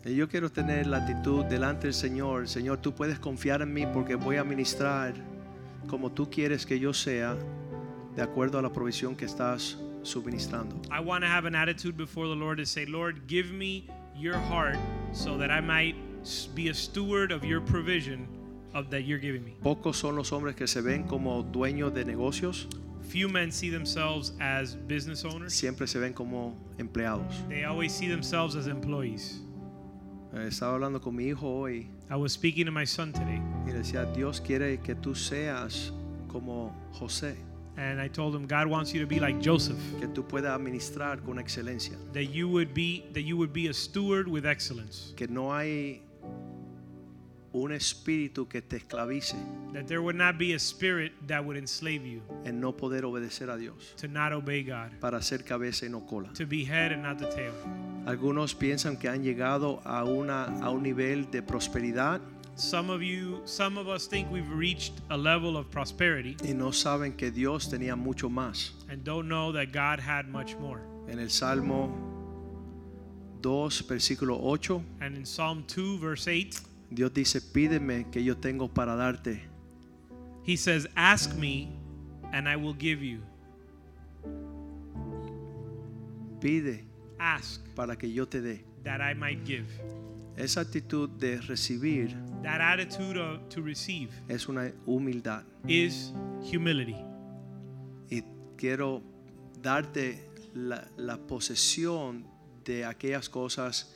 Speaker 4: Y yo quiero tener la actitud delante del Señor. Señor, tú puedes confiar en mí porque voy a ministrar como tú quieres que yo sea, de acuerdo a la provisión que estás suministrando.
Speaker 2: I want to have an attitude before the Lord to say, Lord, give me your heart so that I might s- be a steward of your provision of that you're giving me.
Speaker 4: Pocos son los hombres que se ven como dueños de negocios,
Speaker 2: Few men see themselves as business owners.
Speaker 4: siempre se ven como empleados.
Speaker 2: They always see themselves as employees.
Speaker 4: Eh, Estaba hablando con mi hijo hoy
Speaker 2: I was speaking to my son today,
Speaker 4: y le decía, Dios quiere que tú seas como José,
Speaker 2: and I told him God wants you to be like Joseph,
Speaker 4: que tú puedas administrar con excelencia,
Speaker 2: that you would be that you would be a steward with excellence,
Speaker 4: que no hay un espíritu que te esclavice
Speaker 2: that there would not be a spirit that would enslave you
Speaker 4: en no poder obedecer a Dios
Speaker 2: to not obey God,
Speaker 4: para ser cabeza y no cola.
Speaker 2: to be head and not the tail.
Speaker 4: Algunos piensan que han llegado a, una, a un nivel de prosperidad
Speaker 2: Some of you, some of us think we've reached a level of prosperity
Speaker 4: y no saben que Dios tenía mucho más.
Speaker 2: and don't know that God had much more.
Speaker 4: En el Salmo 2, versículo 8,
Speaker 2: And in Psalm 2 verse 8,
Speaker 4: Dios dice, pídeme que yo tengo para darte.
Speaker 2: He says, Ask me, and I will give you.
Speaker 4: Pide
Speaker 2: Ask
Speaker 4: para que yo te dé.
Speaker 2: that I might give.
Speaker 4: Esa actitud de recibir
Speaker 2: That attitude of, to receive
Speaker 4: es una humildad.
Speaker 2: is humility.
Speaker 4: Y quiero darte la, la posesión de aquellas cosas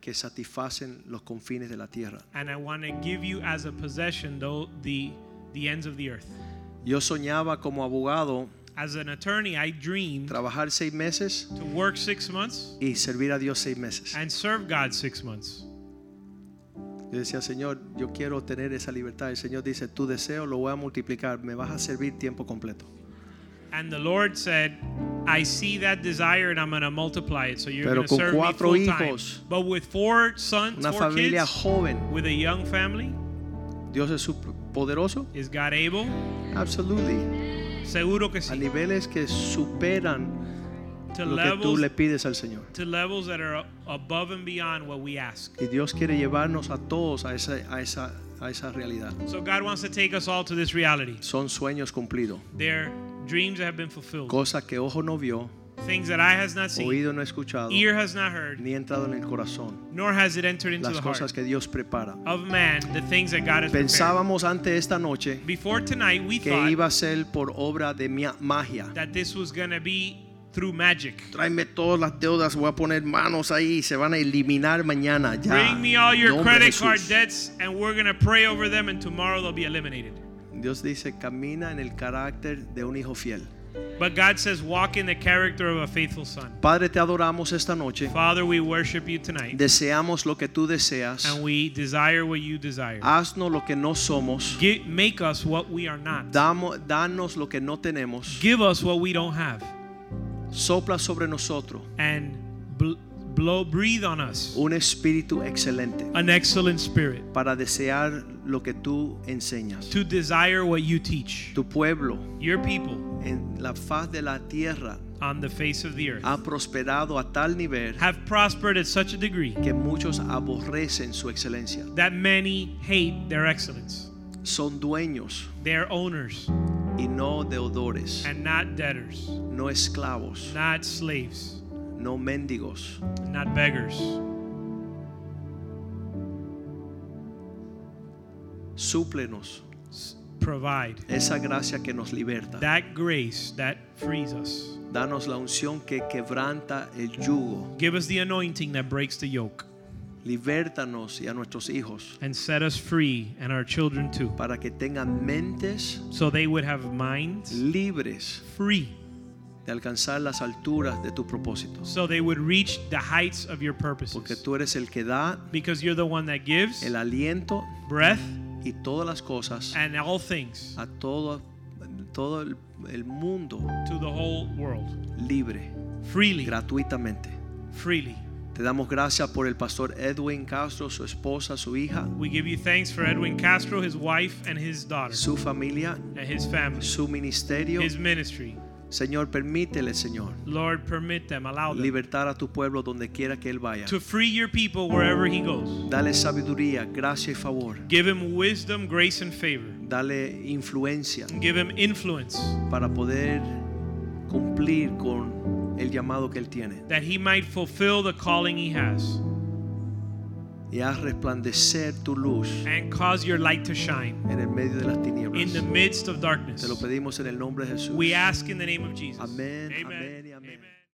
Speaker 4: que satisfacen los confines de la tierra.
Speaker 2: And I want to give you as a possession though the the ends of the earth.
Speaker 4: Yo soñaba como abogado
Speaker 2: As an attorney, I dreamed
Speaker 4: trabajar seis meses
Speaker 2: to work six months
Speaker 4: y servir a Dios seis meses.
Speaker 2: and serve God six months.
Speaker 4: Yo decía, Señor, yo quiero tener esa libertad. El Señor dice, tu deseo lo voy a multiplicar, me vas a servir tiempo completo.
Speaker 2: And the Lord said, I see that desire and I'm going to multiply it. So you're
Speaker 4: Pero
Speaker 2: going to
Speaker 4: con
Speaker 2: serve me
Speaker 4: cuatro
Speaker 2: full time.
Speaker 4: hijos,
Speaker 2: But with four sons,
Speaker 4: Una
Speaker 2: four
Speaker 4: familia
Speaker 2: kids,
Speaker 4: joven,
Speaker 2: with a young family,
Speaker 4: Dios es super- poderoso,
Speaker 2: is God able?
Speaker 4: absolutely,
Speaker 2: Seguro que
Speaker 4: a
Speaker 2: sí.
Speaker 4: niveles que superan
Speaker 2: To
Speaker 4: lo que tú
Speaker 2: levels
Speaker 4: le pides al Señor.
Speaker 2: to levels that are above and beyond what we ask.
Speaker 4: Y Dios quiere llevarnos a todos a esa, a esa, a esa realidad.
Speaker 2: So God wants to take us all to this reality.
Speaker 4: Son sueños cumplidos,
Speaker 2: Their dreams have been fulfilled.
Speaker 4: cosas que ojo no vio,
Speaker 2: Things that eye has not seen,
Speaker 4: oído no escuchado,
Speaker 2: ear has not heard,
Speaker 4: ni entrado en el corazón.
Speaker 2: nor has it entered into
Speaker 4: Las
Speaker 2: the
Speaker 4: cosas
Speaker 2: heart
Speaker 4: que Dios prepara.
Speaker 2: of man, the things that God has prepared.
Speaker 4: Pensábamos antes esta noche
Speaker 2: Before tonight, we
Speaker 4: que iba
Speaker 2: thought
Speaker 4: a ser por obra de mi- magia.
Speaker 2: that this was going to be through magic.
Speaker 4: Tráeme todas las deudas, voy a poner manos ahí, se van a eliminar mañana ya.
Speaker 2: Bring me all your
Speaker 4: Nombre de
Speaker 2: credit card
Speaker 4: Jesús.
Speaker 2: debts, and we're going to pray over them, and tomorrow they'll be eliminated.
Speaker 4: Dios dice, camina en el carácter de un hijo fiel.
Speaker 2: But God says, walk in the character of a faithful son.
Speaker 4: Padre, te adoramos esta noche.
Speaker 2: Father, we worship you tonight,
Speaker 4: Deseamos lo que tú deseas.
Speaker 2: and we desire what you desire.
Speaker 4: Haznos lo que no somos.
Speaker 2: Gi- make us what we are not.
Speaker 4: Damo- danos lo que no tenemos.
Speaker 2: Give us what we don't have,
Speaker 4: Sopla sobre nosotros
Speaker 2: and bl- blow, breathe on us
Speaker 4: un espíritu excelente
Speaker 2: an excellent spirit
Speaker 4: para desear lo que tú enseñas.
Speaker 2: to desire what you teach.
Speaker 4: Tu pueblo
Speaker 2: Your people
Speaker 4: en la faz de la tierra
Speaker 2: on the face of the earth
Speaker 4: ha prosperado a tal nivel
Speaker 2: have prospered at such a degree
Speaker 4: que muchos aborrecen su excelencia.
Speaker 2: that many hate their excellence.
Speaker 4: Son dueños
Speaker 2: They are owners
Speaker 4: y no deudores,
Speaker 2: and not debtors,
Speaker 4: no esclavos,
Speaker 2: not slaves,
Speaker 4: no mendigos.
Speaker 2: not beggars.
Speaker 4: Súplenos
Speaker 2: S- Provide.
Speaker 4: esa gracia que nos liberta.
Speaker 2: That grace that frees us.
Speaker 4: Danos la unción que quebranta el yugo.
Speaker 2: Give us the anointing that breaks the yoke
Speaker 4: Libértanos y a nuestros hijos
Speaker 2: and set us free and our children too.
Speaker 4: para que tengan mentes
Speaker 2: So they would have minds
Speaker 4: libres
Speaker 2: free.
Speaker 4: de alcanzar las alturas de tu propósito.
Speaker 2: So they would reach the heights of your
Speaker 4: Porque
Speaker 2: purposes.
Speaker 4: tú eres el que da
Speaker 2: Because you're the one that gives
Speaker 4: el aliento
Speaker 2: breath
Speaker 4: y todas las cosas
Speaker 2: and all things
Speaker 4: a todo, todo el, el mundo
Speaker 2: to the whole world.
Speaker 4: libre,
Speaker 2: Freely.
Speaker 4: gratuitamente.
Speaker 2: Freely.
Speaker 4: Te damos gracias por el pastor Edwin Castro, su esposa, su hija,
Speaker 2: We give you thanks for Edwin Castro, his wife, and his daughter,
Speaker 4: su familia,
Speaker 2: and his family,
Speaker 4: su ministerio.
Speaker 2: his ministry.
Speaker 4: Señor, permítele, Señor,
Speaker 2: Lord, permit them, allow them
Speaker 4: libertar a tu pueblo donde quiera que él vaya.
Speaker 2: to free your people wherever he goes.
Speaker 4: Dale sabiduría, gracia y favor.
Speaker 2: Give him wisdom, grace, and favor.
Speaker 4: Dale influencia
Speaker 2: And give him influence
Speaker 4: para poder cumplir con el llamado que él tiene
Speaker 2: that he might fulfill the calling he has
Speaker 4: y haz resplandecer tu luz
Speaker 2: and cause your light to shine
Speaker 4: en el medio de las
Speaker 2: in
Speaker 4: tinieblas.
Speaker 2: the midst of darkness.
Speaker 4: Te lo pedimos en el nombre de Jesús.
Speaker 2: We ask in the name of Jesus.
Speaker 4: Amén, amén y amén.